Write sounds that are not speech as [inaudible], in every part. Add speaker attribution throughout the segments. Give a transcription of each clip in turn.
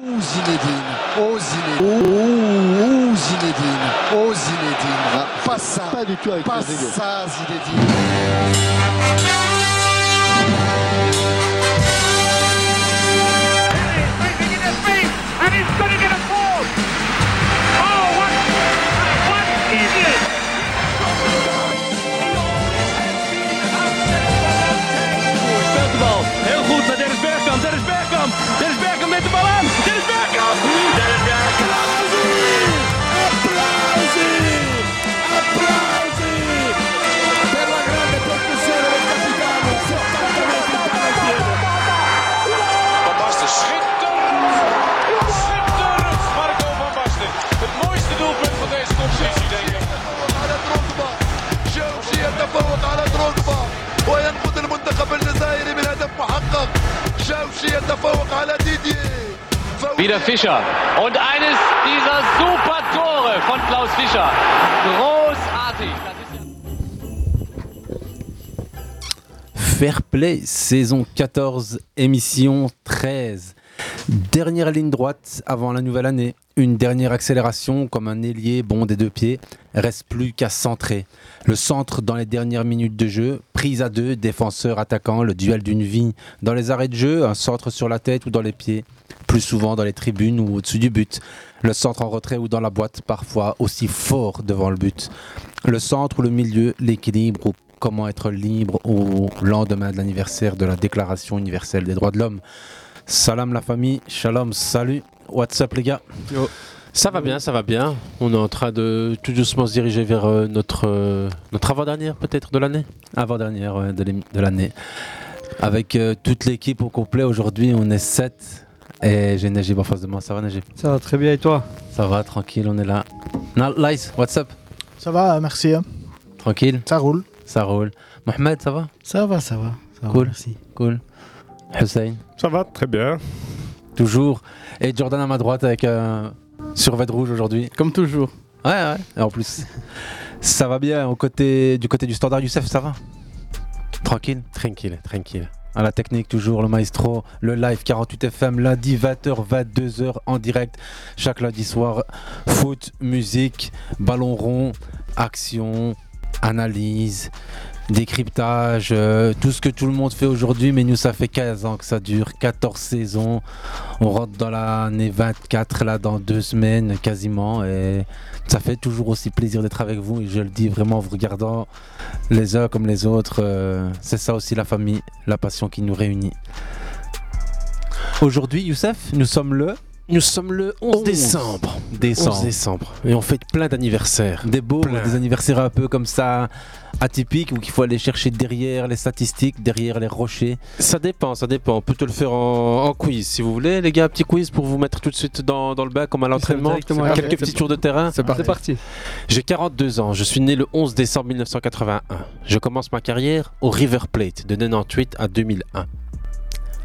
Speaker 1: Oh Zinedine, oh Zinedine, oh, oh, oh Zinedine, oh Zinedine, pas ça,
Speaker 2: Pas du tout avec
Speaker 1: pas
Speaker 2: Rodrigo.
Speaker 1: ça Zinedine.
Speaker 3: He's leaping in his feet, and he's going to get a ball. Oh, what, what is it?
Speaker 4: Hij speelt de bal. Heel goed naar Dennis Bergkamp. Dennis Bergkamp. Dennis Bergkamp met de bal aan. Dennis Bergkamp. Dennis Bergkamp. Applausie. Applausie. Applausie. Per la grande percussione del capitano. Fortemente in panchina.
Speaker 5: Van Basten, schitterend! Schitterend, Marco van Basten. Het mooiste doelpunt van deze competitie, denk ik.
Speaker 6: شيء يتفوق على دروكبا وينقذ المنتخب الجزائري من هدف محقق شاوشي يتفوق على ديدييه
Speaker 7: Wieder Fischer. Und eines dieser super Tore von Klaus Fischer. Großartig. Das ist ja
Speaker 8: Fair Play, saison 14, émission 13. Dernière ligne droite avant la nouvelle année. Une dernière accélération comme un ailier bon des deux pieds. Reste plus qu'à centrer. Le centre dans les dernières minutes de jeu. Prise à deux, défenseur attaquant, le duel d'une vie. Dans les arrêts de jeu, un centre sur la tête ou dans les pieds. Plus souvent dans les tribunes ou au-dessus du but. Le centre en retrait ou dans la boîte, parfois aussi fort devant le but. Le centre ou le milieu, l'équilibre ou comment être libre au lendemain de l'anniversaire de la Déclaration universelle des droits de l'homme. Salam la famille, shalom, salut, what's up les gars
Speaker 9: Ça va bien, ça va bien. On est en train de tout doucement se diriger vers euh, notre, euh, notre avant-dernière peut-être de l'année.
Speaker 8: Avant-dernière ouais, de l'ém- de l'année. Avec euh, toute l'équipe au complet, aujourd'hui on est 7 et j'ai Najib en face de moi, ça va Najib
Speaker 10: Ça va très bien et toi
Speaker 8: Ça va, tranquille, on est là. Na- Lice, what's up
Speaker 11: Ça va, merci. hein.
Speaker 8: Tranquille,
Speaker 11: Ça roule.
Speaker 8: ça roule. Mohamed, ça va
Speaker 11: Ça va, ça va. ça va,
Speaker 8: Cool.
Speaker 11: merci.
Speaker 8: Cool. Hussein
Speaker 12: Ça va, très bien.
Speaker 8: Toujours. Et Jordan à ma droite avec un survêt de rouge aujourd'hui.
Speaker 10: Comme toujours.
Speaker 8: Ouais, ouais. Et en plus, ça va bien au côté, du côté du standard Youssef, ça va Tranquille.
Speaker 9: Tranquille, tranquille.
Speaker 8: À la technique, toujours le maestro, le live 48 FM, lundi 20h, 22h en direct. Chaque lundi soir, foot, musique, ballon rond, action, analyse, décryptage, euh, tout ce que tout le monde fait aujourd'hui. Mais nous, ça fait 15 ans que ça dure, 14 saisons. On rentre dans l'année 24, là, dans deux semaines quasiment. Et ça fait toujours aussi plaisir d'être avec vous. Et je le dis vraiment en vous regardant les uns comme les autres. euh, c'est ça aussi la famille, la passion qui nous réunit. Aujourd'hui, Youssef, nous sommes le
Speaker 9: Nous sommes le 11 décembre. 11
Speaker 8: décembre.
Speaker 9: décembre. Et on fête plein d'anniversaires.
Speaker 8: Des beaux,
Speaker 9: Plein.
Speaker 8: des anniversaires un peu comme ça, atypiques, où qu'il faut aller chercher derrière les statistiques, derrière les rochers.
Speaker 9: Ça dépend, ça dépend. On peut te le faire en, en quiz si vous voulez, les gars. Petit quiz pour vous mettre tout de suite dans, dans le bain comme à l'entraînement.
Speaker 10: directement
Speaker 9: Quelques
Speaker 10: après.
Speaker 9: petits tours de terrain.
Speaker 10: C'est parti.
Speaker 9: J'ai 82 ans, je suis né le 11 décembre 1981. Je commence ma carrière au River Plate de 98 à 2001.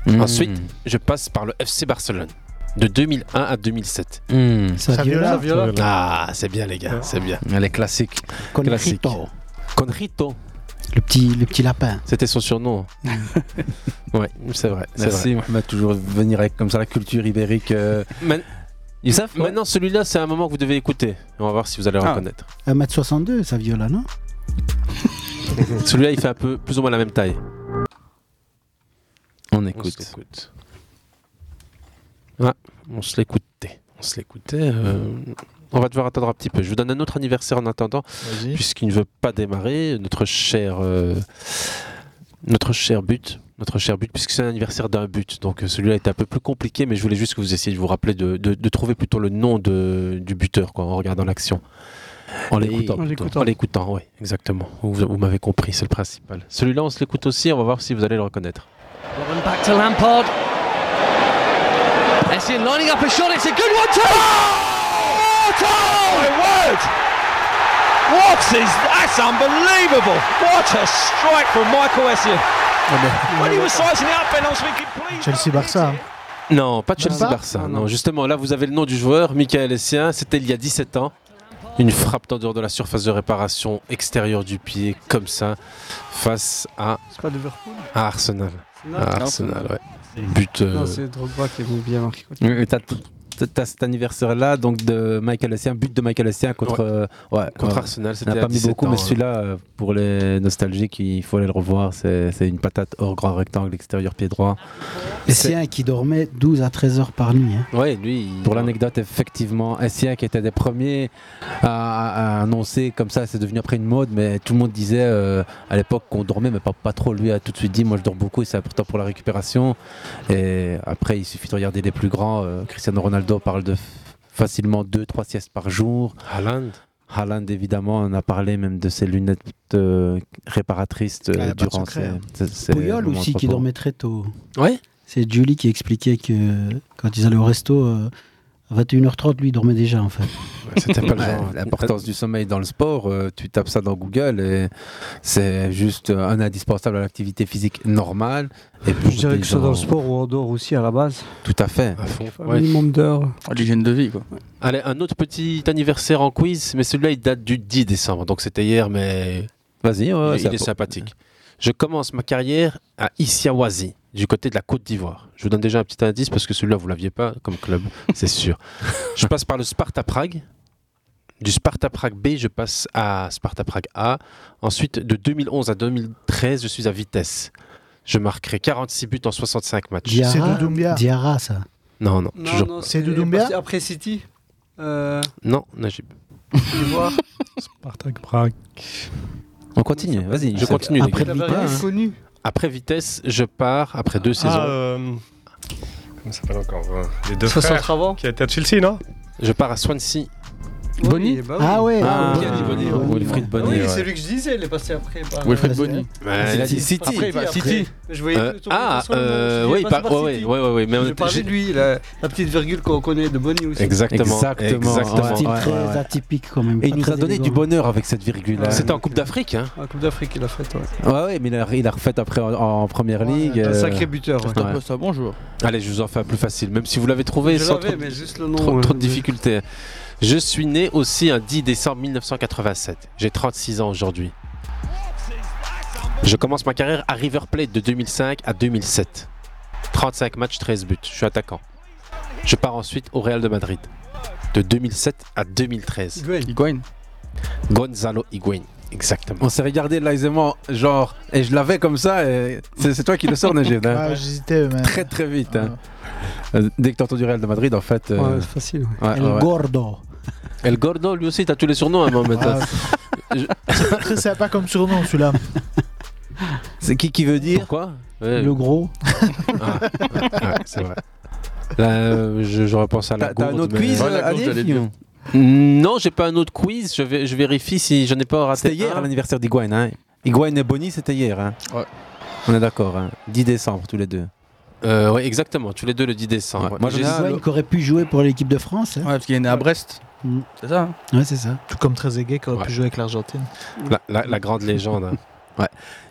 Speaker 8: Mm.
Speaker 9: Ensuite, je passe par le FC Barcelone de 2001 à 2007.
Speaker 8: Hmm.
Speaker 11: Saviola,
Speaker 9: Ah, c'est bien les gars, c'est bien.
Speaker 8: les classiques.
Speaker 11: Conrito.
Speaker 9: [laughs] Conrito,
Speaker 11: Le petit, le petit lapin.
Speaker 9: c'était son surnom. ouais, c'est vrai, c'est vrai.
Speaker 8: Merci Mohamed, toujours venir avec comme ça la culture ibérique. euh,
Speaker 9: Man-
Speaker 8: Youssef ouais.
Speaker 9: Maintenant, celui-là, c'est un moment que vous devez écouter. On va voir si vous allez le
Speaker 12: Ah.
Speaker 9: reconnaître.
Speaker 11: 1m62, Saviola, non
Speaker 9: Celui-là, il fait un peu plus ou moins la même taille.
Speaker 8: On
Speaker 9: On
Speaker 8: écoute.
Speaker 9: se l'écoute. Ah, on se l'écoutait. On se l'écoutait. euh, on va devoir attendre un petit peu. Je vous donne un autre anniversaire en attendant,
Speaker 11: Vas-y.
Speaker 9: puisqu'il ne veut pas démarrer. Notre cher, euh, notre cher but. Notre cher but, puisque c'est l'anniversaire d'un but. Donc euh, celui-là était un peu plus compliqué, mais je voulais juste que vous essayiez de vous rappeler de, de- de trouver plutôt le nom de- du buteur quoi, en regardant l'action.
Speaker 8: En
Speaker 9: Et-
Speaker 8: l'écoutant.
Speaker 10: En
Speaker 8: plutôt.
Speaker 10: l'écoutant.
Speaker 9: En l'écoutant, oui, exactement. Vous, vous m'avez compris, c'est le principal. Celui-là, on se l'écoute aussi, on va voir si vous allez le reconnaître.
Speaker 7: Robin back to Lampard.
Speaker 3: Eh
Speaker 7: Essien lining up a shot. It's a good one too.
Speaker 3: Oh,
Speaker 5: My word! What is that's unbelievable! What a strike from Michael Essien. When he was sizing it up, and I was thinking, please.
Speaker 11: Chelsea-Barça. hein.
Speaker 9: Non, pas Chelsea
Speaker 11: Barça
Speaker 9: Barça.
Speaker 10: Ah,
Speaker 9: Non, justement, là, vous avez le nom du joueur, Michael Essien. C'était il y a 17 ans. Une frappe en dehors de la surface de réparation extérieure du pied, comme ça, face à,
Speaker 10: C'est pas Liverpool
Speaker 9: à Arsenal.
Speaker 10: Non,
Speaker 9: À Arsenal, ouais. But. euh,
Speaker 10: c'est Drogba qui est venu bien marquer.
Speaker 8: Mais t'as tout- t'as cet anniversaire-là, donc de Michael Essien, but de Michael Essien contre, euh, ouais,
Speaker 9: Contre
Speaker 8: euh,
Speaker 9: Arsenal,
Speaker 8: On n'a
Speaker 9: c'était
Speaker 8: pas mis beaucoup, mais
Speaker 9: celui-là
Speaker 8: celui-là, euh, pour les nostalgiques, il faut aller le revoir. C'est c'est une patate hors grand rectangle, extérieur pied droit.
Speaker 11: Les siens qui dormaient 12 à 13 heures par nuit. hein.
Speaker 9: Ouais, lui. il-
Speaker 8: Pour l'anecdote, effectivement, Essien qui était des premiers à, à- à annoncer comme ça, c'est devenu après une mode, mais tout le monde disait euh, à l'époque qu'on dormait, mais pas, pas trop. Lui a tout de suite dit Moi je dors beaucoup et c'est important pour la récupération. Et après, il suffit de regarder les plus grands. euh, Cristiano Ronaldo parle de f- facilement 2-3 siestes par jour.
Speaker 9: Haaland.
Speaker 8: Haaland, évidemment, on a parlé même de ses lunettes euh, réparatrices euh,
Speaker 11: Ah, la barre
Speaker 8: durant
Speaker 11: secrète.
Speaker 8: ses- ses- ses
Speaker 11: Puyol
Speaker 8: moments de
Speaker 11: aussi qui
Speaker 8: repos.
Speaker 11: dormait très tôt.
Speaker 9: Ouais.
Speaker 11: C'est Julie qui expliquait que quand ils allaient au resto, euh, à 21h30, lui, il dormait déjà en
Speaker 8: [laughs]
Speaker 11: fait.
Speaker 9: C'était pas le
Speaker 8: Ouais,
Speaker 9: genre.
Speaker 8: L'importance du sommeil dans le sport, euh, tu tapes ça dans Google et c'est juste euh, un indispensable à l'activité physique normale. Et pour
Speaker 2: Je dirais
Speaker 8: des
Speaker 2: que ce soit dans le
Speaker 8: gens-
Speaker 2: sport ou en dehors aussi à la base.
Speaker 8: Tout à fait.
Speaker 9: À fond.
Speaker 2: Un
Speaker 9: Ouais.
Speaker 2: minimum d'heures.
Speaker 10: Oh, L'hygiène de vie, quoi.
Speaker 9: Allez, un autre petit anniversaire en quiz, mais celui-là il date du 10 décembre, donc c'était hier, mais
Speaker 8: Vas-y, ouais, ouais,
Speaker 9: il
Speaker 8: ça-
Speaker 9: est sympathique. Je commence ma carrière à Issiawazi, du côté de la Côte d'Ivoire. Je vous donne déjà un petit indice parce que celui-là vous l'aviez pas comme club, [laughs] c'est sûr. Je passe par le Sparta Prague. Du Sparta Prague B, je passe à Sparta Prague A. Ensuite, de 2011 à 2013, je suis à Vitesse. Je marquerai 46 buts en 65 matchs.
Speaker 11: Diarra,
Speaker 2: C'est Doumbia.
Speaker 11: Diarra, ça.
Speaker 9: Non, non, toujours.
Speaker 2: c'est
Speaker 10: de
Speaker 2: Doumbia Après City euh,
Speaker 9: Non, Najib. [laughs]
Speaker 2: Ivoire.
Speaker 4: Spartak Prague.
Speaker 8: On continue, vas-y.
Speaker 9: Je continue. les
Speaker 11: Après
Speaker 9: gars.
Speaker 2: Il avait
Speaker 8: hein.
Speaker 2: rien connu.
Speaker 9: Après vitesse, je pars après deux saisons.
Speaker 4: Ah, euh, Comment ça s'appelle encore euh, Les deux
Speaker 2: 60
Speaker 4: frères
Speaker 2: avant.
Speaker 4: qui étaient à Chelsea, non bah
Speaker 9: Je pars à Swansea.
Speaker 10: Bonny
Speaker 2: Eh ben oui.
Speaker 11: Ah ouais
Speaker 9: Ah,
Speaker 11: ouais.
Speaker 9: Bonny, Bonny,
Speaker 11: Bonny,
Speaker 8: Wilfried
Speaker 11: ouais.
Speaker 2: Ah
Speaker 8: Bonny.
Speaker 2: oui,
Speaker 8: ouais.
Speaker 2: c'est lui que je disais, il est passé après. par,
Speaker 10: Wilfred
Speaker 2: euh,
Speaker 10: Bonny.
Speaker 8: Il a dit
Speaker 2: Après,
Speaker 8: City.
Speaker 2: il va à City. Je voyais
Speaker 9: Euh,
Speaker 2: tout tomber
Speaker 9: ah,
Speaker 2: sur le nom,
Speaker 9: euh,
Speaker 2: je dis,
Speaker 9: oui,
Speaker 2: il est passé
Speaker 9: par-
Speaker 2: par
Speaker 9: ouais,
Speaker 2: City.
Speaker 9: ouais, ouais, ouais, mais on
Speaker 2: Je
Speaker 9: était-
Speaker 2: parlais
Speaker 9: j'ai-
Speaker 2: de lui, la, la petite virgule qu'on connaît de Bonny aussi.
Speaker 9: Exactement.
Speaker 8: Exactement,
Speaker 11: Un style
Speaker 8: ouais,
Speaker 11: très
Speaker 8: ouais.
Speaker 11: atypique quand même.
Speaker 8: Et il
Speaker 11: pas
Speaker 8: nous
Speaker 11: très
Speaker 8: a donné
Speaker 11: élégant.
Speaker 8: du bonheur avec cette virgule.
Speaker 2: Ouais.
Speaker 9: C'était en Coupe d'Afrique, hein
Speaker 2: La Coupe d'Afrique, il a fait. Ouais.
Speaker 8: Ouais, ouais, mais il a, il a refait après en, en première ligue.
Speaker 2: Un
Speaker 8: euh,
Speaker 2: sacré buteur. ouais.
Speaker 10: C'est un peu ça, bonjour.
Speaker 9: Allez, je vous en fais un plus facile, même si vous l'avez trouvé
Speaker 2: Je
Speaker 9: sans
Speaker 2: l'avais,
Speaker 9: trop,
Speaker 2: mais juste le nom. euh,
Speaker 9: trop-
Speaker 2: ouais.
Speaker 9: trop de difficultés. Je suis né aussi un 10 décembre 1987. J'ai 36 ans aujourd'hui. Je commence ma carrière à River Plate de 2005 à 2007. 35 matchs, 13 buts. Je suis attaquant. Je pars ensuite au Real de Madrid de 2007 à 2013.
Speaker 2: Higuain.
Speaker 10: Higuain.
Speaker 9: Gonzalo Higuain, exactement.
Speaker 8: On s'est regardé là aisément, genre, et je l'avais comme ça, et c'est c'est toi qui le sors, Najib. hein.
Speaker 11: Ah,
Speaker 12: J'hésitais, mais.
Speaker 8: [laughs] Très très vite. hein. Euh, Dès que t'as entendu Real de Madrid, en fait. euh,
Speaker 2: Ouais, c'est facile. ouais.
Speaker 8: ouais,
Speaker 11: El
Speaker 8: ouais.
Speaker 11: Gordo.
Speaker 9: El Gordo, lui aussi, t'as tous les surnoms à Mohamed.
Speaker 12: Ah, c'est pas très sympa comme surnom celui-là.
Speaker 8: C'est qui qui veut dire
Speaker 9: Pourquoi Ah.
Speaker 11: Le gros.
Speaker 8: [laughs]
Speaker 9: C'est vrai. Là, euh, je, je repense à la
Speaker 8: T'as t'as un
Speaker 9: gourde,
Speaker 8: autre
Speaker 9: mais- Mm,
Speaker 8: quiz,
Speaker 10: Ouais, la
Speaker 8: euh,
Speaker 10: gourde, j'allais
Speaker 8: Alif
Speaker 9: Non, j'ai pas un autre quiz. Je, vais, je vérifie si je n'ai pas raté.
Speaker 8: C'était hier
Speaker 9: un.
Speaker 8: l'anniversaire d'Iguain. Hein. Higuain et Bonny, c'était hier. hein.
Speaker 10: Ouais.
Speaker 8: On est d'accord. hein. 10 décembre, tous les deux.
Speaker 9: Euh, ouais, exactement. Tous les deux le 10
Speaker 8: Ouais.
Speaker 9: décembre.
Speaker 8: Moi,
Speaker 9: J'ai-
Speaker 8: j'en ai un.
Speaker 11: Higuain qui aurait pu jouer pour l'équipe de France. hein.
Speaker 10: Ouais, parce qu'il est né à Brest.
Speaker 11: Mm.
Speaker 10: C'est ça, hein
Speaker 11: Ouais, c'est ça.
Speaker 12: Tout comme Trezeguet qui aurait
Speaker 9: Ouais.
Speaker 12: pu jouer avec l'Argentine.
Speaker 9: la, la- la grande légende.
Speaker 8: [laughs]
Speaker 9: hein.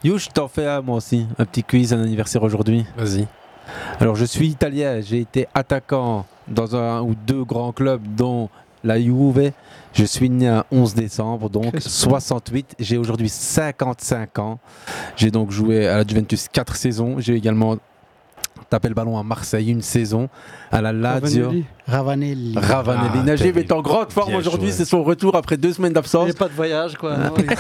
Speaker 8: You, je t'en fais un, moi aussi. Un petit quiz, un anniversaire aujourd'hui.
Speaker 9: Vas-y.
Speaker 8: Alors, je suis italien. J'ai été attaquant dans un ou deux grands clubs, dont la Juve. Je suis né un 11 décembre, donc 68. J'ai aujourd'hui 55 ans. J'ai donc joué à la Juventus 4 saisons. J'ai également tapé le ballon à Marseille une saison, à la Lazio.
Speaker 2: Ravanelli.
Speaker 11: Ravanelli.
Speaker 8: Ravanelli.
Speaker 9: Ah,
Speaker 8: Najib
Speaker 9: terrible.
Speaker 8: est en grande forme
Speaker 9: Bien
Speaker 8: aujourd'hui.
Speaker 9: joué.
Speaker 8: C'est son retour après deux semaines
Speaker 2: Il
Speaker 8: d'absence. Ah.
Speaker 2: n'est pas de voyage, quoi. non, il-
Speaker 9: [laughs]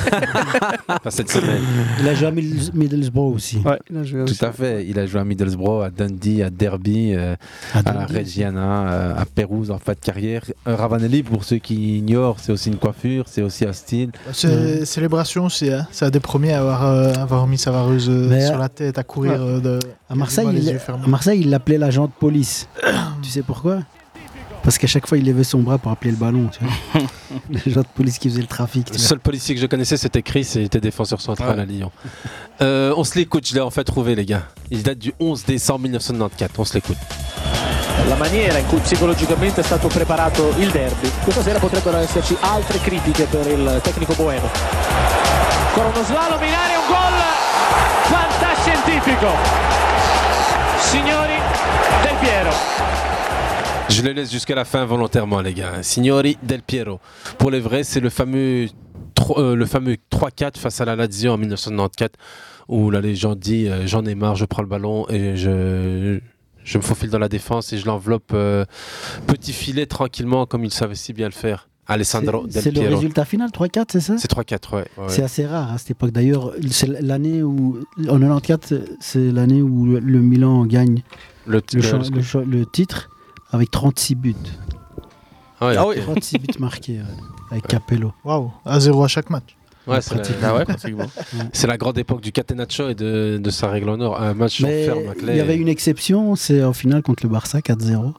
Speaker 9: Enfin, cette semaine.
Speaker 11: Il a joué à Middles- Middlesbrough aussi.
Speaker 2: Ouais, il a joué
Speaker 8: Tout
Speaker 2: aussi.
Speaker 8: à fait. Il a joué à Middlesbrough, à Dundee, à Derby, euh,
Speaker 11: Ah,
Speaker 8: à la
Speaker 11: Dundee.
Speaker 8: Reggiana, euh, à Pérouse en fin de carrière. Euh, Ravanelli, pour ceux qui ignorent, c'est aussi une coiffure, c'est aussi un style.
Speaker 11: Bah,
Speaker 12: C'est célébration aussi. Hein. C'est un des premiers à avoir, euh, avoir mis sa vareuse euh,
Speaker 11: Mais,
Speaker 12: sur la tête, à courir euh, de,
Speaker 11: À Marseille,
Speaker 12: les
Speaker 11: il,
Speaker 12: yeux
Speaker 11: à
Speaker 12: fermés.
Speaker 11: Marseille, il l'appelait l'agent de
Speaker 12: [coughs]
Speaker 11: police. tu sais pourquoi Parce qu'à chaque fois, il levait son bras pour appeler le ballon. tu vois.
Speaker 12: [laughs]
Speaker 11: L'agent de police qui faisait le trafic. tu
Speaker 9: Le
Speaker 11: vois.
Speaker 9: seul policier que je connaissais, c'était Chris et il était défenseur central à Lyon. Euh, on se l'écoute, je l'ai en fait trouvé, les gars. Il date du 11 décembre 1994. On se l'écoute.
Speaker 3: La maniera in cui psicologicamente è stato preparato il derby. Questa sera potrebbero esserci altre critiche per il tecnico Boemo. Con uno slalom in area un gol fantascientifico. Signori Del Piero.
Speaker 9: Je le laisse jusqu'à la fin volontairement, les gars. Signori Del Piero. Pour les vrais, c'est le fameux, tro- euh, le fameux 3-4 face à la Lazio en 1994, où la légende dit euh, J'en ai marre, je prends le ballon et je, Je me faufile dans la défense et je l'enveloppe euh, petit filet tranquillement comme il savait si bien le faire. Alessandro
Speaker 11: C'est
Speaker 9: Del
Speaker 11: le
Speaker 9: Piero.
Speaker 11: résultat final, 3-4, c'est ça
Speaker 9: C'est 3-4, ouais. ouais, ouais.
Speaker 11: C'est assez rare à cette époque. D'ailleurs, c'est l'année où. En 94, c'est l'année où le- le Milan gagne
Speaker 9: Le t- le-
Speaker 11: cha-
Speaker 9: le-
Speaker 11: le cha- le titre avec 36 buts.
Speaker 9: Ah ouais,
Speaker 12: Ah oui.
Speaker 9: ok.
Speaker 11: 36 buts marqués ouais, avec Capello.
Speaker 12: Waouh, à zéro à chaque match.
Speaker 9: Ouais, c'est
Speaker 12: Ah Pratiquement.
Speaker 9: la... [laughs] C'est la grande époque du Catenaccio et de, de sa règle en or. Un match
Speaker 11: Mais
Speaker 9: en ferme à
Speaker 11: il y avait une exception, c'est en finale contre le
Speaker 9: [laughs]
Speaker 11: Barça 4-0.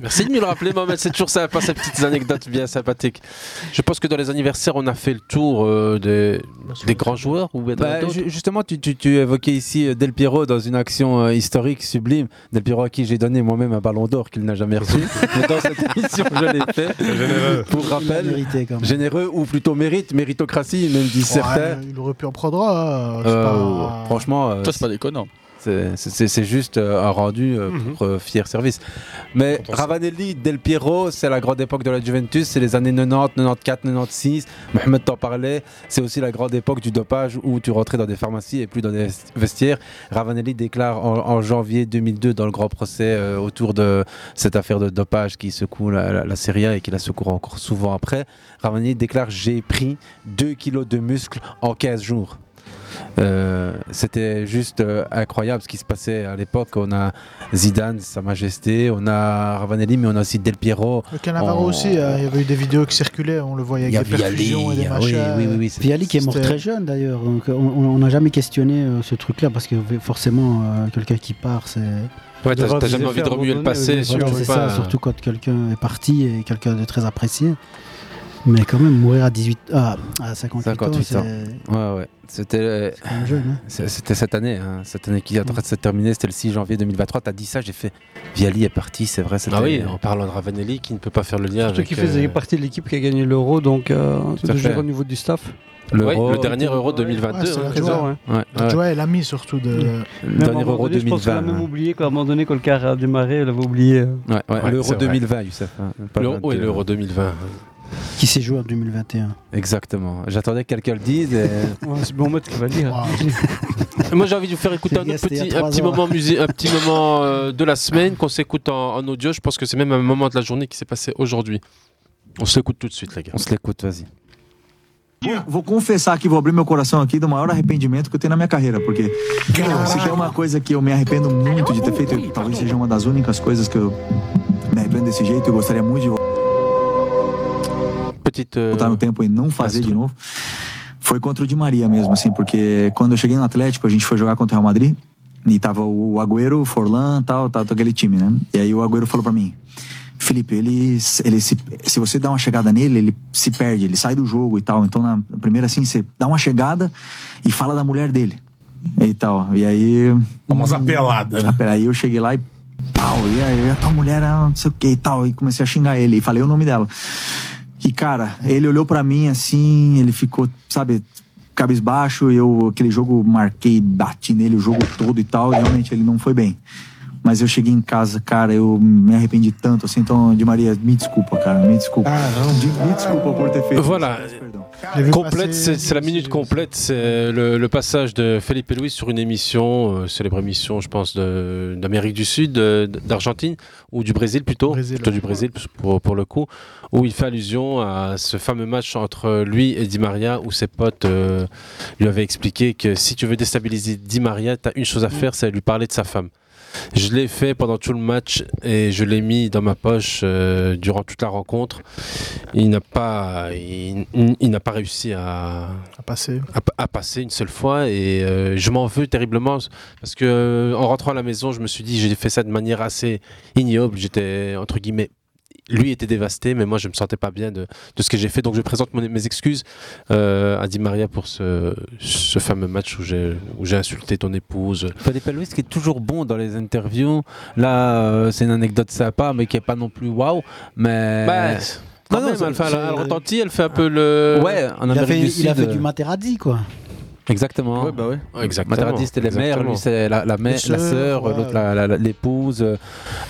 Speaker 9: Merci de me le rappeler, Mohamed. C'est toujours sympa, ces petites anecdotes bien sympathiques. Je pense que dans les anniversaires, on a fait le tour euh, des, des grands joueurs. Ou bien
Speaker 8: Bah,
Speaker 9: d'autres.
Speaker 8: ju- justement, tu, tu- tu évoquais ici euh, Del Piero dans une action euh, historique sublime. Del Piero à qui j'ai donné moi-même un ballon d'or qu'il n'a jamais
Speaker 12: [laughs]
Speaker 8: reçu. Mais dans cette émission, je l'ai fait.
Speaker 11: [laughs] Généreux.
Speaker 8: Pour
Speaker 11: Il l'a
Speaker 8: rappel,
Speaker 11: mérité, quand même.
Speaker 8: généreux ou plutôt mérite, méritocratie, même disent certains.
Speaker 12: Ouais, il aurait pu en prendre un. hein, c'est
Speaker 8: Euh,
Speaker 12: pas-
Speaker 8: Franchement, euh,
Speaker 10: Toi, c'est pas déconnant.
Speaker 8: c'est- c'est c'est juste euh, un rendu
Speaker 12: Mhm.
Speaker 8: euh, pour euh, fier service. Mais Ravanelli, Del Piero, c'est la grande époque de la Juventus, c'est les années 90, 94, 96. Mohamed t'en parlait, c'est aussi la grande époque du dopage où tu rentrais dans des pharmacies et plus dans des vest- vestiaires. Ravanelli déclare en, en janvier 2002 dans le grand procès euh, autour de cette affaire de dopage qui secoue la, la- la Serie A et qui la secoue encore souvent après. Ravanelli déclare J'ai pris 2 kilos de muscles en 15 jours. Euh, c'était juste euh, incroyable ce qui se passait à l'époque. On a Zidane, Sa Majesté, on a Ravanelli, mais on a aussi Del Piero.
Speaker 12: Le Cannavaro
Speaker 8: On-
Speaker 12: aussi, euh, il y avait eu des vidéos qui circulaient, on le voyait
Speaker 8: Il y
Speaker 12: avec des
Speaker 8: avait Ali,
Speaker 12: perfusions et
Speaker 8: il
Speaker 12: des
Speaker 8: y
Speaker 11: ah
Speaker 8: a- oui,
Speaker 12: machins.
Speaker 8: oui, oui, oui,
Speaker 11: Puis Ali qui est mort
Speaker 12: C'était-
Speaker 11: très jeune d'ailleurs, donc on- on n'a jamais questionné euh, ce truc-là parce que forcément euh, quelqu'un qui part c'est...
Speaker 9: Ouais, t'as- t'as jamais envie de remuer le passé,
Speaker 11: Voilà,
Speaker 9: surtout
Speaker 11: c'est
Speaker 9: pas.
Speaker 11: ça, surtout quand quelqu'un est parti et quelqu'un de très apprécié. Mais quand même, mourir à, 18, ah, à 58, ans,
Speaker 8: 58 ans.
Speaker 11: c'est-
Speaker 8: Ouais, ouais. C'était, euh,
Speaker 11: jeune, hein.
Speaker 8: c'est- c'était cette année, hein, cette année qui est en train de se terminer, c'était le 6 janvier 2023. T'as dit ça, j'ai fait Viali est parti, c'est vrai.
Speaker 9: Ah oui,
Speaker 8: c'était-
Speaker 9: en parlant de Ravanelli qui ne peut pas faire le lien
Speaker 8: Surtout
Speaker 9: avec.
Speaker 8: qu'il
Speaker 2: faisait
Speaker 9: euh,
Speaker 2: partie de l'équipe qui a gagné l'euro, donc euh,
Speaker 9: à
Speaker 2: de
Speaker 9: fait.
Speaker 2: gérer au niveau du staff.
Speaker 9: Ouais, le dernier Euro 2022.
Speaker 12: Ouais, c'est
Speaker 9: hein.
Speaker 12: la joie.
Speaker 8: Ouais,
Speaker 12: La
Speaker 8: ouais.
Speaker 12: joie et l'ami surtout de.
Speaker 8: Le dernier Euro
Speaker 2: Je pense qu'on a
Speaker 8: 2020.
Speaker 2: même oublié qu'à un moment donné, quand le car a démarré, elle avait oublié. euh.
Speaker 8: hein. Ouais, ouais,
Speaker 9: Ouais,
Speaker 8: l'Euro
Speaker 9: c'est vrai.
Speaker 8: 2020, Youssef. hein, pas
Speaker 9: L'Euro-
Speaker 8: 22.
Speaker 9: oui, l'Euro 2020.
Speaker 11: qui s'est joué en 2021.
Speaker 8: Exactement. J'attendais que quelqu'un le dise. et-
Speaker 2: c'est bon mode qui va le dire.
Speaker 9: Euh, Moi, j'ai envie de vous faire écouter
Speaker 2: C'est
Speaker 9: un,
Speaker 2: bien,
Speaker 9: autre
Speaker 2: c'était il y a
Speaker 9: petit, un
Speaker 2: trois
Speaker 9: petit
Speaker 2: ans.
Speaker 9: moment, musée, un
Speaker 2: [laughs]
Speaker 9: petit moment euh, de la semaine qu'on s'écoute en, en audio. Je pense que c'est même un moment de la journée qui s'est passé aujourd'hui. On se l'écoute tout de suite, les gars.
Speaker 8: On se l'écoute, vas-y.
Speaker 13: Vou- Vou confessar que vou abrir meu coração aqui do maior arrependimento que eu tenho na minha carreira, porque meu, se tem uma coisa que eu me arrependo muito de ter feito, e talvez seja uma das únicas coisas que eu me arrependo desse jeito, eu gostaria muito de
Speaker 9: Petite,
Speaker 13: voltar no tempo e não fazer de novo. Foi contra o Di Maria mesmo, assim, porque quando eu cheguei no Atlético, a gente foi jogar contra o Real Madrid, e tava o Agüero, o Forlan, tal, tal, todo aquele time, né? E aí o Agüero falou pra mim, Felipe, ele, ele se, se você dá uma chegada nele, ele se perde, ele sai do jogo e tal. Então, na primeira, assim, você dá uma chegada e fala da mulher dele e tal. E aí. Vamos apelada, né? Aí eu cheguei lá e. Pau, e aí a tua mulher era não sei o que e tal. E comecei a xingar ele e falei o nome dela. E, cara, ele olhou pra mim assim, ele ficou, sabe, cabisbaixo. e Eu, aquele jogo, marquei, bati nele o jogo todo e tal. E realmente ele não foi bem. Mas eu cheguei em casa, cara, eu me arrependi tanto, assim. Então, de Maria, me desculpa, cara, me desculpa. Ah, não. Me desculpa por ter feito.
Speaker 9: Voilà. Complète, c'est c'est la minute complète. C'est euh, le, le passage de Felipe Luis sur une émission, euh, célèbre émission, je pense, de- d'Amérique du Sud, euh, d'Argentine, ou du Brésil plutôt, plutôt du Brésil pour, pour le coup, où il fait allusion à ce fameux match entre lui et Di Maria, où ses potes euh, lui avaient expliqué que si tu veux déstabiliser Di Maria, tu as une chose à faire, c'est lui parler de sa femme. Je l'ai fait pendant tout le match et je l'ai mis dans ma poche euh, durant toute la rencontre. Il n'a pas, il, il- il n'a pas réussi à,
Speaker 12: à passer.
Speaker 9: à, passer une seule fois et euh, je m'en veux terriblement parce que euh, en rentrant à la maison, je me suis dit j'ai fait ça de manière assez ignoble. J'étais entre guillemets. Lui était dévasté, mais moi je me sentais pas bien de, de ce que j'ai fait. Donc je présente mon- mes excuses euh, à Di Maria pour ce, ce fameux match où j'ai où j'ai insulté ton épouse.
Speaker 8: Felipe Luis qui est toujours bon dans les interviews. Là, euh, c'est une anecdote sympa, mais qui est pas non plus waouh. Mais
Speaker 9: Bah, quand même,
Speaker 8: c'est-
Speaker 9: elle, fait-
Speaker 8: c'est-
Speaker 9: elle retentit, elle fait un peu le.
Speaker 8: Ouais, en
Speaker 11: euh, il a
Speaker 8: Amérique
Speaker 11: fait,
Speaker 8: du
Speaker 11: il a
Speaker 8: Sud,
Speaker 11: fait du
Speaker 8: euh,
Speaker 11: Materazzi quoi.
Speaker 8: Exactement.
Speaker 11: Ouais, bah ouais.
Speaker 9: Ouais, exactement.
Speaker 8: Materazzi, c'était les mères,
Speaker 9: Exactement.
Speaker 8: lui, c'est la, la, mère,
Speaker 9: Les sœurs,
Speaker 8: la sœur,
Speaker 9: ouais.
Speaker 8: l'autre, la- la- la- l'épouse. euh,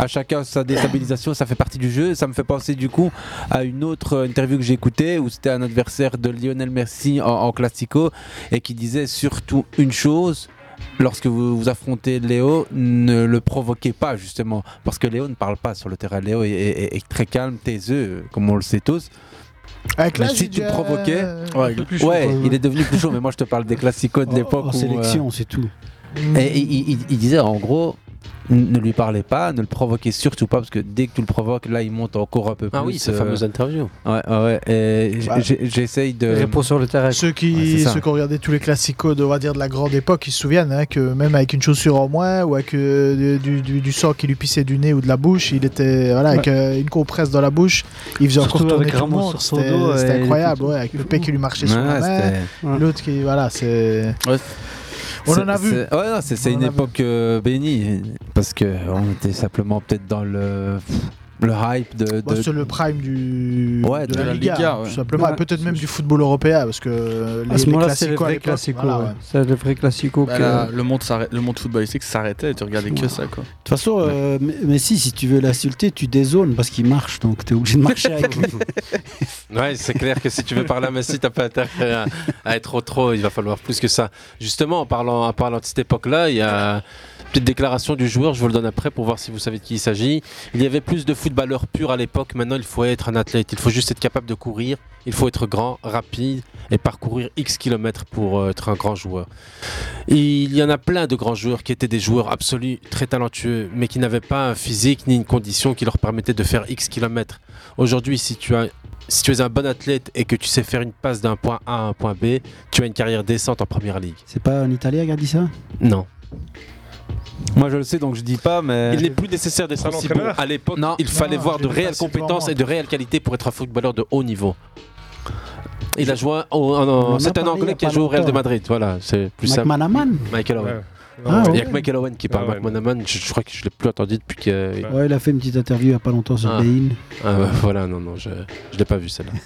Speaker 8: À chacun sa déstabilisation, ça fait partie du jeu. Ça me fait penser, du coup, à une autre euh, interview que j'ai écoutée où c'était un adversaire de Lionel Messi en, en Classico et qui disait surtout une chose lorsque vous vous affrontez Léo, ne le provoquez pas justement, parce que Léo ne parle pas sur le terrain. Léo est, est- est très calme, taiseux, comme on le sait tous.
Speaker 12: Avec
Speaker 8: mais
Speaker 12: l'âge,
Speaker 8: Bah, si
Speaker 12: il
Speaker 8: tu le
Speaker 12: devient,
Speaker 8: provoquais,
Speaker 12: euh, un
Speaker 8: ouais,
Speaker 12: peu plus chaud, quoi,
Speaker 8: il est devenu plus
Speaker 12: [laughs]
Speaker 8: chaud. Mais moi, je te parle des classicos de l'époque.
Speaker 11: en
Speaker 8: où, euh,
Speaker 11: sélection, c'est tout.
Speaker 8: Et il, il- il- il disait en gros. n- Ne lui parlez pas, ne le provoquez surtout pas, parce que dès que tu le provoques, là, il monte encore un peu plus. euh,
Speaker 9: Ah oui, ces fameuses interviews.
Speaker 8: Ouais, ouais, ouais, et j-
Speaker 12: Bah,
Speaker 8: j'ai- j'essaye de.
Speaker 12: réponds
Speaker 2: sur le terrain.
Speaker 12: Ceux qui,
Speaker 8: Ouais, c'est ça.
Speaker 12: ceux qui ont regardé tous les classicos, de, on va dire, de la grande époque, ils se souviennent hein, que même avec une chaussure en moins ou avec euh, du, du- du sang qui lui pissait du nez ou de la bouche, il était voilà, avec
Speaker 2: Ouais.
Speaker 12: euh, une compresse dans la bouche, il faisait
Speaker 2: Surtout
Speaker 12: encore tourner
Speaker 2: avec
Speaker 12: tout le
Speaker 2: Ramos
Speaker 12: monde.
Speaker 2: sur son
Speaker 12: C'était
Speaker 2: dos,
Speaker 12: c'était
Speaker 2: ouais, il
Speaker 12: incroyable,
Speaker 2: était
Speaker 12: ouais, avec le pec qui lui marchait sur
Speaker 8: Ouais,
Speaker 12: la main,
Speaker 8: c'était-
Speaker 12: l'autre qui, voilà, c'est... On
Speaker 8: C'est-
Speaker 12: en a vu.
Speaker 8: c'est- ouais, non, c'est c'est
Speaker 12: On en
Speaker 8: une
Speaker 12: a vu.
Speaker 8: époque euh, bénie parce que on était simplement peut-être dans le le hype de.
Speaker 12: Bah,
Speaker 8: de-
Speaker 12: c'est le prime du,
Speaker 8: Ouais,
Speaker 12: de,
Speaker 8: de
Speaker 12: la,
Speaker 8: la
Speaker 12: Liga,
Speaker 8: Liga,
Speaker 12: hein,
Speaker 8: ouais.
Speaker 12: tout simplement,
Speaker 8: Ouais.
Speaker 12: et peut-être même du football européen, parce que euh,
Speaker 2: À ce
Speaker 12: les
Speaker 2: moment-là, c'est les
Speaker 12: classicos à
Speaker 2: vrais
Speaker 12: l'époque,
Speaker 2: classicos.
Speaker 12: voilà,
Speaker 2: ouais.
Speaker 12: ouais.
Speaker 2: C'est les vrais classicos.
Speaker 10: Bah,
Speaker 2: que-
Speaker 10: là, le, monde s'arrête- le monde footballistique s'arrêtait et tu regardais que ça quoi.
Speaker 11: De toute façon, euh, M- Messi, si tu veux l'insulter, tu dézones parce qu'il marche, donc t'es obligé de
Speaker 9: [laughs]
Speaker 11: marcher avec lui.
Speaker 9: Ouais, c'est clair que si tu veux parler à Messi, t'as pas intérêt à, à être trop trop. Il va falloir plus que ça. Justement, en parlant, en parlant de cette époque-là, il y a une petite déclaration du joueur. Je vous le donne après pour voir si vous savez de qui il s'agit. Il y avait plus de footballeurs purs à l'époque. Maintenant, il faut être un athlète. Il faut juste être capable de courir. Il faut être grand, rapide et parcourir X kilomètres pour euh, être un grand joueur. Il y en a plein de grands joueurs qui étaient des joueurs absolus, très talentueux, mais qui n'avaient pas un physique ni une condition qui leur permettait de faire X kilomètres. Aujourd'hui, si tu as si tu es un bon athlète et que tu sais faire une passe d'un point A à un point B, tu as une carrière décente en première ligue.
Speaker 11: C'est pas un Italien qui a dit ça
Speaker 9: Non.
Speaker 8: Moi, je le sais, donc je dis pas, mais.
Speaker 9: Il n'est plus nécessaire d'être
Speaker 8: Ça,
Speaker 9: aussi bon.
Speaker 8: l'entraîneur
Speaker 9: À l'époque, il fallait
Speaker 8: non,
Speaker 9: voir
Speaker 8: je
Speaker 9: de
Speaker 8: dis
Speaker 9: réelles
Speaker 8: pas, c'est
Speaker 9: compétences
Speaker 8: clairement.
Speaker 9: et de réelles qualités pour être un footballeur de haut niveau. Il a joué. au- en-
Speaker 11: On en
Speaker 9: en-
Speaker 11: a
Speaker 9: C'est un
Speaker 11: parlé il y
Speaker 9: Anglais
Speaker 11: a
Speaker 9: qui a
Speaker 11: pas
Speaker 9: joué au Real de
Speaker 11: longtemps.
Speaker 9: Madrid. Voilà, c'est plus
Speaker 11: Mike
Speaker 9: simple.
Speaker 11: Manaman
Speaker 9: Michael Owen.
Speaker 11: Ah,
Speaker 9: Il n'y a
Speaker 11: ouais.
Speaker 9: que Michael Owen qui
Speaker 8: Ah
Speaker 9: parle. Mike Manaman, je, je crois que je l'ai plus entendu depuis que.
Speaker 11: Ouais, il a fait une petite interview il y a pas longtemps sur
Speaker 9: Ah.
Speaker 11: Bein.
Speaker 9: Ah, bah, [laughs] voilà, non, non, je ne l'ai pas vu celle-là. [laughs]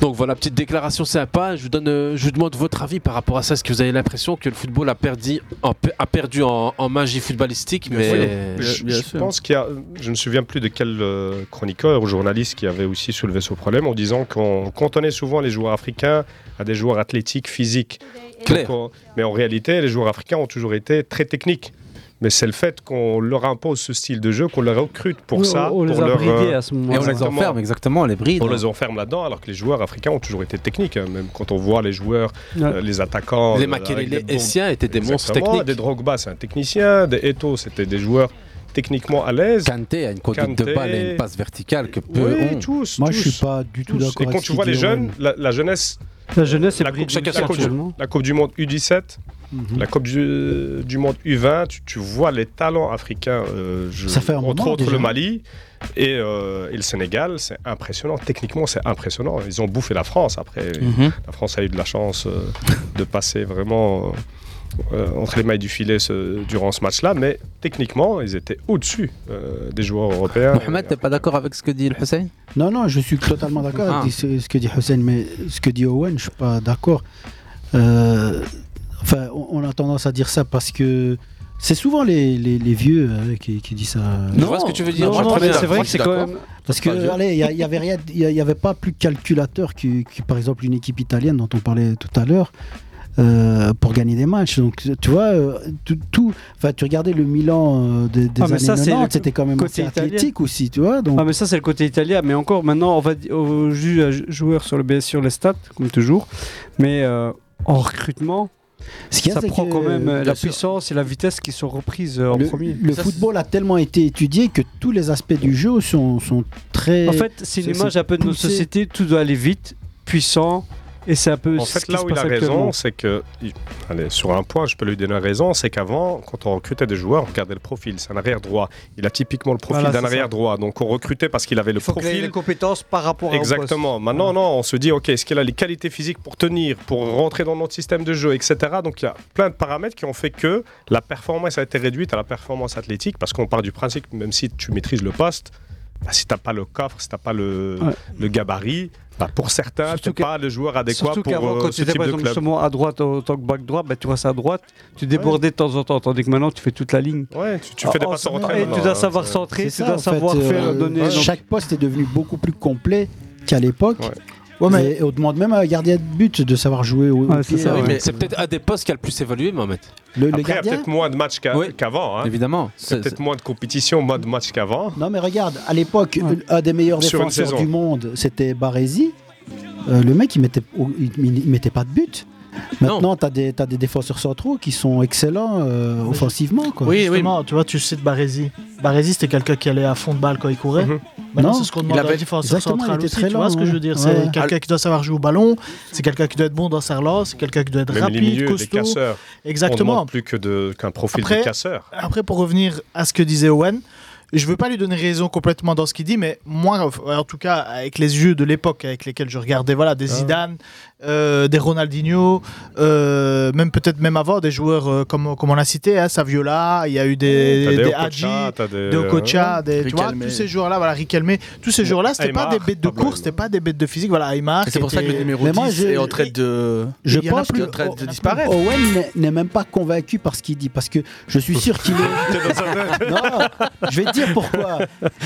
Speaker 9: Donc voilà, petite déclaration sympa. Je vous, donne, euh, je vous demande votre avis par rapport à ça. Est-ce que vous avez l'impression que le football a perdu en, pe- a perdu en, en magie footballistique mais...
Speaker 14: Oui, je, je pense qu'il y a. Je ne me souviens plus de quel euh, chroniqueur ou journaliste qui avait aussi soulevé ce problème en disant qu'on cantonnait souvent les joueurs africains à des joueurs athlétiques, physiques.
Speaker 9: Clair.
Speaker 14: Donc, on- mais en réalité, les joueurs africains ont toujours été très techniques. Mais c'est le fait qu'on leur impose ce style de jeu, qu'on les recrute pour
Speaker 2: Oui,
Speaker 14: ça.
Speaker 2: on- on les
Speaker 14: pour
Speaker 2: a
Speaker 14: leur, euh,
Speaker 2: bridés à ce moment-là. Et on les enferme,
Speaker 8: exactement, on les bride.
Speaker 14: On les enferme là-dedans, alors que les joueurs africains ont toujours été techniques. hein. Même quand on voit les joueurs,
Speaker 2: Ouais.
Speaker 14: euh, les attaquants.
Speaker 9: Les
Speaker 14: euh, avec
Speaker 9: Makelele
Speaker 14: des bombes-
Speaker 9: Essien étaient des monstres
Speaker 14: Exactement,
Speaker 9: techniques.
Speaker 14: Des Drogba, c'est un technicien. Des Eto, c'était des joueurs techniquement à l'aise.
Speaker 8: Kanté a une conduite de
Speaker 14: Kanté.
Speaker 8: balle et une passe verticale que peu
Speaker 14: Oui,
Speaker 8: ont.
Speaker 14: tous.
Speaker 11: Moi, je
Speaker 14: tous,
Speaker 11: suis pas du tout
Speaker 14: tous.
Speaker 11: d'accord
Speaker 14: Et quand
Speaker 11: avec
Speaker 14: tu
Speaker 11: ce
Speaker 14: vois
Speaker 11: qu'il
Speaker 14: les
Speaker 11: dit,
Speaker 14: jeunes,
Speaker 11: Owen.
Speaker 14: la, la jeunesse.
Speaker 2: La jeunesse est
Speaker 14: la coupe,
Speaker 2: bridée
Speaker 14: la, coupe du,
Speaker 2: actuellement.
Speaker 14: la Coupe du Monde U17,
Speaker 11: Mhm.
Speaker 14: la Coupe du, du Monde U20, tu, tu vois les talents africains, euh, je-
Speaker 11: Ça fait un
Speaker 14: entre
Speaker 11: moment,
Speaker 14: autres
Speaker 11: déjà.
Speaker 14: le Mali et, euh, et le Sénégal, c'est impressionnant. Techniquement, c'est impressionnant. Ils ont bouffé la France après.
Speaker 10: Mhm.
Speaker 14: La France a eu de la chance euh, de passer vraiment euh, entre les mailles du filet ce- durant ce match-là, mais techniquement, ils étaient au-dessus euh, des joueurs européens.
Speaker 8: Mohamed, t'es pas d'accord avec ce que dit le Hussein
Speaker 11: Non, non, je suis totalement d'accord
Speaker 8: Ah.
Speaker 11: avec ce, ce que dit Hussein, mais ce que dit Owen, je suis pas d'accord. Euh, enfin, on, on a tendance à dire ça parce que c'est souvent les, les- les vieux euh, qui, qui disent ça.
Speaker 9: Je vois ce que tu veux dire.
Speaker 11: Non,
Speaker 9: Moi, je
Speaker 11: non,
Speaker 9: crois
Speaker 11: mais
Speaker 9: bien.
Speaker 11: c'est vrai
Speaker 9: Moi,
Speaker 11: que
Speaker 9: je
Speaker 11: c'est
Speaker 9: suis
Speaker 11: quand
Speaker 9: d'accord.
Speaker 11: même. Parce que,
Speaker 9: Pas vieux.
Speaker 11: allez, il y a- il y avait rien, il y a- il y avait pas plus calculateur que, que, par exemple, une équipe italienne dont on parlait tout à l'heure. euh, pour gagner des matchs donc tu vois euh, tout, tout- enfin tu regardais le Milan euh, des, des
Speaker 2: Ah, mais
Speaker 11: années
Speaker 2: ça, c'est le
Speaker 11: 90 c'était quand même
Speaker 2: côté
Speaker 11: assez
Speaker 2: italien.
Speaker 11: athlétique aussi tu vois donc
Speaker 2: Ah mais ça c'est le côté italien, mais encore maintenant on va di- au ju- à ju- joueur sur le BS sur les stats comme toujours, mais euh, en recrutement,
Speaker 11: Ce qu'il y a,
Speaker 2: ça
Speaker 11: c'est
Speaker 2: prend
Speaker 11: que-
Speaker 2: quand même euh,
Speaker 11: Bien
Speaker 2: la
Speaker 11: sûr.
Speaker 2: puissance et la vitesse qui sont reprises euh, en
Speaker 11: Le,
Speaker 2: premier.
Speaker 11: le football a tellement été étudié que tous les aspects du jeu sont, sont très.
Speaker 2: En fait, c'est une image un peu de notre
Speaker 11: poussé.
Speaker 2: société, tout doit aller vite, puissant, et c'est un peu
Speaker 14: En
Speaker 2: ce
Speaker 14: fait,
Speaker 2: qui
Speaker 14: là
Speaker 2: se
Speaker 14: où il
Speaker 2: passe
Speaker 14: a
Speaker 2: actuellement.
Speaker 14: raison, c'est que. il- Allez, sur un point, je peux lui donner raison, c'est qu'avant, quand on recrutait des joueurs, on regardait le profil. C'est un arrière-droit. Il a typiquement le profil
Speaker 2: Voilà, c'est
Speaker 14: d'un
Speaker 2: ça.
Speaker 14: arrière-droit. Donc on recrutait parce qu'il avait le
Speaker 2: Faut créer les
Speaker 14: profil.
Speaker 2: compétences par rapport à
Speaker 14: Exactement. Maintenant, non, on se dit, ok, est-ce qu'il a les qualités physiques pour tenir, pour rentrer dans notre système de jeu, etc. Donc il y a plein de paramètres qui ont fait que la performance a été réduite à la performance athlétique, parce qu'on part du principe, même si tu maîtrises le poste, bah, si t'as pas le coffre, si t'as pas le, le gabarit, bah, pour certains, t'es pas le joueur adéquat
Speaker 2: Surtout
Speaker 14: pour
Speaker 2: qu'avant,
Speaker 14: euh,
Speaker 2: quand
Speaker 14: ce
Speaker 2: tu étais
Speaker 14: type
Speaker 2: par
Speaker 14: de
Speaker 2: exemple
Speaker 14: club.
Speaker 2: justement à droite en tant que back droit, bah, tu vois ça à droite, tu débordais de temps en temps, tandis que maintenant tu fais toute la ligne.
Speaker 14: Ouais, tu, fais des passes en retrait
Speaker 2: Ah, Et
Speaker 14: maintenant,
Speaker 2: tu dois
Speaker 14: hein,
Speaker 2: savoir
Speaker 14: c'est-
Speaker 2: centrer,
Speaker 11: C'est
Speaker 2: tu
Speaker 11: ça,
Speaker 2: dois
Speaker 11: en fait,
Speaker 2: savoir
Speaker 11: euh,
Speaker 2: faire donner.
Speaker 11: Chaque poste est devenu beaucoup plus complet qu'à l'époque. Et- et on demande même à un gardien de but de savoir jouer au. au pied. hein.
Speaker 9: Oui, mais c'est peut-être un des postes qui a le plus évolué, Mohamed.
Speaker 14: Après, il y a peut-être moins de matchs qu'a- qu'avant. Évidemment. C'est peut-être moins de compétition, moins de matchs qu'avant.
Speaker 11: Non, mais regarde, à l'époque, un des meilleurs
Speaker 14: Sur une
Speaker 11: défenseurs
Speaker 14: saison.
Speaker 11: du monde, c'était Baresi. Euh, le mec, il mettait, il, il mettait pas de but. Maintenant, tu as, des défenseurs centraux qui sont excellents euh, offensivement. Quoi.
Speaker 15: Oui, justement, tu vois, tu cites Barési. Barési, c'était quelqu'un qui allait à fond de balle quand il courait. Maintenant,
Speaker 11: Mhm. Non.
Speaker 15: c'est ce qu'on
Speaker 11: Il
Speaker 15: demande à la
Speaker 11: avait-
Speaker 15: défenseur
Speaker 11: Exactement, il
Speaker 15: central
Speaker 11: était
Speaker 15: aussi,
Speaker 11: très
Speaker 15: tu vois
Speaker 11: lent,
Speaker 15: ce que je veux
Speaker 11: ouais.
Speaker 15: dire
Speaker 11: Ouais.
Speaker 15: C'est quelqu'un qui doit savoir jouer au ballon, c'est quelqu'un qui doit être bon dans sa relance, c'est quelqu'un qui doit être
Speaker 14: Même
Speaker 15: rapide,
Speaker 14: les milieux, les
Speaker 15: costaud.
Speaker 14: casseurs. On
Speaker 15: Exactement.
Speaker 14: demande plus que de- qu'un profil de casseur.
Speaker 15: Après, pour revenir à ce que disait Owen, je veux pas lui donner raison complètement dans ce qu'il dit, mais moi, en tout cas, avec les yeux de l'époque avec lesquels je regardais, voilà,
Speaker 14: Ah.
Speaker 15: des Zidane, euh, des Ronaldinho, euh, même peut-être même avant, des joueurs euh, comme, comme on l'a cité, hein, Saviola, il y a eu des,
Speaker 14: T'as des
Speaker 15: des
Speaker 14: Okocha,
Speaker 15: Hadji,
Speaker 14: t'as des- euh,
Speaker 15: des Okocha, des, tu vois,
Speaker 14: Riquelme.
Speaker 15: tous ces joueurs-là, voilà, Riquelme, tous ces joueurs-là, c'était pas
Speaker 10: Aymar,
Speaker 15: des bêtes de course, c'était pas des bêtes de physique, voilà, Aymar.
Speaker 10: Et C'est pour ça que le numéro 10 est en train
Speaker 11: [laughs]
Speaker 10: de.
Speaker 11: Je
Speaker 10: Il y en a
Speaker 11: pense
Speaker 10: plus,
Speaker 11: que
Speaker 10: en train de
Speaker 11: O-
Speaker 10: disparaître.
Speaker 11: Owen n'est- n'est même pas convaincu par ce qu'il dit, parce que je suis sûr qu'il
Speaker 10: [laughs]
Speaker 11: est. non, je vais te dire pourquoi.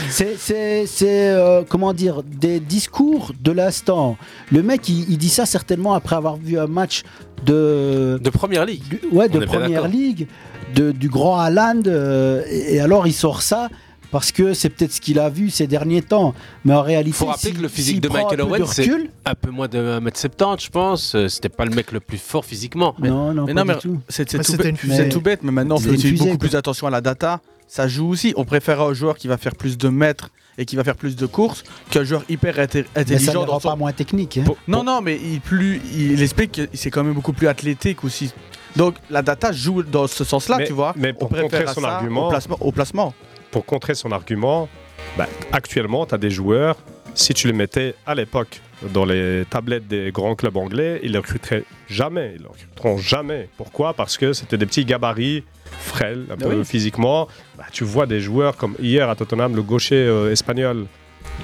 Speaker 11: C'est, c'est, c'est, euh, comment dire, des discours de l'instant. Le mec, il, il dit ça certainement après avoir vu un match de.
Speaker 9: De première ligue.
Speaker 11: ouais,
Speaker 9: On est
Speaker 11: de
Speaker 9: bien
Speaker 11: première
Speaker 9: d'accord.
Speaker 11: ligue, de, du grand Haaland, euh, et, et alors il sort ça. Parce que c'est peut-être ce qu'il a vu ces derniers temps. Mais en réalité,
Speaker 9: Faut rappeler
Speaker 11: si-
Speaker 9: que le physique
Speaker 11: s'il
Speaker 9: de
Speaker 11: prend un
Speaker 9: Michael
Speaker 11: peu de
Speaker 9: Owen, c'est
Speaker 11: recul-
Speaker 9: un peu moins de 1m70, je pense. Euh, C'était pas le mec le plus fort physiquement.
Speaker 10: mais non, mais c'est- c'est
Speaker 9: Mais
Speaker 10: tout,
Speaker 9: Bah, c'était
Speaker 10: bête-
Speaker 9: une
Speaker 10: c'est
Speaker 9: fusée.
Speaker 10: tout bête, mais maintenant on
Speaker 9: C'était
Speaker 10: fait
Speaker 9: une
Speaker 10: aussi
Speaker 9: fusée,
Speaker 10: beaucoup
Speaker 9: quoi.
Speaker 10: plus attention à la data. Ça joue aussi. On préfère un joueur qui va faire plus de mètres et qui va faire plus de courses qu'un joueur hyper inté-
Speaker 11: Mais ça ne
Speaker 10: intelligent
Speaker 11: le
Speaker 10: dans
Speaker 11: rend
Speaker 10: son
Speaker 11: pas moins technique. hein.
Speaker 10: Non, non, mais il, plus, il explique que c'est quand même beaucoup plus athlétique aussi. Donc la data joue dans ce sens-là,
Speaker 14: Mais-
Speaker 10: tu vois.
Speaker 14: mais pour
Speaker 10: on préfère
Speaker 14: contrer
Speaker 10: à
Speaker 14: son
Speaker 10: ça
Speaker 14: argument-
Speaker 10: Au placement, au placement.
Speaker 14: Pour contrer son argument, bah, actuellement, tu as des joueurs, si tu les mettais à l'époque dans les tablettes des grands clubs anglais, ils ne les recruteraient jamais. Ils ne les recruteront jamais. Pourquoi Parce que c'était des petits gabarits, frêles, un peu
Speaker 10: Ah oui.
Speaker 14: physiquement. Bah, tu vois des joueurs comme hier à Tottenham, le gaucher euh, espagnol.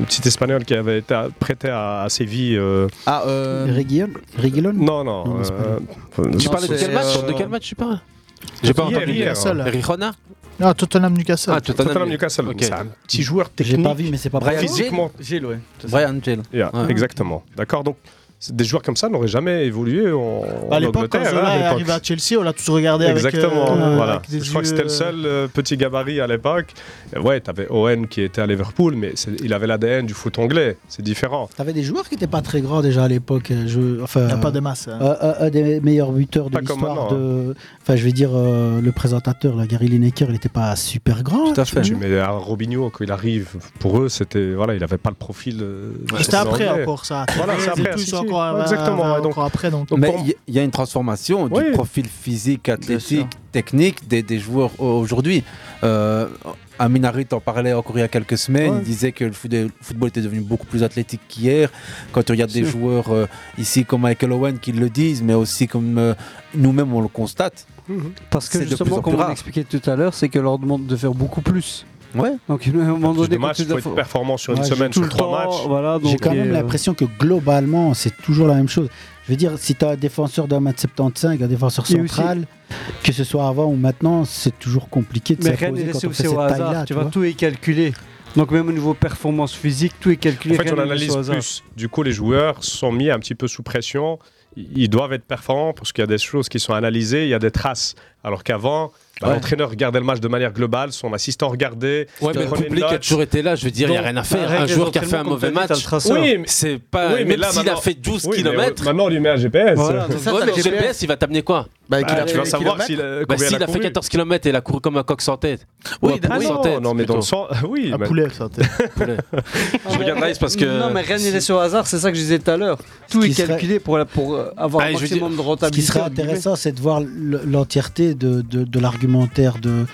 Speaker 14: Le petit espagnol qui avait été à- prêté à, à Séville. euh,
Speaker 10: Ah,
Speaker 11: Reguilon Reguilon
Speaker 14: Non, non. euh,
Speaker 9: Tu
Speaker 14: non,
Speaker 9: parlais de
Speaker 14: c'est-
Speaker 9: quel match
Speaker 14: euh,
Speaker 9: De quel match tu parles J'ai pas
Speaker 14: Hier,
Speaker 9: entendu.
Speaker 14: hier.
Speaker 9: Rijona
Speaker 15: Non, Ah, Tottenham Newcastle.
Speaker 14: Ah, Tottenham Newcastle.
Speaker 9: Ok.
Speaker 14: C'est un petit joueur technique.
Speaker 11: J'ai pas vu, mais c'est pas
Speaker 14: Brian
Speaker 11: Brian
Speaker 14: physiquement.
Speaker 10: Gilles, ouais.
Speaker 9: Brian Gilles.
Speaker 14: Yeah,
Speaker 9: Ouais.
Speaker 14: Exactement. D'accord. Donc, c'est- des joueurs comme ça n'auraient jamais évolué en,
Speaker 15: Bah, à
Speaker 14: en
Speaker 15: l'époque, quand
Speaker 14: Angleterre. hein,
Speaker 15: Zola
Speaker 14: à
Speaker 15: est
Speaker 14: l'époque.
Speaker 15: arrivé à Chelsea, on l'a tous regardé avec.
Speaker 14: Exactement.
Speaker 15: euh,
Speaker 14: voilà.
Speaker 15: avec
Speaker 14: Je
Speaker 15: des
Speaker 14: crois que
Speaker 15: yeux,
Speaker 14: c'était
Speaker 15: euh,
Speaker 14: le seul euh, petit gabarit à l'époque. Et Ouais, t'avais Owen qui était à Liverpool, mais c'est- il avait l'ADN du foot anglais. C'est différent.
Speaker 11: T'avais des joueurs qui n'étaient pas très grands déjà à l'époque. euh, Je, enfin,
Speaker 15: Y a pas
Speaker 11: euh,
Speaker 15: des masses, hein.
Speaker 11: Un, un- un des meilleurs buteurs de
Speaker 14: Pas comme
Speaker 11: l'histoire.
Speaker 14: maintenant,
Speaker 11: De... Enfin, je vais dire euh, le présentateur, là, Gary Lineker, il n'était pas super grand.
Speaker 14: Tout à fait.
Speaker 11: tu
Speaker 14: Tu
Speaker 11: vois.
Speaker 14: mets à Robinho quand il arrive. Pour eux, c'était voilà, il avait pas le profil. euh, du
Speaker 15: C'était
Speaker 14: football
Speaker 15: après
Speaker 14: anglais.
Speaker 15: encore ça.
Speaker 14: Voilà, c'est après.
Speaker 15: Tous
Speaker 14: si, si.
Speaker 15: encore avant-
Speaker 14: Exactement.
Speaker 15: avant-
Speaker 14: ouais, donc-
Speaker 15: encore après, donc.
Speaker 8: Mais il y, il y a une transformation du
Speaker 15: Oui.
Speaker 8: profil physique, athlétique, technique des, des joueurs au- aujourd'hui. Euh, Amin Harit en parlait encore il y a quelques semaines. Il disait que le foot- le football était devenu beaucoup plus athlétique qu'hier. Quand tu regardes des
Speaker 9: Sûr.
Speaker 8: joueurs euh, ici comme Michael Owen qui le disent, mais aussi comme euh, nous-mêmes on le constate.
Speaker 2: Parce que
Speaker 8: c'est de plus
Speaker 2: justement,
Speaker 8: en
Speaker 2: comme
Speaker 8: plus
Speaker 2: on
Speaker 8: rare.
Speaker 2: expliqué tout à l'heure, c'est que leur demande de faire beaucoup plus.
Speaker 8: Ouais.
Speaker 2: Donc, à un moment
Speaker 14: Plus de
Speaker 2: donné, quand
Speaker 14: matchs,
Speaker 2: tu
Speaker 14: faut
Speaker 2: dois-
Speaker 14: être performant sur une
Speaker 2: Ouais,
Speaker 14: semaine,
Speaker 2: tout
Speaker 14: sur
Speaker 2: le
Speaker 14: trois
Speaker 2: temps,
Speaker 14: matchs.
Speaker 2: Voilà,
Speaker 11: J'ai
Speaker 2: donc,
Speaker 11: quand même
Speaker 2: euh,
Speaker 11: l'impression que globalement, c'est toujours la même chose. Je veux dire, si tu as un défenseur d'un mètre 75, un défenseur
Speaker 2: Et aussi-
Speaker 11: central, que ce soit avant ou maintenant, c'est toujours compliqué de
Speaker 2: Mais rien
Speaker 11: s'imposer
Speaker 2: n'est
Speaker 11: quand on
Speaker 2: laissé
Speaker 11: fait
Speaker 2: aussi
Speaker 11: cette
Speaker 2: au
Speaker 11: taille-là.
Speaker 2: hasard. Tu vois, tout est calculé. Donc, même au niveau performance physique, tout est calculé.
Speaker 14: En fait,
Speaker 2: rien
Speaker 14: on
Speaker 2: n'est laissé
Speaker 14: analyse
Speaker 2: au hasard.
Speaker 14: plus. Du coup, les joueurs sont mis un petit peu sous pression. Ils ils doivent être performants parce qu'il y a des choses qui sont analysées, il y a des traces. Alors qu'avant, bah,
Speaker 9: Ouais.
Speaker 14: l'entraîneur regardait le match de manière globale, son assistant regardait.
Speaker 9: Ouais,
Speaker 14: il
Speaker 9: mais le
Speaker 14: prenait une
Speaker 9: public a
Speaker 14: note.
Speaker 9: toujours été là. Je veux dire, il n'y a rien à faire. Un joueur qui a fait un mauvais match,
Speaker 14: Oui, mais-
Speaker 9: c'est pas.
Speaker 14: oui, mais
Speaker 9: même
Speaker 14: là,
Speaker 9: s'il a
Speaker 14: maintenant-
Speaker 9: fait 12
Speaker 14: oui, mais
Speaker 9: km.
Speaker 14: Maintenant, on lui met un GPS.
Speaker 9: Voilà,
Speaker 14: C'est ça,
Speaker 9: Ouais,
Speaker 14: t'as
Speaker 9: mais
Speaker 14: le
Speaker 9: le
Speaker 14: GPS.
Speaker 9: GPS, il va t'amener quoi
Speaker 14: Bah, qu'il a fait 20 kilomètres.
Speaker 9: euh,
Speaker 14: Bah,
Speaker 9: combien
Speaker 14: s'il
Speaker 9: il a fait 14 km et il a couru comme un coq sans tête. Ou un
Speaker 14: ah
Speaker 9: poulet
Speaker 14: non,
Speaker 9: sans tête,
Speaker 14: non, mais dans le
Speaker 9: plutôt.
Speaker 14: sens. euh, Oui, bah. mais- [laughs]
Speaker 9: Je regarde Rice parce que.
Speaker 2: Non, mais rien n'est laissé au hasard, c'est ça que je disais tout à l'heure. Tout
Speaker 11: Ce
Speaker 2: est
Speaker 11: qui serait-
Speaker 2: calculé pour, la- pour euh, avoir un
Speaker 11: Allez, je veux
Speaker 2: maximum de
Speaker 11: dire, Ce
Speaker 2: rentabilité.
Speaker 11: qui serait
Speaker 2: entre guillemets.
Speaker 11: intéressant, c'est de voir l- l'entièreté de, de- de l'argumentaire de,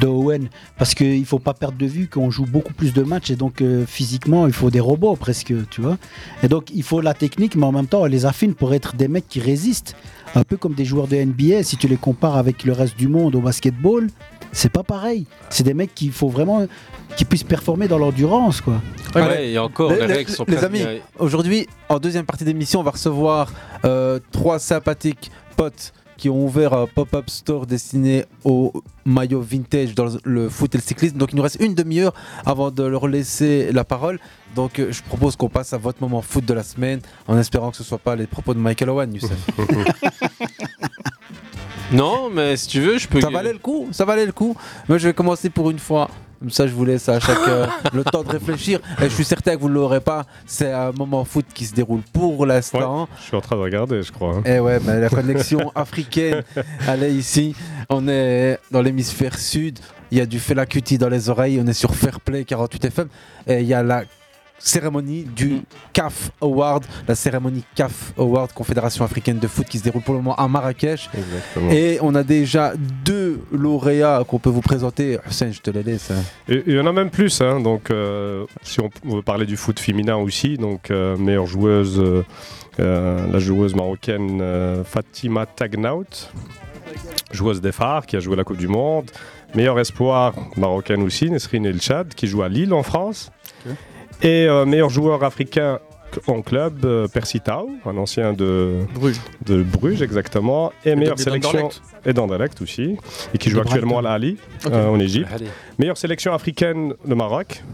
Speaker 11: de Owen. Parce qu'il ne faut pas perdre de vue qu'on joue beaucoup plus de matchs et donc euh, physiquement, il faut des robots presque, tu vois. Et donc, il faut la technique, mais en même temps, on les affine pour être des mecs qui résistent. Un peu comme des joueurs de NBA, si tu les compares avec le reste du monde au basketball, c'est pas pareil. C'est des mecs qu'il faut vraiment qu'ils puissent performer dans l'endurance, quoi.
Speaker 9: Ouais, et encore, les,
Speaker 8: Les- les-
Speaker 9: règles sont
Speaker 8: les
Speaker 9: presque-
Speaker 8: amis, aujourd'hui, en deuxième partie d'émission, on va recevoir euh, trois sympathiques potes qui ont ouvert un pop-up store destiné aux maillots vintage dans le foot et le cyclisme. Donc il nous reste une demi-heure avant de leur laisser la parole. Donc euh, je propose qu'on passe à votre moment foot de la semaine en espérant que ce ne soit pas les propos de Michael Owen, Youssef.
Speaker 9: [laughs]
Speaker 8: [laughs]
Speaker 9: Non, mais si tu veux, je peux.
Speaker 8: Ça valait le coup, ça valait le coup. Moi, je vais commencer pour une fois. Comme ça, je vous laisse à chaque euh, le temps de réfléchir. Et je suis certain que vous ne l'aurez pas. C'est un moment foot qui se déroule pour l'instant.
Speaker 14: Je suis en train de regarder, je crois. hein.
Speaker 8: Eh ouais, mais la connexion [laughs] africaine, elle est ici. On est dans l'hémisphère sud. Il y a du Fela Kuti dans les oreilles. On est sur Fairplay 48 FM. Et il y a la cérémonie du CAF Award, la cérémonie CAF Award, Confédération africaine de foot, qui se déroule pour le moment à Marrakech.
Speaker 14: Exactement.
Speaker 8: Et on a déjà deux lauréats qu'on peut vous présenter. Hussein, je te les laisse. hein.
Speaker 14: Et- Il y en a même plus, hein, donc euh, si on, on veut parler du foot féminin aussi, donc euh, meilleure joueuse, euh, euh, la joueuse marocaine euh, Fatima Tagnaout, joueuse des phares qui a joué la Coupe du Monde, meilleur espoir marocaine aussi, Nesrine El Chad qui joue à Lille en France, et euh, meilleur joueur africain en club, euh, Percy Tau, un ancien de
Speaker 10: Bruges,
Speaker 14: de Bruges exactement, et,
Speaker 10: Et
Speaker 14: meilleure
Speaker 10: de- et
Speaker 14: sélection
Speaker 10: d'Anderlecht.
Speaker 14: et d'Anderlecht aussi, et qui
Speaker 10: Et
Speaker 14: joue
Speaker 10: de
Speaker 14: actuellement à
Speaker 10: Brighton.
Speaker 14: la Ali
Speaker 10: Ok.
Speaker 14: euh, en Égypte.
Speaker 10: Al Ahly.
Speaker 14: Meilleure sélection africaine, le Maroc.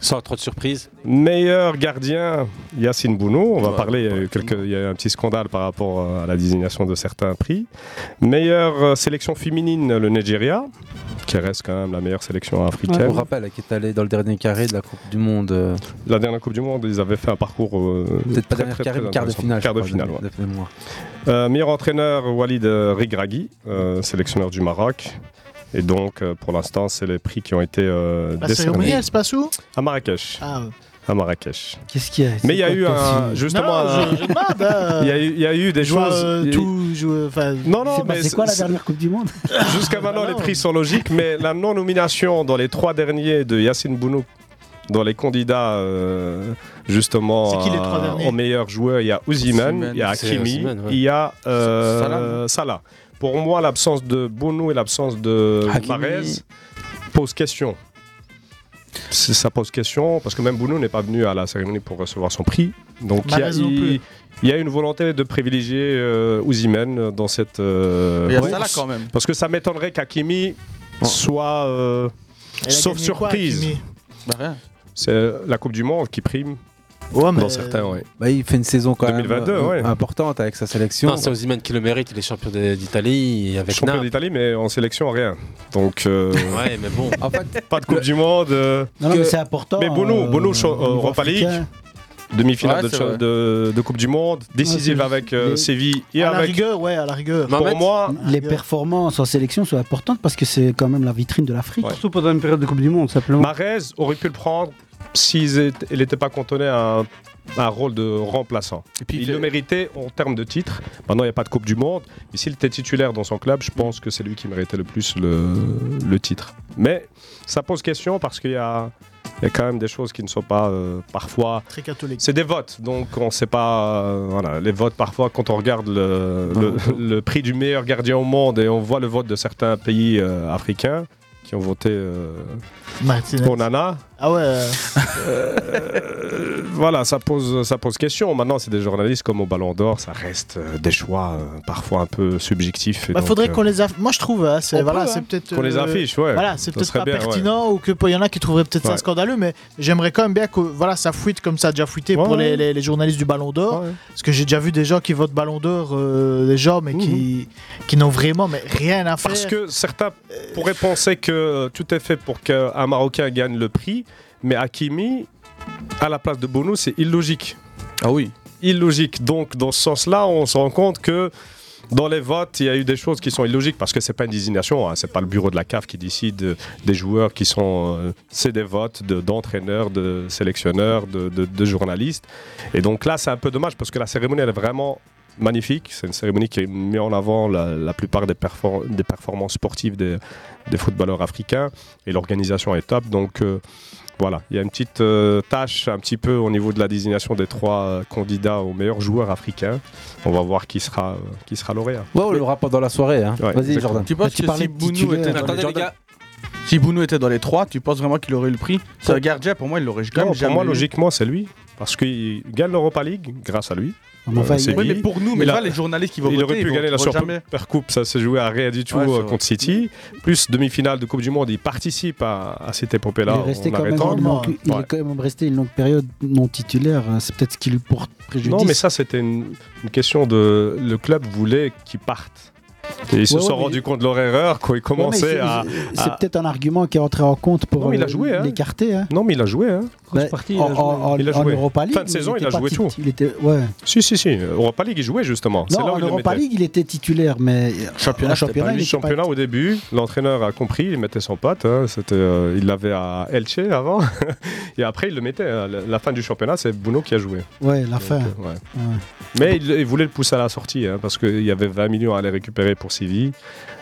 Speaker 9: Sans trop de surprises.
Speaker 14: Meilleur gardien, Yacine Bounou. On va parler, il y a eu quelques- il y a eu un petit scandale par rapport euh, à la désignation de certains prix. Meilleure euh, sélection féminine, le Nigeria, qui reste quand même la meilleure sélection africaine.
Speaker 8: On rappelle qui est allé dans le dernier carré de la Coupe du Monde. euh,
Speaker 14: La dernière Coupe du Monde, ils avaient fait un parcours. euh,
Speaker 8: Peut-être pas
Speaker 14: très,
Speaker 8: dernier
Speaker 14: très,
Speaker 8: carré,
Speaker 14: très
Speaker 8: mais quart de
Speaker 14: intéressant.
Speaker 8: finale. je
Speaker 14: Quart de
Speaker 8: crois,
Speaker 14: finale,
Speaker 8: de-
Speaker 14: ouais.
Speaker 8: de mémoire.
Speaker 14: Euh, meilleur entraîneur, Walid euh, Regragui, euh, sélectionneur du Maroc. Et donc, euh, pour l'instant, c'est les prix qui ont été euh,
Speaker 12: Ah,
Speaker 15: La cérémonie,
Speaker 14: décernés.
Speaker 15: elle se passe où
Speaker 14: À Marrakech.
Speaker 15: Ah, ouais.
Speaker 14: À Marrakech.
Speaker 11: Qu'est-ce qu'il y a
Speaker 14: Mais il y a
Speaker 15: C'est
Speaker 14: eu
Speaker 15: quoi
Speaker 14: un-
Speaker 15: comme signe
Speaker 14: justement
Speaker 15: Non,
Speaker 14: un-
Speaker 15: je- je
Speaker 14: [laughs]
Speaker 15: demande, hein.
Speaker 12: euh,
Speaker 14: Il y a eu- il y a eu des
Speaker 15: Je vois,
Speaker 14: choses-
Speaker 15: euh,
Speaker 14: il y a eu-
Speaker 15: tout, je vois, enfin,
Speaker 14: Non, non,
Speaker 11: C'est
Speaker 14: mais
Speaker 11: passé quoi la
Speaker 14: c'est-
Speaker 11: dernière Coupe du Monde
Speaker 14: Jusqu'à maintenant, les prix sont logiques, mais la non-nomination dans les trois derniers de Yacine Bounou, dans les candidats, euh, justement, euh,
Speaker 10: C'est qui les trois
Speaker 14: à-
Speaker 10: derniers
Speaker 14: au meilleur joueur, il y a Ousmane,
Speaker 10: Osimhen,
Speaker 14: il y a
Speaker 10: c'est
Speaker 14: Hakimi,
Speaker 10: Osimhen, ouais.
Speaker 14: il y a euh,
Speaker 10: Salah.
Speaker 14: Salah. Pour moi, l'absence de Bounou et l'absence de
Speaker 10: Hakimi.
Speaker 14: Marez pose question. C'est- Ça pose question, parce que même Bounou n'est pas venu à la cérémonie pour recevoir son prix. Donc, il y a-
Speaker 10: Marez non plus.
Speaker 14: il il y a une volonté de privilégier euh, Ousmane dans cette. euh,
Speaker 10: Il y a
Speaker 14: course.
Speaker 10: Salah quand même.
Speaker 14: Parce que ça m'étonnerait qu'Akimi soit. euh,
Speaker 10: Elle a
Speaker 14: sauf
Speaker 10: gagné quoi,
Speaker 14: surprise.
Speaker 10: Hakimi Bah rien.
Speaker 14: C'est la Coupe du Monde qui prime. Dans certains, ouais.
Speaker 8: Bah, il fait une saison quand même
Speaker 14: 2022,
Speaker 8: euh,
Speaker 14: ouais.
Speaker 8: importante avec sa sélection.
Speaker 9: Non, c'est Osimhen qui le mérite, il est champion de- d'Italie avec
Speaker 14: Champion
Speaker 9: Naples.
Speaker 14: d'Italie, mais en sélection, rien. Donc. euh,
Speaker 9: Ouais, mais bon.
Speaker 8: En fait,
Speaker 14: pas de Coupe du Monde. euh,
Speaker 11: Non, non, mais c'est important,
Speaker 14: Mais Bono,
Speaker 11: euh,
Speaker 14: Bono, cha-
Speaker 11: au niveau
Speaker 14: euh, Europa League.
Speaker 11: africain.
Speaker 14: Demi-finale
Speaker 11: Ouais,
Speaker 14: de,
Speaker 11: c'est
Speaker 14: cha-
Speaker 11: vrai.
Speaker 14: de- de Coupe du Monde, décisive
Speaker 11: c'est-
Speaker 14: avec euh,
Speaker 11: les-
Speaker 14: Séville et
Speaker 15: à la
Speaker 14: avec.
Speaker 15: rigueur, ouais, à la rigueur.
Speaker 14: Pour moi,
Speaker 11: les performances en sélection sont importantes parce que c'est quand même la vitrine de l'Afrique.
Speaker 2: Surtout pendant une période de Coupe du Monde, simplement.
Speaker 14: Marez aurait pu le prendre s'il n'était pas cantonné à un, à un rôle de remplaçant. il le méritait en termes de titre. Maintenant, il n'y a pas de Coupe du Monde. Mais s'il était titulaire dans son club, je pense que c'est lui qui méritait le plus le, le titre. Mais ça pose question parce qu'il y a, il y a quand même des choses qui ne sont pas euh, parfois.
Speaker 15: Très catholique.
Speaker 14: C'est des votes, donc on ne sait pas. euh, voilà, les votes parfois, quand on regarde le, le-
Speaker 15: Ah,
Speaker 14: le prix du meilleur gardien au monde et on voit le vote de certains pays euh, africains qui ont voté euh,
Speaker 15: Martinez.
Speaker 14: pour Nana,
Speaker 15: Ah ouais. euh,
Speaker 14: euh, voilà, ça pose, ça pose question. Maintenant, c'est des journalistes comme au Ballon d'Or, ça reste euh, des choix euh, parfois un peu subjectifs. et
Speaker 15: bah,
Speaker 14: donc,
Speaker 15: faudrait
Speaker 14: euh,
Speaker 15: qu'on les affiche. Moi, je trouve, hein, c'est
Speaker 14: On
Speaker 15: voilà,
Speaker 14: peut,
Speaker 15: c'est
Speaker 14: hein.
Speaker 15: peut-être. euh,
Speaker 14: Qu'on les affiche, ouais.
Speaker 15: Voilà, c'est
Speaker 14: Ça
Speaker 15: peut-être
Speaker 14: serait
Speaker 15: pas
Speaker 14: bien, ouais.
Speaker 15: pertinent ou que il y en a qui trouveraient peut-être ça
Speaker 14: Ouais.
Speaker 15: scandaleux, mais j'aimerais quand même bien que voilà, ça fuite comme ça a déjà fuité pour les, les- les journalistes du Ballon d'Or, parce que j'ai déjà vu des gens qui votent Ballon d'Or, euh, des gens mais qui
Speaker 14: Mmh.
Speaker 15: qui n'ont vraiment mais rien à faire.
Speaker 14: Parce que certains pourraient penser que euh, tout est fait pour qu'un Marocain gagne le prix, mais Hakimi, à la place de Bono, c'est illogique.
Speaker 10: Ah oui.
Speaker 14: Illogique. Donc, dans ce sens-là, on se rend compte que. Dans les votes, il y a eu des choses qui sont illogiques parce que c'est pas une désignation, hein, c'est pas le bureau de la CAF qui décide euh, des joueurs qui sont. euh, c'est des votes de- d'entraîneurs, de, sélectionneurs, de, de- de journalistes. Et donc là, c'est un peu dommage parce que la cérémonie, elle est vraiment magnifique. C'est une cérémonie qui met en avant la, la plupart des, perfor- des performances sportives des, des footballeurs africains et l'organisation est top. Donc euh, voilà, il y a une petite euh, tâche un petit peu au niveau de la désignation des trois euh, candidats aux meilleurs joueurs africains. On va voir qui sera, euh, qui sera lauréat.
Speaker 8: Ouais, on l'aura pendant la soirée. hein. Vas-y,
Speaker 14: Ouais,
Speaker 10: Bah,
Speaker 14: exactement.
Speaker 8: Jordan.
Speaker 14: Tu penses que si Bounou était dans les
Speaker 8: Attendez, les
Speaker 14: Jordan-
Speaker 8: gars.
Speaker 10: Si Bounou était dans les trois, tu penses vraiment qu'il aurait eu le prix Ça, Gardia, pour moi, il l'aurait quand
Speaker 14: Non,
Speaker 10: même
Speaker 14: pour
Speaker 10: jamais
Speaker 14: moi,
Speaker 10: eu.
Speaker 14: logiquement, c'est lui. Parce qu'il gagne l'Europa League grâce à lui. Euh,
Speaker 10: Ah, mais enfin, il-
Speaker 14: c'est
Speaker 10: Oui,
Speaker 14: lui.
Speaker 10: mais pour nous, mais
Speaker 14: Il a-
Speaker 10: pas les journalistes qui vont
Speaker 14: Il
Speaker 10: voter,
Speaker 14: aurait
Speaker 10: ils
Speaker 14: pu
Speaker 10: vont-
Speaker 14: gagner la
Speaker 10: votent jamais.
Speaker 14: Super Coupe, ça s'est joué à rien du tout
Speaker 10: Ouais, c'est
Speaker 14: euh,
Speaker 10: vrai.
Speaker 14: contre City. Plus demi-finale de Coupe du Monde, il participe à, à cette épopée-là.
Speaker 11: il est resté
Speaker 14: en
Speaker 11: quand même
Speaker 14: arrêtant.
Speaker 11: une longue- il
Speaker 14: Ouais.
Speaker 11: est quand même resté une longue période non titulaire. Euh, C'est peut-être ce qui lui porte préjudice.
Speaker 14: Non, mais ça, c'était une, une question de. Le club voulait qu'il parte. Et ils se
Speaker 11: Ouais, ouais,
Speaker 14: sont
Speaker 11: mais-
Speaker 14: rendus compte de leur erreur quand ils
Speaker 11: Ouais, mais
Speaker 14: commençaient
Speaker 11: c'est-
Speaker 14: à.
Speaker 11: C'est
Speaker 14: à-
Speaker 11: peut-être un argument qui est entré en compte pour
Speaker 14: Non, mais il a
Speaker 11: euh,
Speaker 14: joué, hein.
Speaker 11: l'écarter. hein.
Speaker 14: Non, mais il a joué. Hein.
Speaker 11: Bah, en, en-
Speaker 14: Il a
Speaker 11: en
Speaker 14: joué.
Speaker 11: Europa League,
Speaker 14: Fin de saison, il,
Speaker 11: était
Speaker 14: a
Speaker 11: pas
Speaker 14: joué
Speaker 11: tit-
Speaker 14: tout.
Speaker 11: Il était, ouais.
Speaker 14: Si, si, si. Europa League, il jouait justement. C'est
Speaker 11: Non,
Speaker 14: là où
Speaker 11: en
Speaker 14: il le
Speaker 11: Europa
Speaker 14: mettait.
Speaker 11: League, il était titulaire, mais en championnat, il
Speaker 14: lui.
Speaker 11: était Ah, pas-
Speaker 14: championnat au début, l'entraîneur a compris, il mettait son pote, hein, c'était, euh, il l'avait à Elche avant, [laughs] et après il le mettait. hein. La, la fin du championnat, c'est Bruno qui a joué.
Speaker 11: Ouais, la fin.
Speaker 14: euh, ouais.
Speaker 11: Ouais.
Speaker 14: Mais il, il voulait le pousser à la sortie, hein, parce qu'il y avait 20 millions à aller récupérer pour Séville.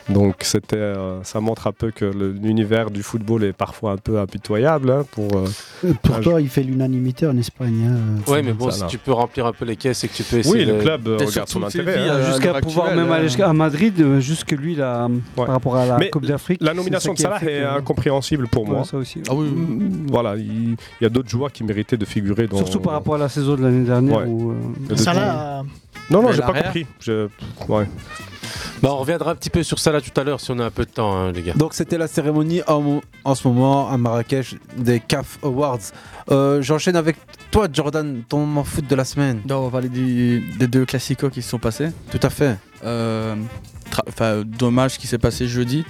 Speaker 14: Donc c'était, euh, ça montre un peu que le- l'univers du football est parfois un peu impitoyable. hein, pour, euh,
Speaker 11: Euh, Pour
Speaker 14: un
Speaker 11: toi, il fait l'unanimité en Espagne. hein.
Speaker 9: Ouais, mais bon,
Speaker 14: Ça,
Speaker 9: si
Speaker 14: là.
Speaker 9: tu peux remplir un peu les caisses et que tu peux
Speaker 14: Oui,
Speaker 9: essayer.
Speaker 14: le
Speaker 9: de-
Speaker 14: club, euh,
Speaker 9: T'es
Speaker 14: regarde
Speaker 9: surtout
Speaker 14: son
Speaker 9: Séville,
Speaker 14: intérêt,
Speaker 9: hein.
Speaker 14: euh,
Speaker 2: Jusqu'à
Speaker 14: l'heure
Speaker 2: pouvoir
Speaker 14: actuelle,
Speaker 2: même
Speaker 14: euh,
Speaker 2: aller jusqu'à à Madrid, euh, jusque lui, là, par rapport à la
Speaker 14: Mais
Speaker 2: Coupe d'Afrique.
Speaker 14: La nomination de
Speaker 2: c'est ça
Speaker 14: Salah
Speaker 2: qui a fait
Speaker 14: est
Speaker 2: que-
Speaker 14: incompréhensible pour
Speaker 2: Ouais,
Speaker 14: moi.
Speaker 2: ça aussi.
Speaker 14: Mm, Voilà, il il y a d'autres joueurs qui méritaient de figurer dans.
Speaker 2: Surtout par rapport à la saison de l'année dernière.
Speaker 14: Ouais.
Speaker 2: Où, euh,
Speaker 14: Il y a d'autres joueurs. Non, non,
Speaker 9: Mais
Speaker 14: j'ai pas
Speaker 9: l'arrière.
Speaker 14: compris. Je- Ouais.
Speaker 9: Bah, on reviendra un petit peu sur ça là tout à l'heure si on a un peu de temps, hein, les gars.
Speaker 8: Donc c'était la cérémonie en, en ce moment à Marrakech des CAF Awards. Euh, J'enchaîne avec toi Jordan, ton moment foot de la semaine.
Speaker 10: Non, on va parler du- des deux classicos qui se sont passés.
Speaker 8: Tout à fait.
Speaker 10: Euh, tra- enfin, dommage ce qui s'est passé jeudi,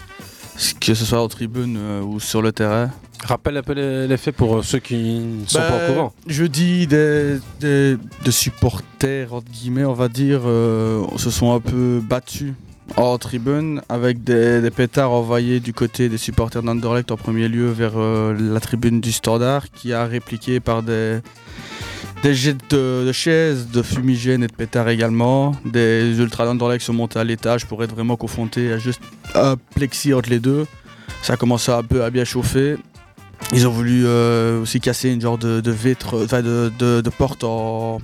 Speaker 10: que ce soit en tribune euh, ou sur le terrain.
Speaker 9: Rappelle un peu les, les faits pour euh, ceux qui ne sont
Speaker 10: Bah,
Speaker 9: pas au courant.
Speaker 10: Jeudi, des, des, des supporters, entre guillemets, on va dire, euh, se sont un peu battus en tribune avec des, des pétards envoyés du côté des supporters d'Anderlecht en premier lieu vers euh, la tribune du Standard qui a répliqué par des, des jets de, de chaises, de fumigènes et de pétards également. Des ultras d'Anderlecht sont montés à l'étage pour être vraiment confrontés à juste un plexi entre les deux. Ça commence un peu à bien chauffer. Ils ont voulu euh, aussi casser une genre de, de vitre, enfin de, de- de porte en.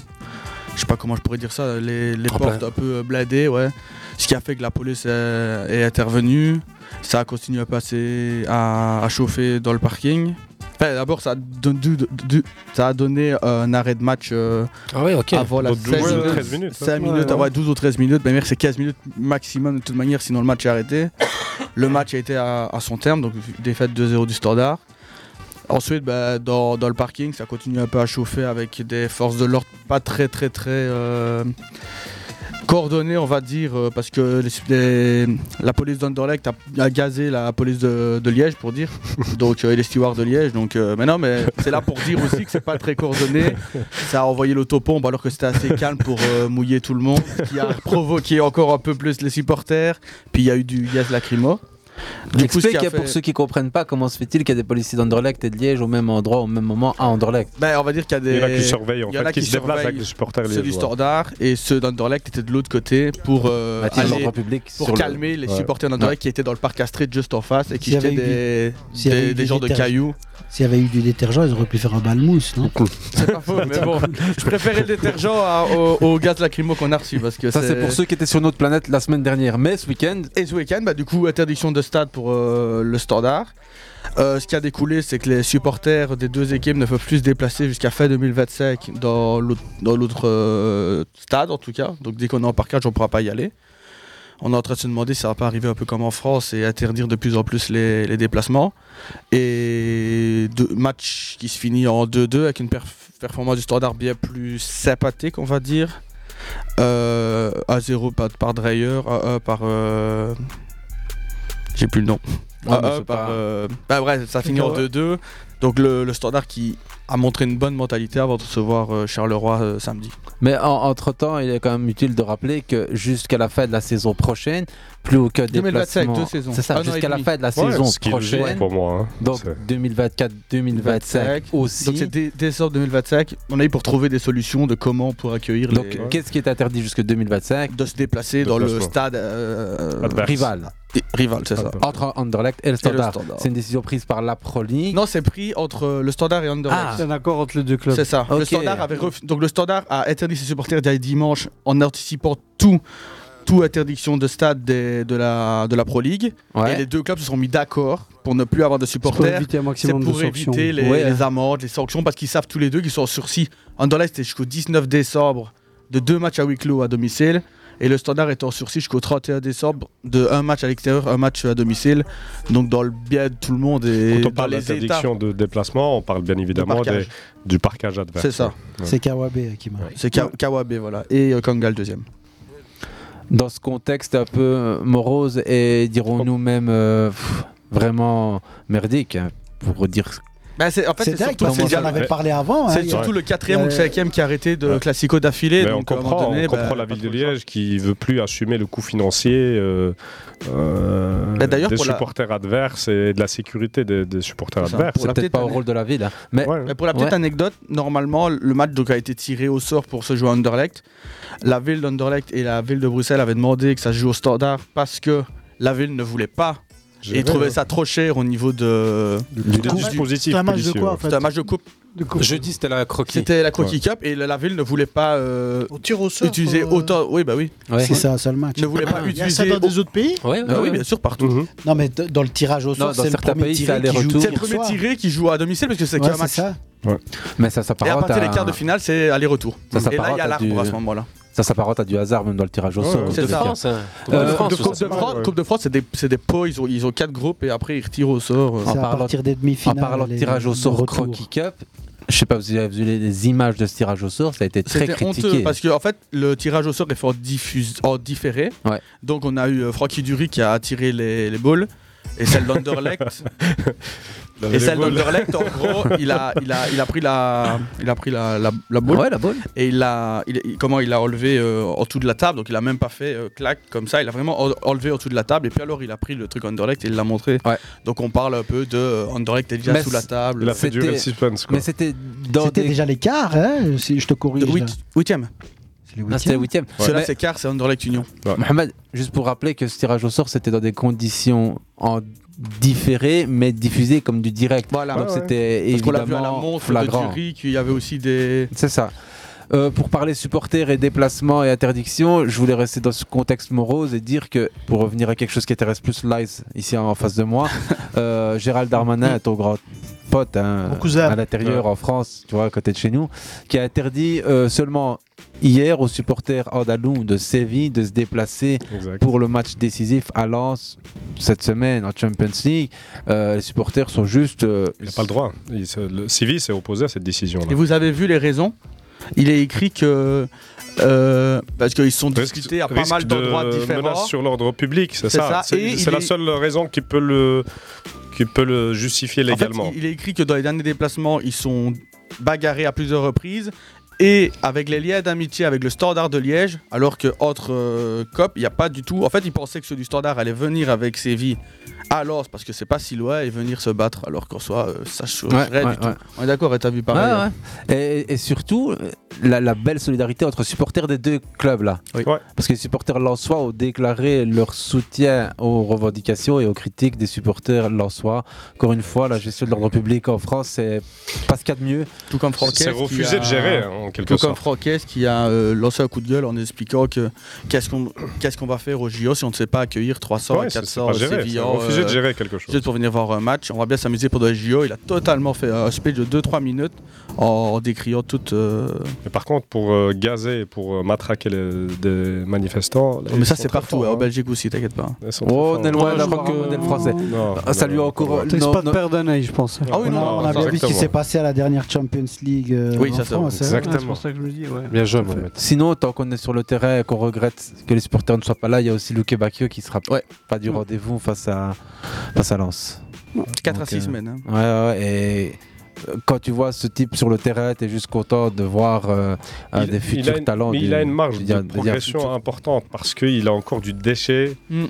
Speaker 10: Je sais pas comment je pourrais dire ça, les, les
Speaker 9: En
Speaker 10: portes
Speaker 9: plein.
Speaker 10: un peu blindées, ouais. Ce qui a fait que la police euh, est, intervenue. Ça a continué à passer, à, à chauffer dans le parking. Enfin, d'abord, ça, a don- du- du- ça a donné un arrêt de match euh, avant la
Speaker 14: Ah Donc,
Speaker 10: 16
Speaker 14: 12
Speaker 10: minutes.
Speaker 14: 13 minutes, hein.
Speaker 10: 5
Speaker 14: Ouais,
Speaker 10: minutes,
Speaker 14: ouais.
Speaker 10: ouais, 12 ou 13 minutes, mais merde, c'est 15 minutes maximum de toute manière, sinon le match est arrêté. le match a été à, à son terme, donc défaite 2-0 du standard. Ensuite, bah, dans, dans le parking, ça continue un peu à chauffer avec des forces de l'ordre pas très très très euh, coordonnées, on va dire, euh, parce que les- les- la police d'Anderlecht a, a gazé la police de, de Liège, pour dire, donc, euh, et les stewards de Liège. Donc, euh, mais non, mais c'est là pour dire aussi que c'est pas très coordonné. Ça a envoyé l'autopompe alors que c'était assez calme pour euh, mouiller tout le monde, ce qui a provoqué encore un peu plus les supporters. Puis il y a eu du gaz lacrymo. Du coup, ce
Speaker 8: Explique
Speaker 10: qui a
Speaker 8: pour
Speaker 10: fait-
Speaker 8: ceux qui comprennent pas comment se fait-il qu'il y a des policiers d'Anderlecht et de Liège au même endroit au même moment à Anderlecht.
Speaker 10: Ben, on va dire qu'il y a des.
Speaker 8: Il y en a qui surveillent, en
Speaker 10: il y en
Speaker 8: fait,
Speaker 10: a
Speaker 8: qui se déplacent
Speaker 10: surveillent
Speaker 8: avec les supporters
Speaker 10: Ceux du
Speaker 8: liégeois.
Speaker 10: Standard et ceux d'Anderlecht étaient de l'autre côté pour, euh,
Speaker 8: Mathilde,
Speaker 10: aller-
Speaker 8: l'ordre public
Speaker 10: pour
Speaker 8: sur le-
Speaker 10: calmer les
Speaker 8: Ouais.
Speaker 10: supporters
Speaker 8: Ouais.
Speaker 10: d'Anderlecht qui étaient dans le parc Astrid juste en face et qui
Speaker 11: S'il y avait
Speaker 10: jetaient
Speaker 11: eu
Speaker 10: des,
Speaker 11: du- s'il y
Speaker 10: des-
Speaker 11: avait eu
Speaker 10: des
Speaker 11: du
Speaker 10: genres de
Speaker 11: détergent- [laughs]
Speaker 10: cailloux.
Speaker 11: S'il y avait eu du détergent, ils auraient pu faire un bal mousse, non
Speaker 10: C'est pas faux, mais bon, [laughs] je préférais le détergent à- au, au gaz lacrymo qu'on a reçu parce que
Speaker 8: Ça c'est pour ceux qui étaient sur notre planète la semaine dernière, mais ce week-end.
Speaker 10: Et ce week-end, bah, du coup, interdiction de stade pour euh, le standard. Euh, ce qui a découlé, c'est que les supporters des deux équipes ne peuvent plus se déplacer jusqu'à fin 2025 dans l'autre dans l'autre, euh, stade, en tout cas. Donc dès qu'on est en parkage, on ne pourra pas y aller. On est en train de se demander si ça va pas arriver un peu comme en France et interdire de plus en plus les, les déplacements. Et deux match qui se finit en 2-2 avec une perf- performance du standard bien plus sympathique, on va dire. Euh, à 0 par, par Dreyer, à 1 par. euh, J'ai plus le nom.
Speaker 8: Ouais,
Speaker 10: À
Speaker 8: mais
Speaker 10: un
Speaker 8: c'est
Speaker 10: Ah, par,
Speaker 8: pas-
Speaker 10: euh, bah bref, ça finit en
Speaker 8: Ouais.
Speaker 10: 2-2. Donc le, le standard qui a montré une bonne mentalité avant de recevoir euh, Charleroi euh, samedi.
Speaker 8: Mais en- entre-temps, il est quand même utile de rappeler que jusqu'à la fin de la saison prochaine, plus aucun
Speaker 10: 2025,
Speaker 8: déplacement.
Speaker 10: deux saisons.
Speaker 8: C'est
Speaker 10: Un
Speaker 8: ça,
Speaker 10: an et
Speaker 8: jusqu'à la
Speaker 10: demi.
Speaker 8: fin de la
Speaker 10: Ouais,
Speaker 8: saison
Speaker 10: ce qui est logique
Speaker 8: prochaine.
Speaker 10: pour moi, hein.
Speaker 8: Donc
Speaker 10: C'est-
Speaker 8: 2024-2025 aussi.
Speaker 10: Donc c'est dé- décembre 2025. On a eu pour trouver des solutions de comment pour accueillir
Speaker 8: Donc,
Speaker 10: les.
Speaker 8: qu'est-ce qui est interdit jusque 2025
Speaker 10: euh, De se déplacer dans le stade euh,
Speaker 8: Adverse. rival.
Speaker 10: Et- Rival, c'est ça.
Speaker 8: Entre Anderlecht et le Standard.
Speaker 10: Standard.
Speaker 8: C'est une décision prise par la Pro League.
Speaker 10: Non, c'est pris entre euh, le Standard et Anderlecht.
Speaker 8: Ah, c'est un accord entre les deux clubs.
Speaker 10: C'est ça.
Speaker 8: Ok.
Speaker 10: Le standard avait ref- Donc le standard a interdit ses supporters d'aller dimanche en anticipant tout tout interdiction de stade des- de, la, de la Pro League.
Speaker 8: Ouais.
Speaker 10: Et les deux clubs se sont mis d'accord pour ne plus avoir de supporters.
Speaker 2: éviter un maximum
Speaker 10: C'est
Speaker 2: de
Speaker 10: pour
Speaker 2: sanctions.
Speaker 10: éviter les,
Speaker 2: Ouais.
Speaker 10: les amendes, les sanctions, parce qu'ils savent tous les deux qu'ils sont en sursis. Anderlecht est jusqu'au 19 décembre de deux matchs à huis clos à domicile. Et le standard est en sursis jusqu'au 31 décembre de un match à l'extérieur, un match à domicile. Donc dans le bien de tout le monde et
Speaker 14: Quand on
Speaker 10: dans
Speaker 14: parle
Speaker 10: les
Speaker 14: d'interdiction
Speaker 10: États.
Speaker 14: de déplacement, on parle bien évidemment
Speaker 10: parquage.
Speaker 14: des- du parquage adverse.
Speaker 10: C'est ça.
Speaker 14: Ouais.
Speaker 11: C'est Kawabe qui m'a.
Speaker 10: Ah, C'est Ka- Kawabe, voilà. Et euh, Kangal deuxième.
Speaker 8: dans ce contexte un peu euh, morose et dirons-nous même euh, pff, vraiment merdique hein, pour dire
Speaker 10: Bah, c'est- en fait,
Speaker 11: C'est
Speaker 10: c'est
Speaker 11: dingue,
Speaker 10: surtout
Speaker 11: parce
Speaker 10: c'est
Speaker 11: qu'on en
Speaker 10: déjà-
Speaker 11: avait parlé avant, hein,
Speaker 10: C'est
Speaker 11: il y a-
Speaker 10: surtout le quatrième
Speaker 11: il y
Speaker 10: ou
Speaker 11: a-
Speaker 10: le cinquième qui a arrêté de classico d'affilée.
Speaker 14: Mais on
Speaker 10: donc, à un moment
Speaker 14: comprend,
Speaker 10: donné,
Speaker 14: on
Speaker 10: bah,
Speaker 14: comprend la ville de Liège qui veut plus assumer le coût financier euh, euh,
Speaker 10: Bah,
Speaker 8: Mais d'ailleurs,
Speaker 14: des
Speaker 8: pour la-
Speaker 14: supporters adverses et de la sécurité des, des supporters
Speaker 10: ça.
Speaker 14: adverses.
Speaker 10: Pour la hein. C'est peut-être petite pas au année- rôle
Speaker 8: de la ville. Mais,
Speaker 10: Mais pour la petite
Speaker 8: Ouais.
Speaker 10: anecdote, normalement, le match donc, a été tiré au sort pour se jouer à Anderlecht. La ville d'Anderlecht et la ville de Bruxelles avaient demandé que ça se joue au standard parce que la ville ne voulait pas.
Speaker 14: J'ai
Speaker 10: Et
Speaker 14: vu,
Speaker 10: trouvait
Speaker 14: ouais.
Speaker 10: ça trop cher au niveau de,
Speaker 14: hein. Du coût. dispositif C'est un match de policier, quoi, en ouais. fait
Speaker 10: C'était un match de coupe.
Speaker 8: Jeudi, c'était la croquis.
Speaker 10: C'était la croquis cup et la, la ville ne voulait pas euh, utiliser autant. Oui, bah oui.
Speaker 11: Ouais. Si c'est un seul match.
Speaker 10: Ne voulait pas
Speaker 11: Ah, il y a
Speaker 10: utiliser.
Speaker 11: ça dans des
Speaker 10: au-
Speaker 11: autres pays
Speaker 10: Ah
Speaker 11: Ouais, ouais,
Speaker 10: oui,
Speaker 11: ouais.
Speaker 10: bien sûr, partout.
Speaker 11: Non, mais d- dans le tirage au
Speaker 10: Non,
Speaker 11: sort,
Speaker 10: dans
Speaker 11: c'est le
Speaker 10: certains
Speaker 11: premier
Speaker 10: pays, c'est
Speaker 11: tiré qui joue.
Speaker 10: C'est le premier tiré qui joue à domicile parce que c'est
Speaker 11: Ouais,
Speaker 10: qu'un
Speaker 11: c'est
Speaker 10: match.
Speaker 11: ça.
Speaker 8: mais ça
Speaker 10: Et à
Speaker 8: s'apparente
Speaker 10: partir des
Speaker 8: à-
Speaker 10: quarts de finale, c'est aller-retour.
Speaker 8: ça
Speaker 10: Et là,
Speaker 8: s'apparente
Speaker 10: il y a
Speaker 8: à
Speaker 10: l'arbre
Speaker 8: du-
Speaker 10: à ce moment-là.
Speaker 8: ça s'apparente à du hasard même dans le tirage au sort
Speaker 10: c'est
Speaker 8: de
Speaker 10: ça.
Speaker 8: France, hein.
Speaker 10: Coupe
Speaker 8: Euh,
Speaker 10: de France,
Speaker 8: de
Speaker 10: Coupe
Speaker 8: France,
Speaker 10: de France, Coupe de France, c'est des, c'est des pots, ils ont, ils ont quatre groupes et après ils retirent au sort.
Speaker 8: En parlant- En parlant de tirage au sort Croquis Cup, je sais pas, vous avez vu les, les images de ce tirage au sort, ça a été très
Speaker 10: C'était
Speaker 8: critiqué.
Speaker 10: honteux parce que en fait le tirage au sort est fort diffuse, en différé.
Speaker 8: Ouais.
Speaker 10: Donc on a eu euh, Francky Dury qui a attiré les, les balles et celle
Speaker 8: [laughs]
Speaker 10: d'Anderlecht.
Speaker 14: Les
Speaker 10: et celle
Speaker 14: balles.
Speaker 10: d'Anderlecht en gros il a, il, a, il a pris la il a pris la, la, la balle.
Speaker 8: Ouais, la balle.
Speaker 10: Et il a il- il- comment il a enlevé euh, en dessous de la table donc il a même pas fait euh, clac comme ça il a vraiment en- enlevé en dessous de la table et puis alors il a pris le truc Anderlecht et il l'a montré. Donc on parle un peu de euh, Anderlecht est déjà
Speaker 8: Mais
Speaker 10: sous la
Speaker 8: c-
Speaker 10: table.
Speaker 8: il a fait durer le C'était- suspense, quoi. mais c'était dans
Speaker 11: C'était
Speaker 8: des-
Speaker 11: déjà les quarts, hein, si je te corrige. là.
Speaker 10: Huitième.
Speaker 8: Ah, c'était les huitièmes.
Speaker 10: Cela
Speaker 8: Mais-
Speaker 10: c'est quart, c'est Anderlecht Union.
Speaker 8: Mohamed, juste pour rappeler que ce tirage au sort, c'était dans des conditions en différé, mais diffusé comme du direct.
Speaker 10: Voilà.
Speaker 8: Donc
Speaker 10: Ouais, ouais.
Speaker 8: c'était
Speaker 10: Parce qu'on l'a vu à la
Speaker 8: évidemment
Speaker 10: montre
Speaker 8: flagrant.
Speaker 10: de Dury, qu'il y avait aussi des.
Speaker 8: C'est ça. Euh, pour parler supporters et déplacements et interdictions, je voulais rester dans ce contexte morose et dire que, pour revenir à quelque chose qui intéresse plus Lies ici en face de moi, euh, Gérald Darmanin, ton grand pote hein,
Speaker 12: Mon cousin.
Speaker 8: à l'intérieur
Speaker 12: Ouais.
Speaker 8: en France, tu vois, à côté de chez nous, qui a interdit euh, seulement hier aux supporters andalous de Séville de se déplacer pour le match décisif à Lens cette semaine en Champions League. Euh, les supporters sont juste. euh,
Speaker 14: Il n'a pas le droit. Il se- le Civi s'est opposé à cette décision-là.
Speaker 10: Et vous avez vu les raisons Il est écrit que. euh, parce qu'ils se sont discutés à pas
Speaker 14: Risque
Speaker 10: mal d'endroits
Speaker 14: de
Speaker 10: différents.
Speaker 14: menace sur l'ordre public, c'est
Speaker 10: C'est
Speaker 14: ça.
Speaker 10: ça, et
Speaker 14: C'est
Speaker 10: il
Speaker 14: c'est la
Speaker 10: est-
Speaker 14: seule raison qui peut le, qui peut le justifier
Speaker 10: En fait,
Speaker 14: légalement.
Speaker 10: il il est écrit que dans les derniers déplacements, ils sont bagarrés à plusieurs reprises. Et avec les liens d'amitié avec le Standard de Liège, alors que entre euh, COP, il n'y a pas du tout. En fait, ils pensaient que ceux du Standard allaient venir avec Séville à Lens, parce que c'est pas si loin, et venir se battre, alors qu'en soi, euh, ça changerait
Speaker 8: Ouais,
Speaker 10: du
Speaker 8: ouais,
Speaker 10: tout.
Speaker 8: ouais.
Speaker 10: On est d'accord, et t'as vu pareil. hein.
Speaker 8: Ouais, ouais. Et, et surtout, euh, la, la belle solidarité entre supporters des deux clubs là. Parce que les supporters lensois ont déclaré leur soutien aux revendications et aux critiques des supporters lensois. Encore une fois, la gestion de l'ordre public en France, c'est pas ce qu'il y a de mieux.
Speaker 10: Tout comme Franquès.
Speaker 14: C'est
Speaker 10: qui
Speaker 14: refusé
Speaker 10: a-
Speaker 14: de gérer, hein, en quelque
Speaker 10: Tout comme
Speaker 14: sorte.
Speaker 10: Franquès qui a euh, lancé un coup de gueule en expliquant que qu'est-ce qu'on qu'est-ce qu'on va faire au JO si on ne sait pas accueillir 300
Speaker 14: Ouais,
Speaker 10: à
Speaker 14: c'est-
Speaker 10: 400
Speaker 14: c'est pas géré,
Speaker 10: Sévillans, euh,
Speaker 14: c'est refusé de gérer quelque chose.
Speaker 10: Juste pour venir voir un match, on va bien s'amuser pendant les JO. Il a totalement fait un speech de 2-3 minutes en décriant toute. euh,
Speaker 14: Et par contre, pour euh, gazer et pour euh, matraquer les, des manifestants. là,
Speaker 10: mais
Speaker 14: ils
Speaker 10: ça
Speaker 14: sont
Speaker 10: c'est
Speaker 14: très
Speaker 10: partout,
Speaker 14: forts,
Speaker 10: hein, en
Speaker 14: hein.
Speaker 10: Belgique aussi, t'inquiète pas.
Speaker 14: Ils sont très
Speaker 8: Oh,
Speaker 14: forts.
Speaker 8: on est loin d'avoir que le modèle français.
Speaker 14: Non,
Speaker 8: Ah, ça lui a
Speaker 14: non,
Speaker 8: encore.
Speaker 14: non.
Speaker 2: C'est pas de perdre un œil, je pense.
Speaker 10: Ah oui,
Speaker 11: On a,
Speaker 10: non,
Speaker 11: on a bien vu ce qui
Speaker 8: exactement.
Speaker 11: s'est passé à la dernière Champions League euh,
Speaker 8: Oui,
Speaker 11: en
Speaker 8: ça, ça,
Speaker 11: France. hein.
Speaker 8: exactement.
Speaker 2: C'est pour ça que je me dis, ouais.
Speaker 8: Bien joué, Sinon, tant qu'on est sur le terrain et qu'on regrette que les supporters ne soient pas là, il y a aussi Luke Bakio qui sera pas du rendez-vous face à, face à Lens.
Speaker 10: Quatre à
Speaker 8: Donc, euh,
Speaker 10: six
Speaker 2: hein.
Speaker 10: semaines,
Speaker 8: Ouais, ouais, et. euh, Quand tu vois ce type sur le terrain, t'es juste content de voir euh, un des
Speaker 14: il a
Speaker 8: futurs
Speaker 14: une,
Speaker 8: talents.
Speaker 14: mais
Speaker 8: du-
Speaker 14: il a une marge
Speaker 8: du-
Speaker 14: de
Speaker 8: du-
Speaker 14: progression importante parce qu'il a encore du déchet.
Speaker 10: Mm.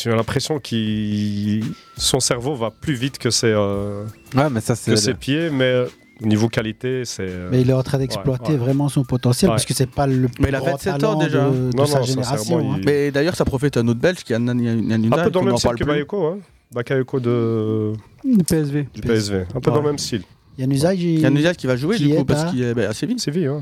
Speaker 14: J'ai l'impression que son cerveau va plus vite que ses, euh,
Speaker 8: Ouais, mais ça, c'est-
Speaker 14: que ses pieds, mais euh, au niveau qualité, c'est. euh,
Speaker 11: Mais il est en train d'exploiter
Speaker 14: ouais, ouais.
Speaker 11: vraiment son potentiel
Speaker 14: Ouais.
Speaker 11: parce que c'est pas le plus
Speaker 10: Mais il a
Speaker 11: grand
Speaker 10: 27
Speaker 11: talent
Speaker 10: ans déjà.
Speaker 11: de, de sa génération. hein.
Speaker 10: Mais d'ailleurs, ça profite à un autre belge qui a Nani- Nanunda.
Speaker 14: Un peu dans le
Speaker 10: qu'on
Speaker 14: même
Speaker 10: en
Speaker 14: style
Speaker 10: parle
Speaker 14: que
Speaker 10: plus.
Speaker 14: Bayeko, hein. Bakayoko de.
Speaker 2: Du PSV.
Speaker 14: Du PSV. Un peu dans le même style.
Speaker 11: Yanuzaj, il-
Speaker 10: Yann Nuzial qui va jouer
Speaker 11: qui
Speaker 10: du coup
Speaker 11: est
Speaker 10: parce
Speaker 11: à-
Speaker 10: qu'il est bah, à Séville.
Speaker 14: Séville, ouais.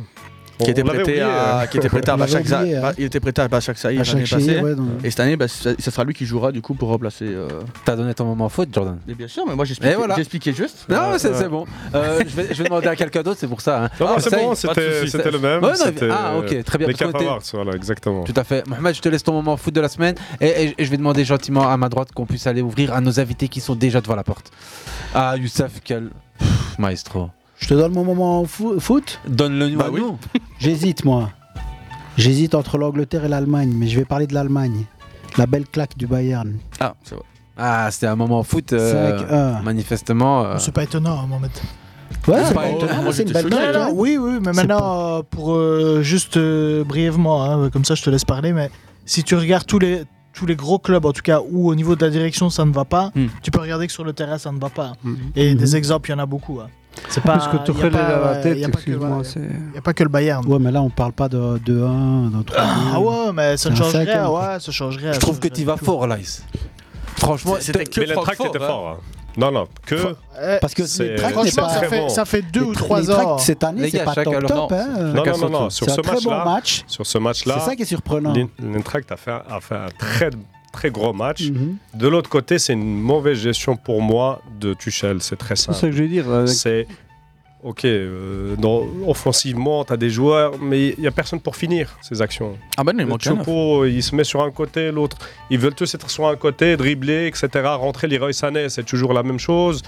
Speaker 10: qui était prêté à qui était prêté à Bachak Za-
Speaker 11: oublié, hein.
Speaker 10: Ba- il était prêté à Bachak Saïd l'année
Speaker 11: Bachak Saïd,
Speaker 10: passée
Speaker 11: ouais, donc.
Speaker 10: et cette année bah, ce ce sera lui qui jouera du coup pour remplacer euh,
Speaker 8: T'as donné ton moment faute Jordan
Speaker 10: mais bien sûr mais moi j'expliquais
Speaker 8: Et voilà.
Speaker 10: j'expliquais juste
Speaker 8: Non,
Speaker 10: Euh,
Speaker 8: mais c'est
Speaker 10: euh,
Speaker 8: c'est bon. Euh, je, vais, je vais demander à quelqu'un d'autre, c'est pour ça. hein.
Speaker 14: Non, non,
Speaker 8: Ah,
Speaker 14: c'est
Speaker 8: ça y est,
Speaker 14: bon,
Speaker 8: pas de
Speaker 14: c'était
Speaker 8: souci.
Speaker 14: c'était le même.
Speaker 8: Ouais, non,
Speaker 14: c'était,
Speaker 8: ah, ok, très bien.
Speaker 14: Les
Speaker 8: parce qu'on
Speaker 14: Cap
Speaker 8: était-
Speaker 14: Awards, voilà, exactement.
Speaker 8: Tout à fait. Mohamed, je te laisse ton moment foot de la semaine et, et- et je vais demander gentiment à ma droite qu'on puisse aller ouvrir à nos invités qui sont déjà devant la porte. Ah, Youssef, quel Pff, maestro. Bah
Speaker 11: Je te donne mon moment fo- foot
Speaker 8: Donne-le nous à nous.
Speaker 11: J'hésite, moi. J'hésite entre l'Angleterre et l'Allemagne, mais je vais parler de l'Allemagne. La belle claque du Bayern.
Speaker 10: Ah, c'est vrai.
Speaker 8: Ah, c'était un moment foot. euh,
Speaker 11: Cinq, un.
Speaker 8: manifestement. euh,
Speaker 12: C'est pas étonnant, hein, Mohamed.
Speaker 11: Ouais,
Speaker 8: c'est
Speaker 11: c'est
Speaker 8: pas
Speaker 11: pas-
Speaker 8: étonnant,
Speaker 11: ah,
Speaker 8: bah, moi,
Speaker 11: c'est une
Speaker 8: j'étais
Speaker 11: belle
Speaker 8: choqué.
Speaker 11: claque.
Speaker 12: Alors,
Speaker 11: hein.
Speaker 12: oui, oui, mais maintenant, euh, pour euh, juste euh, brièvement, hein, comme ça je te laisse parler, mais si tu regardes tous les, tous les gros clubs, en tout cas, où au niveau de la direction ça ne va pas,
Speaker 10: Hmm.
Speaker 12: tu peux regarder que sur le terrain ça ne va pas. Et des exemples, il y en a beaucoup. hein. C'est pas.
Speaker 2: Parce que
Speaker 12: y a
Speaker 2: Tuchel est
Speaker 12: pas,
Speaker 2: à la
Speaker 12: euh,
Speaker 2: tête,
Speaker 12: y a pas que-
Speaker 2: excuse-moi.
Speaker 12: voilà,
Speaker 2: c'est-
Speaker 12: Il n'y a pas que le Bayern.
Speaker 11: Ouais, mais là, on parle pas de 2-1, de 3
Speaker 12: Ah ouais, mais ça ne
Speaker 11: C'est un
Speaker 12: changerait.
Speaker 11: cinquième.
Speaker 12: Ouais, ça changerait.
Speaker 8: Je trouve que tu vas fort, Lice. Franchement,
Speaker 14: C'était que Mais le tract était fort. hein. Non, non, que.
Speaker 9: euh,
Speaker 8: Eh,
Speaker 11: Parce que
Speaker 14: c'est-
Speaker 11: les tracts,
Speaker 14: c'est
Speaker 11: ça
Speaker 14: très
Speaker 11: fait-
Speaker 14: bon.
Speaker 12: ça fait deux
Speaker 11: Les
Speaker 12: ou
Speaker 11: tra-
Speaker 12: trois
Speaker 11: les tracts,
Speaker 12: ans.
Speaker 11: cette année,
Speaker 14: Les
Speaker 11: c'est
Speaker 14: gars,
Speaker 11: pas
Speaker 14: chacun
Speaker 11: top,
Speaker 14: leur
Speaker 11: top.
Speaker 14: nom.
Speaker 11: hein.
Speaker 14: Non, non, non, non, sur
Speaker 11: C'est
Speaker 14: ce
Speaker 11: un très bon
Speaker 14: match-là-
Speaker 11: match.
Speaker 14: Sur ce match-là,
Speaker 11: C'est ça qui est surprenant.
Speaker 14: l'In- L'Intract a fait, un- a fait un très, très gros match.
Speaker 11: Mm-hmm.
Speaker 14: De l'autre côté, c'est une mauvaise gestion pour moi de Tuchel. C'est très simple.
Speaker 2: ça que je vais dire, euh,
Speaker 14: C'est. Ok, euh, dans- offensivement, tu as des joueurs, mais il n'y a personne pour finir ces actions.
Speaker 2: bah
Speaker 10: Ah ben, il
Speaker 14: Le
Speaker 10: manque un neuf.
Speaker 14: Chopo, il se met sur un côté, l'autre. Ils veulent tous être sur un côté, dribbler, etc. Rentrer Leroy Sané, c'est toujours la même chose.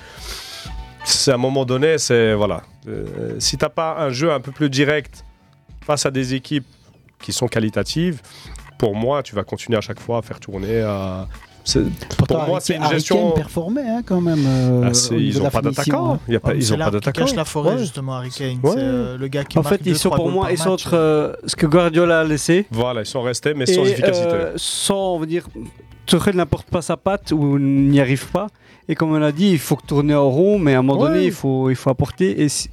Speaker 14: C'est à un moment donné, c'est. Voilà. Euh, si t'as pas un jeu un peu plus direct face à des équipes qui sont qualitatives, pour moi, tu vas continuer à chaque fois à faire tourner. À... c'est- Pour moi, c'est une gestion.
Speaker 11: performait hein, quand même. euh,
Speaker 14: Ah, c'est-
Speaker 11: au niveau
Speaker 14: ils
Speaker 11: de
Speaker 14: ont
Speaker 11: la
Speaker 14: pas
Speaker 11: finition,
Speaker 14: d'attaquant.
Speaker 11: hein.
Speaker 14: Il y a pas- ils ont
Speaker 12: Oh, C'est
Speaker 14: pas
Speaker 12: l'arbre qui
Speaker 14: d'attaquant.
Speaker 12: cache la forêt,
Speaker 14: Ouais.
Speaker 12: justement, Harry Kane.
Speaker 14: Ouais.
Speaker 12: C'est euh, le gars qui
Speaker 2: En
Speaker 12: marque
Speaker 2: fait, ils
Speaker 12: deux,
Speaker 2: sont
Speaker 12: trois
Speaker 2: pour
Speaker 12: buts
Speaker 2: moi,
Speaker 12: par
Speaker 2: ils sont
Speaker 12: match.
Speaker 2: entre euh, ce que Guardiola a laissé.
Speaker 14: Voilà, ils sont restés, mais sans
Speaker 2: et,
Speaker 14: efficacité.
Speaker 2: euh, sans, on va dire, Tuchel n'apporte pas sa patte ou n'y arrive pas. Et comme on l'a dit, il faut que tourner en rond, mais à un moment donné,
Speaker 14: Ouais.
Speaker 2: il faut, il faut apporter. Et si-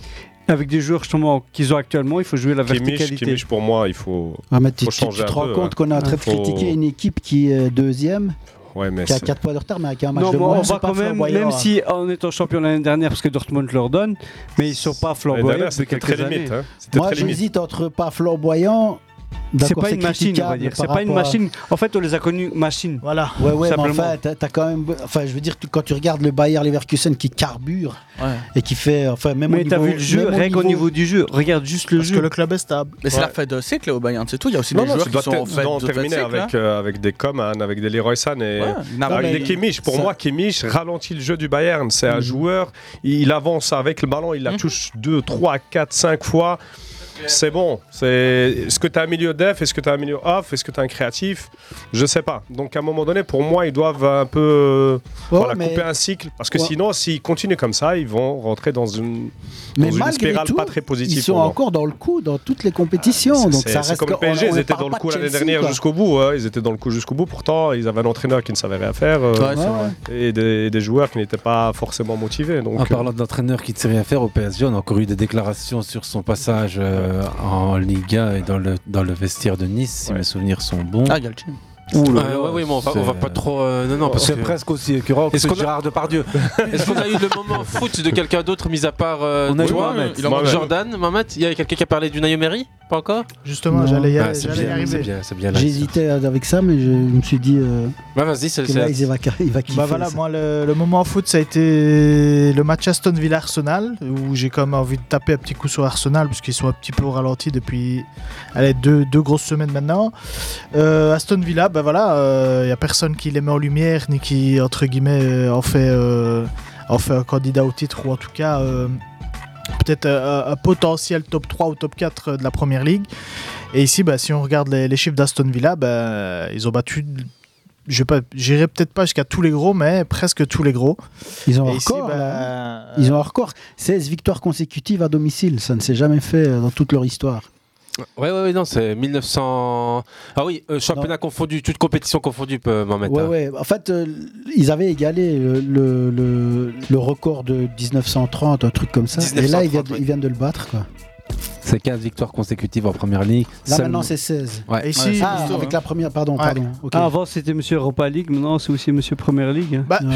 Speaker 2: avec des joueurs justement qu'ils ont actuellement, il faut jouer la
Speaker 14: Kimmich,
Speaker 2: verticalité.
Speaker 14: Kimmich, pour moi, il faut,
Speaker 11: Ah, mais tu,
Speaker 14: faut
Speaker 11: tu- tu
Speaker 14: changer un
Speaker 11: te rends
Speaker 14: peu,
Speaker 11: compte
Speaker 14: hein.
Speaker 11: qu'on est en train de
Speaker 14: Faut-
Speaker 11: critiquer une équipe qui est euh, deuxième,
Speaker 14: Ouais, mais
Speaker 11: qui a
Speaker 14: c'est-
Speaker 11: 4 points de retard, mais avec un match
Speaker 2: Non,
Speaker 11: de
Speaker 2: mais
Speaker 11: moins.
Speaker 2: on
Speaker 11: ils sont
Speaker 2: va
Speaker 11: pas
Speaker 2: quand même,
Speaker 11: flamboyants,
Speaker 2: même
Speaker 11: hein.
Speaker 2: si en étant champion l'année dernière, parce que Dortmund leur donne, mais ils sont pas
Speaker 14: L'année
Speaker 2: flamboyants
Speaker 14: dernière,
Speaker 2: depuis
Speaker 14: c'était
Speaker 2: quelques
Speaker 14: très
Speaker 2: années.
Speaker 14: limite. hein. C'était
Speaker 11: Moi,
Speaker 14: très limite.
Speaker 11: j'hésite entre pas flamboyant.
Speaker 2: C'est
Speaker 11: d'accord,
Speaker 2: pas une machine, on va
Speaker 11: critiquable
Speaker 2: dire.
Speaker 11: par
Speaker 2: C'est pas une
Speaker 11: rapport à-
Speaker 2: machine. En fait, on les a connus machines.
Speaker 12: Voilà.
Speaker 11: Ouais, ouais, mais
Speaker 2: Simplement.
Speaker 11: enfin, t'as t'as quand même. Enfin, je veux dire, tu- quand tu regardes le Bayer Leverkusen qui carbure et qui fait. Enfin, même au
Speaker 2: Mais
Speaker 11: niveau.
Speaker 2: t'as vu le jeu,
Speaker 11: même
Speaker 2: rien qu'au niveau du jeu, regarde juste le jeu.
Speaker 12: que le club est stable.
Speaker 10: mais c'est
Speaker 14: Ouais.
Speaker 10: la fête de cycle au Bayern c'est tout il y a aussi
Speaker 14: Non,
Speaker 10: des
Speaker 14: non,
Speaker 10: joueurs
Speaker 14: tu
Speaker 10: qui
Speaker 14: dois
Speaker 10: sont en
Speaker 14: te-
Speaker 10: fait
Speaker 14: non,
Speaker 10: de fête
Speaker 14: terminer
Speaker 10: cycle, hein.
Speaker 14: avec, euh, avec des Coman, avec des Leroy Sané,
Speaker 10: Ouais, Napoli.
Speaker 14: avec des Kimmich. Pour
Speaker 10: Ça- Mm.
Speaker 14: moi, Kimmich ralentit le jeu du Bayern. C'est un joueur, il avance avec le ballon,
Speaker 10: Mm-hmm.
Speaker 14: il la touche 2, 3, 4, 5 fois. C'est bon. C'est- Est-ce que tu as un milieu def Est-ce que tu as un milieu off Est-ce que tu as un créatif Je sais pas. Donc à un moment donné, pour moi, ils doivent un peu euh,
Speaker 11: Ouais,
Speaker 14: voilà,
Speaker 11: mais-
Speaker 14: couper un cycle. Parce que
Speaker 11: Ouais.
Speaker 14: sinon, s'ils continuent comme ça, ils vont rentrer dans une,
Speaker 11: Mais
Speaker 14: dans une
Speaker 11: malgré
Speaker 14: spirale
Speaker 11: tout,
Speaker 14: pas très positive.
Speaker 11: Ils sont
Speaker 14: pour moi.
Speaker 11: encore dans le coup dans toutes les compétitions. donc
Speaker 14: C'est-
Speaker 11: ça
Speaker 14: C'est
Speaker 11: reste
Speaker 14: comme le
Speaker 11: qu'on-
Speaker 14: PSG,
Speaker 11: on
Speaker 14: ils
Speaker 11: ne
Speaker 14: étaient
Speaker 11: parle
Speaker 14: dans le
Speaker 11: pas de
Speaker 14: coup l'année
Speaker 11: Chelsea,
Speaker 14: dernière
Speaker 11: quoi.
Speaker 14: jusqu'au bout. hein. Ils étaient dans le coup jusqu'au bout. Pourtant, ils avaient un entraîneur qui ne savait rien faire euh,
Speaker 10: Ouais, c'est vrai.
Speaker 14: et des, des joueurs qui n'étaient pas forcément motivés. Donc, euh,
Speaker 8: en parlant d'entraîneur qui ne sait rien faire au PSG, on a encore eu des déclarations sur son passage euh, en Liga et dans le, dans le vestiaire de Nice, si mes souvenirs sont bons.
Speaker 10: Ah, Galtier.
Speaker 8: Ouh là
Speaker 9: Ah,
Speaker 8: là,
Speaker 9: ouais, ouais, mais on va,
Speaker 8: c'est-
Speaker 9: on va pas trop. euh, non, non, parce
Speaker 8: C'est
Speaker 9: que-
Speaker 8: presque aussi écœurant que
Speaker 9: Est-ce qu'on a-
Speaker 8: Gérard Depardieu.
Speaker 9: [laughs] Est-ce qu'on a eu le
Speaker 8: [laughs]
Speaker 9: moment foot de quelqu'un d'autre, mis à part euh,
Speaker 8: On a eu
Speaker 9: toi,
Speaker 8: Mohamed.
Speaker 9: Il en manque Jordan, Mohamed Il y a quelqu'un qui a parlé du Naïomeri Pas encore
Speaker 12: Justement,
Speaker 11: Non.
Speaker 12: j'allais y,
Speaker 9: Ah, c'est
Speaker 12: j'allais y
Speaker 9: bien,
Speaker 12: arriver.
Speaker 9: c'est bien, c'est bien. là.
Speaker 11: J'hésitais avec ça, mais je me suis dit. euh,
Speaker 9: Bah, vas-y, c'est-
Speaker 11: que
Speaker 9: c'est-
Speaker 11: là, il va, il va kiffer.
Speaker 12: Bah voilà,
Speaker 11: ça.
Speaker 12: moi le, le moment foot, ça a été le match Aston Villa Arsenal, où j'ai quand même envie de taper un petit coup sur Arsenal, parce qu'ils sont un petit peu au ralenti depuis allez, deux, deux grosses semaines maintenant. Euh, Aston Villa, bah voilà, il n'y a personne qui les met en lumière, ni qui, entre guillemets, euh, en, fait, euh, en fait un candidat au titre, ou en tout cas... euh, peut-être euh, un, un potentiel top 3 ou top 4 euh, de la première ligue. Et ici, bah, si on regarde les, les chiffres d'Aston Villa, bah, euh, ils ont battu. Je vais pas- j'irai peut-être pas jusqu'à tous les gros, mais presque tous les gros.
Speaker 11: Ils ont un
Speaker 12: Et ici,
Speaker 11: record.
Speaker 12: bah,
Speaker 11: là,
Speaker 14: euh,
Speaker 11: hein. Ils ont un record. 16 victoires consécutives à domicile. Ça ne s'est jamais fait euh, dans toute leur histoire.
Speaker 9: Ouais, ouais, ouais, non, c'est 1900. Ah oui, euh, championnat confondu, toute compétition confondue, euh, Mohamed.
Speaker 11: Ouais,
Speaker 9: hein.
Speaker 11: ouais. En fait, euh, ils avaient égalé euh, le, le- le record de 1930, un truc comme ça. Et là, ils viennent, ils viennent de le battre. Quoi.
Speaker 8: C'est 15 victoires consécutives en première ligue.
Speaker 11: Là
Speaker 8: Seulement-
Speaker 11: maintenant c'est 16.
Speaker 8: Ouais.
Speaker 11: Ah, avec
Speaker 12: hein.
Speaker 11: la première, pardon, pardon. ok.
Speaker 2: Ah, avant c'était Monsieur Europa League, maintenant c'est aussi Monsieur Première League.
Speaker 12: Bah,
Speaker 2: hein.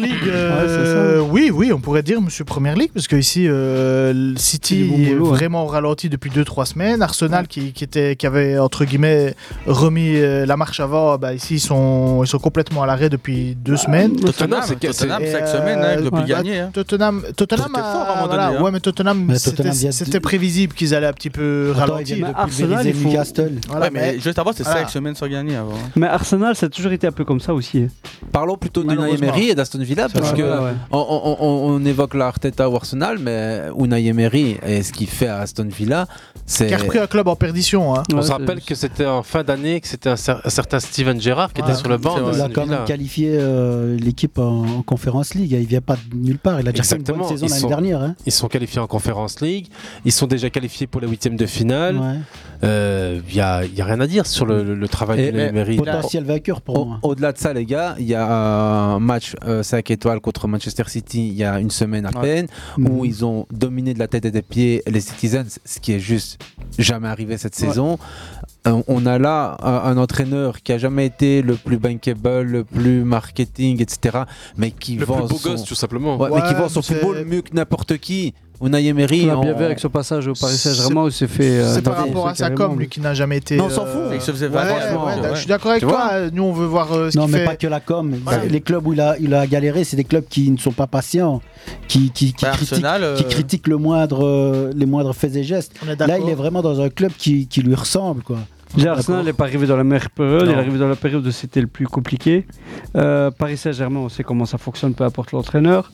Speaker 11: [laughs]
Speaker 12: Ligue,
Speaker 2: Ouais,
Speaker 12: euh, oui, oui, on pourrait dire Monsieur Première Ligue, parce que ici, euh, le City
Speaker 2: Il est
Speaker 12: est
Speaker 2: bon boulot, hein.
Speaker 12: vraiment au ralenti depuis 2-3 semaines. Arsenal, qui, qui était, qui avait entre guillemets remis euh, la marche avant, bah, ici, ils sont, ils sont complètement à l'arrêt depuis 2 semaines.
Speaker 10: Bah, Tottenham, c'est- Tottenham,
Speaker 12: Et,
Speaker 10: cinq
Speaker 12: euh,
Speaker 10: semaines, hein, ils doivent plus
Speaker 12: ouais.
Speaker 10: gagner, hein.
Speaker 12: Tottenham, Tottenham,
Speaker 10: Tout était
Speaker 12: a-
Speaker 10: fort à un moment
Speaker 12: Ah, voilà,
Speaker 10: donné, hein.
Speaker 12: ouais, mais Tottenham,
Speaker 10: Mais
Speaker 12: c'était
Speaker 10: Tottenham vient de-
Speaker 12: c'était prévisible qu'ils allaient un petit peu
Speaker 11: Attends, ils
Speaker 12: ralentir.
Speaker 11: viennent de pulvériser Newcastle.
Speaker 12: Voilà,
Speaker 10: ouais, mais, Ah. juste avant, c'est 5
Speaker 12: voilà.
Speaker 10: semaines sans gagner avant. hein.
Speaker 2: Mais Arsenal, ça a toujours été un peu comme ça aussi. hein.
Speaker 8: Parlons plutôt de Unai
Speaker 2: Malheureusement.
Speaker 8: Emery et d'Aston Villa
Speaker 2: Ça
Speaker 8: parce
Speaker 2: va,
Speaker 8: que
Speaker 2: ouais, ouais.
Speaker 8: On, on- on- on évoque l'Arteta ou Arsenal, mais Unai Emery et ce qu'il fait à Aston Villa, c'est
Speaker 12: Qui a repris un club en perdition. hein.
Speaker 9: On se rappelle que c'était en fin d'année, que c'était un, cer- un certain Steven Gerrard qui était sur le banc.
Speaker 11: Il a
Speaker 9: d'Aston
Speaker 11: quand
Speaker 9: Villa.
Speaker 11: même qualifié euh, l'équipe en, en Conférence League. Il vient pas de nulle part. Il a déjà fait une bonne
Speaker 9: Exactement.
Speaker 11: saison
Speaker 9: ils,
Speaker 11: l'année
Speaker 9: sont,
Speaker 11: dernière. hein.
Speaker 9: ils sont qualifiés en Conférence League. Ils sont déjà qualifiés pour la huitième de finale. Il n'y a, y a rien à dire sur le, le- le travail
Speaker 8: Et-
Speaker 9: de
Speaker 8: Oh.
Speaker 9: Unai
Speaker 8: et-
Speaker 9: Emery.
Speaker 11: potentiel vainqueur pour moi.
Speaker 8: Au-delà de ça, les gars, il y a un match 5 étoiles contre Manchester City il y a une semaine à peine,
Speaker 12: Mhm.
Speaker 8: où ils ont dominé de la tête et des pieds les Citizens, ce qui est juste jamais arrivé cette saison. Euh, On a là un- un entraîneur qui a jamais été le plus bankable, le plus marketing, etc., mais qui
Speaker 9: Le plus
Speaker 8: vend
Speaker 9: beau
Speaker 8: son...
Speaker 9: gosse, tout simplement.
Speaker 8: Ouais, mais qui
Speaker 9: Ouais,
Speaker 8: vend son
Speaker 9: c'est-
Speaker 8: football mieux que n'importe qui. Unai Emery,
Speaker 2: On l'a bien
Speaker 8: en-
Speaker 2: vu avec son passage au Paris Saint-Germain où il s'est fait. euh,
Speaker 12: C'est par
Speaker 2: tarder,
Speaker 12: rapport à sa
Speaker 2: carrément.
Speaker 12: com, lui qui n'a jamais été.
Speaker 2: Non, on s'en
Speaker 12: euh,
Speaker 2: fout. Il se faisait
Speaker 12: ouais,
Speaker 2: valer,
Speaker 12: ouais,
Speaker 2: franchement,
Speaker 12: ouais,
Speaker 2: ouais.
Speaker 12: Je suis d'accord avec
Speaker 2: Tu
Speaker 12: toi.
Speaker 2: vois
Speaker 12: euh, Nous, on veut voir euh, ce
Speaker 11: Non,
Speaker 12: qu'il
Speaker 11: mais
Speaker 12: fait.
Speaker 11: pas que la com. Les clubs où il a, il a galéré, c'est des clubs qui ne sont pas patients, qui, qui, qui,
Speaker 10: Bah,
Speaker 11: critiquent,
Speaker 10: Arsenal, euh,
Speaker 11: qui critiquent le moindre, euh, les moindres faits et gestes.
Speaker 12: On est
Speaker 11: Là,
Speaker 12: d'accord.
Speaker 11: il est vraiment dans un club qui, qui lui ressemble. Quoi.
Speaker 2: Déjà, Arsenal n'est pas arrivé dans la meilleure période, il
Speaker 11: Non.
Speaker 2: est arrivé dans la période où c'était le plus compliqué. Euh, Paris Saint-Germain, on sait comment ça fonctionne, peu importe l'entraîneur.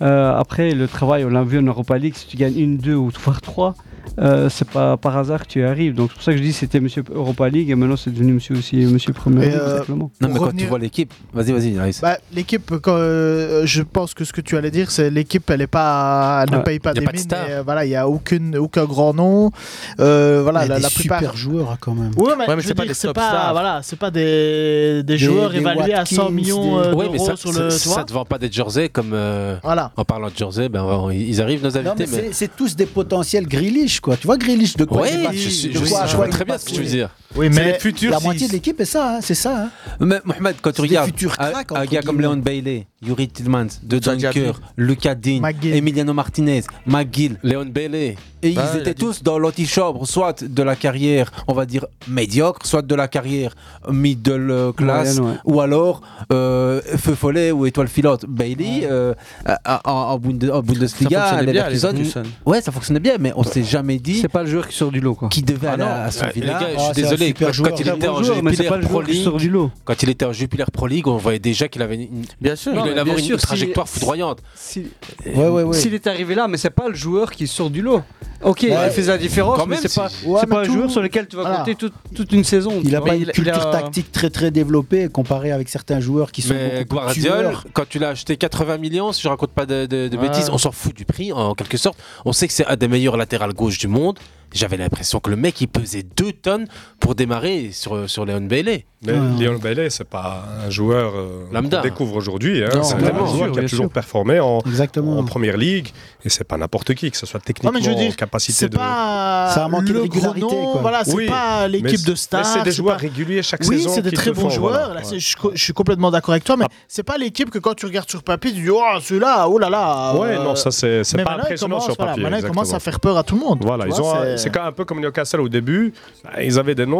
Speaker 2: Euh, après, le travail, on l'a vu en Europa League, si tu gagnes une, deux ou voire trois, euh, c'est pas par hasard que tu y arrives. Donc c'est pour ça que je dis que c'était Monsieur Europa League et maintenant c'est devenu Monsieur aussi Monsieur Premier
Speaker 12: Et,
Speaker 2: League,
Speaker 12: euh,
Speaker 2: simplement.
Speaker 8: Non, mais quand
Speaker 12: Pour
Speaker 8: tu
Speaker 12: revenir-
Speaker 8: vois l'équipe, vas-y, vas-y, Naïs.
Speaker 12: Bah, l'équipe, quand, euh, je pense que ce que tu allais dire, c'est l'équipe, elle est pas, elle ne
Speaker 8: Ouais.
Speaker 12: paye pas
Speaker 8: Y a
Speaker 12: des
Speaker 8: pas de
Speaker 12: mines.
Speaker 8: star.
Speaker 12: et, euh, voilà, il y a aucune, aucun grand nom. Euh, voilà,
Speaker 11: il y a
Speaker 12: la,
Speaker 11: des
Speaker 12: la
Speaker 11: super
Speaker 12: plupart.
Speaker 11: joueurs hein, quand même.
Speaker 12: Ouais, mais, je veux dire, c'est pas, voilà, c'est pas des, des joueurs
Speaker 11: des
Speaker 12: évalués à 100
Speaker 11: Watkins,
Speaker 12: millions euh,
Speaker 9: Ouais, mais
Speaker 12: d'euros
Speaker 9: ça,
Speaker 12: sur le.
Speaker 9: ça-
Speaker 12: tu vois
Speaker 9: ça te vend pas des jerseys comme. euh,
Speaker 12: Voilà.
Speaker 9: En parlant de jersey, ben, on- ils arrivent nos
Speaker 11: Non, mais
Speaker 9: invités. mais-
Speaker 11: c'est- c'est tous des potentiels Grealish, quoi. Tu vois Grealish de quoi
Speaker 9: Ouais,
Speaker 11: il est bas-
Speaker 9: je suis-
Speaker 11: de
Speaker 9: je
Speaker 11: quoi-
Speaker 9: sais,
Speaker 11: à
Speaker 9: je
Speaker 11: quoi
Speaker 9: vois
Speaker 11: il
Speaker 9: très
Speaker 11: est
Speaker 9: bien
Speaker 11: bas-
Speaker 9: ce que tu veux dire.
Speaker 12: Oui,
Speaker 8: C'est
Speaker 11: mais
Speaker 8: les futurs
Speaker 11: la
Speaker 8: six.
Speaker 11: moitié de l'équipe est ça, hein, c'est ça. hein.
Speaker 8: Mais Mohamed, quand tu regardes
Speaker 11: futurs
Speaker 8: un-
Speaker 11: cracks,
Speaker 8: un,
Speaker 11: entre
Speaker 8: gars comme
Speaker 11: guillemets.
Speaker 8: Leon Bailey, Yuri Tillmans, De
Speaker 11: Ça, j'ai
Speaker 8: Dunker,
Speaker 11: appris.
Speaker 8: Lucas Dean, Emiliano Martinez, McGill,
Speaker 9: Leon Bailey,
Speaker 8: et
Speaker 9: Bah,
Speaker 8: ils
Speaker 9: il a
Speaker 8: étaient
Speaker 9: dit-
Speaker 8: tous dans l'antichambre, soit de la carrière, on va dire médiocre, soit de la carrière middle class,
Speaker 2: Moyenne, ouais.
Speaker 8: ou alors euh, feu follet ou étoile filante. Bailey euh, à- à- en, Bunde- en Bundesliga,
Speaker 2: fonctionnait
Speaker 8: à
Speaker 2: bien,
Speaker 8: Leverkusen,
Speaker 2: Leverkusen.
Speaker 8: ouais, ça fonctionnait bien, mais on s'est jamais dit. C'est
Speaker 2: pas le joueur qui sort du lot, quoi.
Speaker 8: Qui devait aller
Speaker 9: Ah non.
Speaker 8: à son
Speaker 9: Ouais, les
Speaker 8: villa.
Speaker 9: gars, je
Speaker 2: Ah,
Speaker 9: suis désolé, quand, quand il était en
Speaker 2: joueur, mais c'est
Speaker 9: Jupiler
Speaker 2: pas le
Speaker 9: Pro
Speaker 2: joueur qui
Speaker 9: League,
Speaker 2: sort du lot.
Speaker 9: quand il était en Jupiler Pro League, on voyait déjà qu'il avait une,
Speaker 10: bien
Speaker 2: sûr.
Speaker 9: il
Speaker 2: Non,
Speaker 9: allait
Speaker 2: mais
Speaker 9: avoir
Speaker 2: bien
Speaker 9: une
Speaker 2: sûr, si-
Speaker 9: trajectoire foudroyante.
Speaker 11: Ouais, ouais, ouais.
Speaker 2: S'il est arrivé là, mais c'est pas le joueur qui sort du lot. Ok,
Speaker 11: Ouais.
Speaker 2: il fait la différence,
Speaker 11: Quand
Speaker 2: mais
Speaker 11: même,
Speaker 2: c'est pas,
Speaker 11: si- Ouais,
Speaker 2: c'est
Speaker 11: mais
Speaker 2: pas un
Speaker 11: tout-
Speaker 2: joueur sur lequel tu vas
Speaker 11: voilà.
Speaker 2: compter toute, toute une saison. tu
Speaker 11: Il a
Speaker 2: vois.
Speaker 11: pas une culture tactique très très développée comparé avec certains joueurs qui sont
Speaker 9: Mais
Speaker 11: beaucoup plus
Speaker 9: Guardiol,
Speaker 11: tueurs.
Speaker 9: quand tu l'as acheté 80 millions, si je raconte pas de, de- de
Speaker 11: Ouais.
Speaker 9: bêtises, on s'en fout du prix en quelque sorte. On sait que c'est un des meilleurs latérales gauche du monde. J'avais l'impression que le mec il pesait 2 tonnes pour démarrer sur, sur Leon Bailey.
Speaker 14: Mais Léon Bailey, c'est pas un joueur euh,
Speaker 9: Lambda.
Speaker 14: qu'on découvre aujourd'hui. hein.
Speaker 9: Non,
Speaker 14: C'est un
Speaker 9: bien
Speaker 14: joueur
Speaker 9: sûr,
Speaker 14: qui a
Speaker 9: bien
Speaker 14: toujours
Speaker 9: sûr.
Speaker 14: performé en,
Speaker 11: Exactement.
Speaker 14: en première ligue. Et c'est pas n'importe qui, que ce soit techniquement,
Speaker 12: je veux dire,
Speaker 14: en capacité
Speaker 12: c'est
Speaker 14: de.
Speaker 12: pas
Speaker 11: Ça a manqué
Speaker 12: Euh, le
Speaker 11: de
Speaker 12: gros
Speaker 11: régularité,
Speaker 12: nom,
Speaker 11: quoi.
Speaker 12: Voilà, c'est
Speaker 14: Oui,
Speaker 12: pas
Speaker 14: mais
Speaker 12: l'équipe
Speaker 14: c'est-
Speaker 12: de
Speaker 14: mais
Speaker 12: stars.
Speaker 14: c'est des joueurs
Speaker 12: pas-
Speaker 14: réguliers chaque
Speaker 12: oui,
Speaker 14: saison
Speaker 12: c'est des
Speaker 14: qui
Speaker 12: très
Speaker 14: te
Speaker 12: bons
Speaker 14: font,
Speaker 12: joueurs.
Speaker 14: voilà. Ah.
Speaker 12: là, c'est- je, co- je suis complètement d'accord avec toi, mais c'est pas l'équipe que quand tu regardes sur papier, tu dis oh celui-là, oh là là.
Speaker 14: Ouais,
Speaker 12: euh,
Speaker 14: non, ça c'est c'est
Speaker 12: mais
Speaker 14: pas
Speaker 12: maintenant, il
Speaker 14: impressionnant
Speaker 12: commence,
Speaker 14: sur
Speaker 12: voilà,
Speaker 14: papier.
Speaker 12: maintenant, il
Speaker 14: exactement.
Speaker 12: commence à faire peur à tout le monde.
Speaker 14: Voilà,
Speaker 12: tu
Speaker 14: ils ont
Speaker 12: vois,
Speaker 14: un-
Speaker 12: c'est-
Speaker 14: c'est quand un peu comme Newcastle au début. bah, Ils avaient des noms,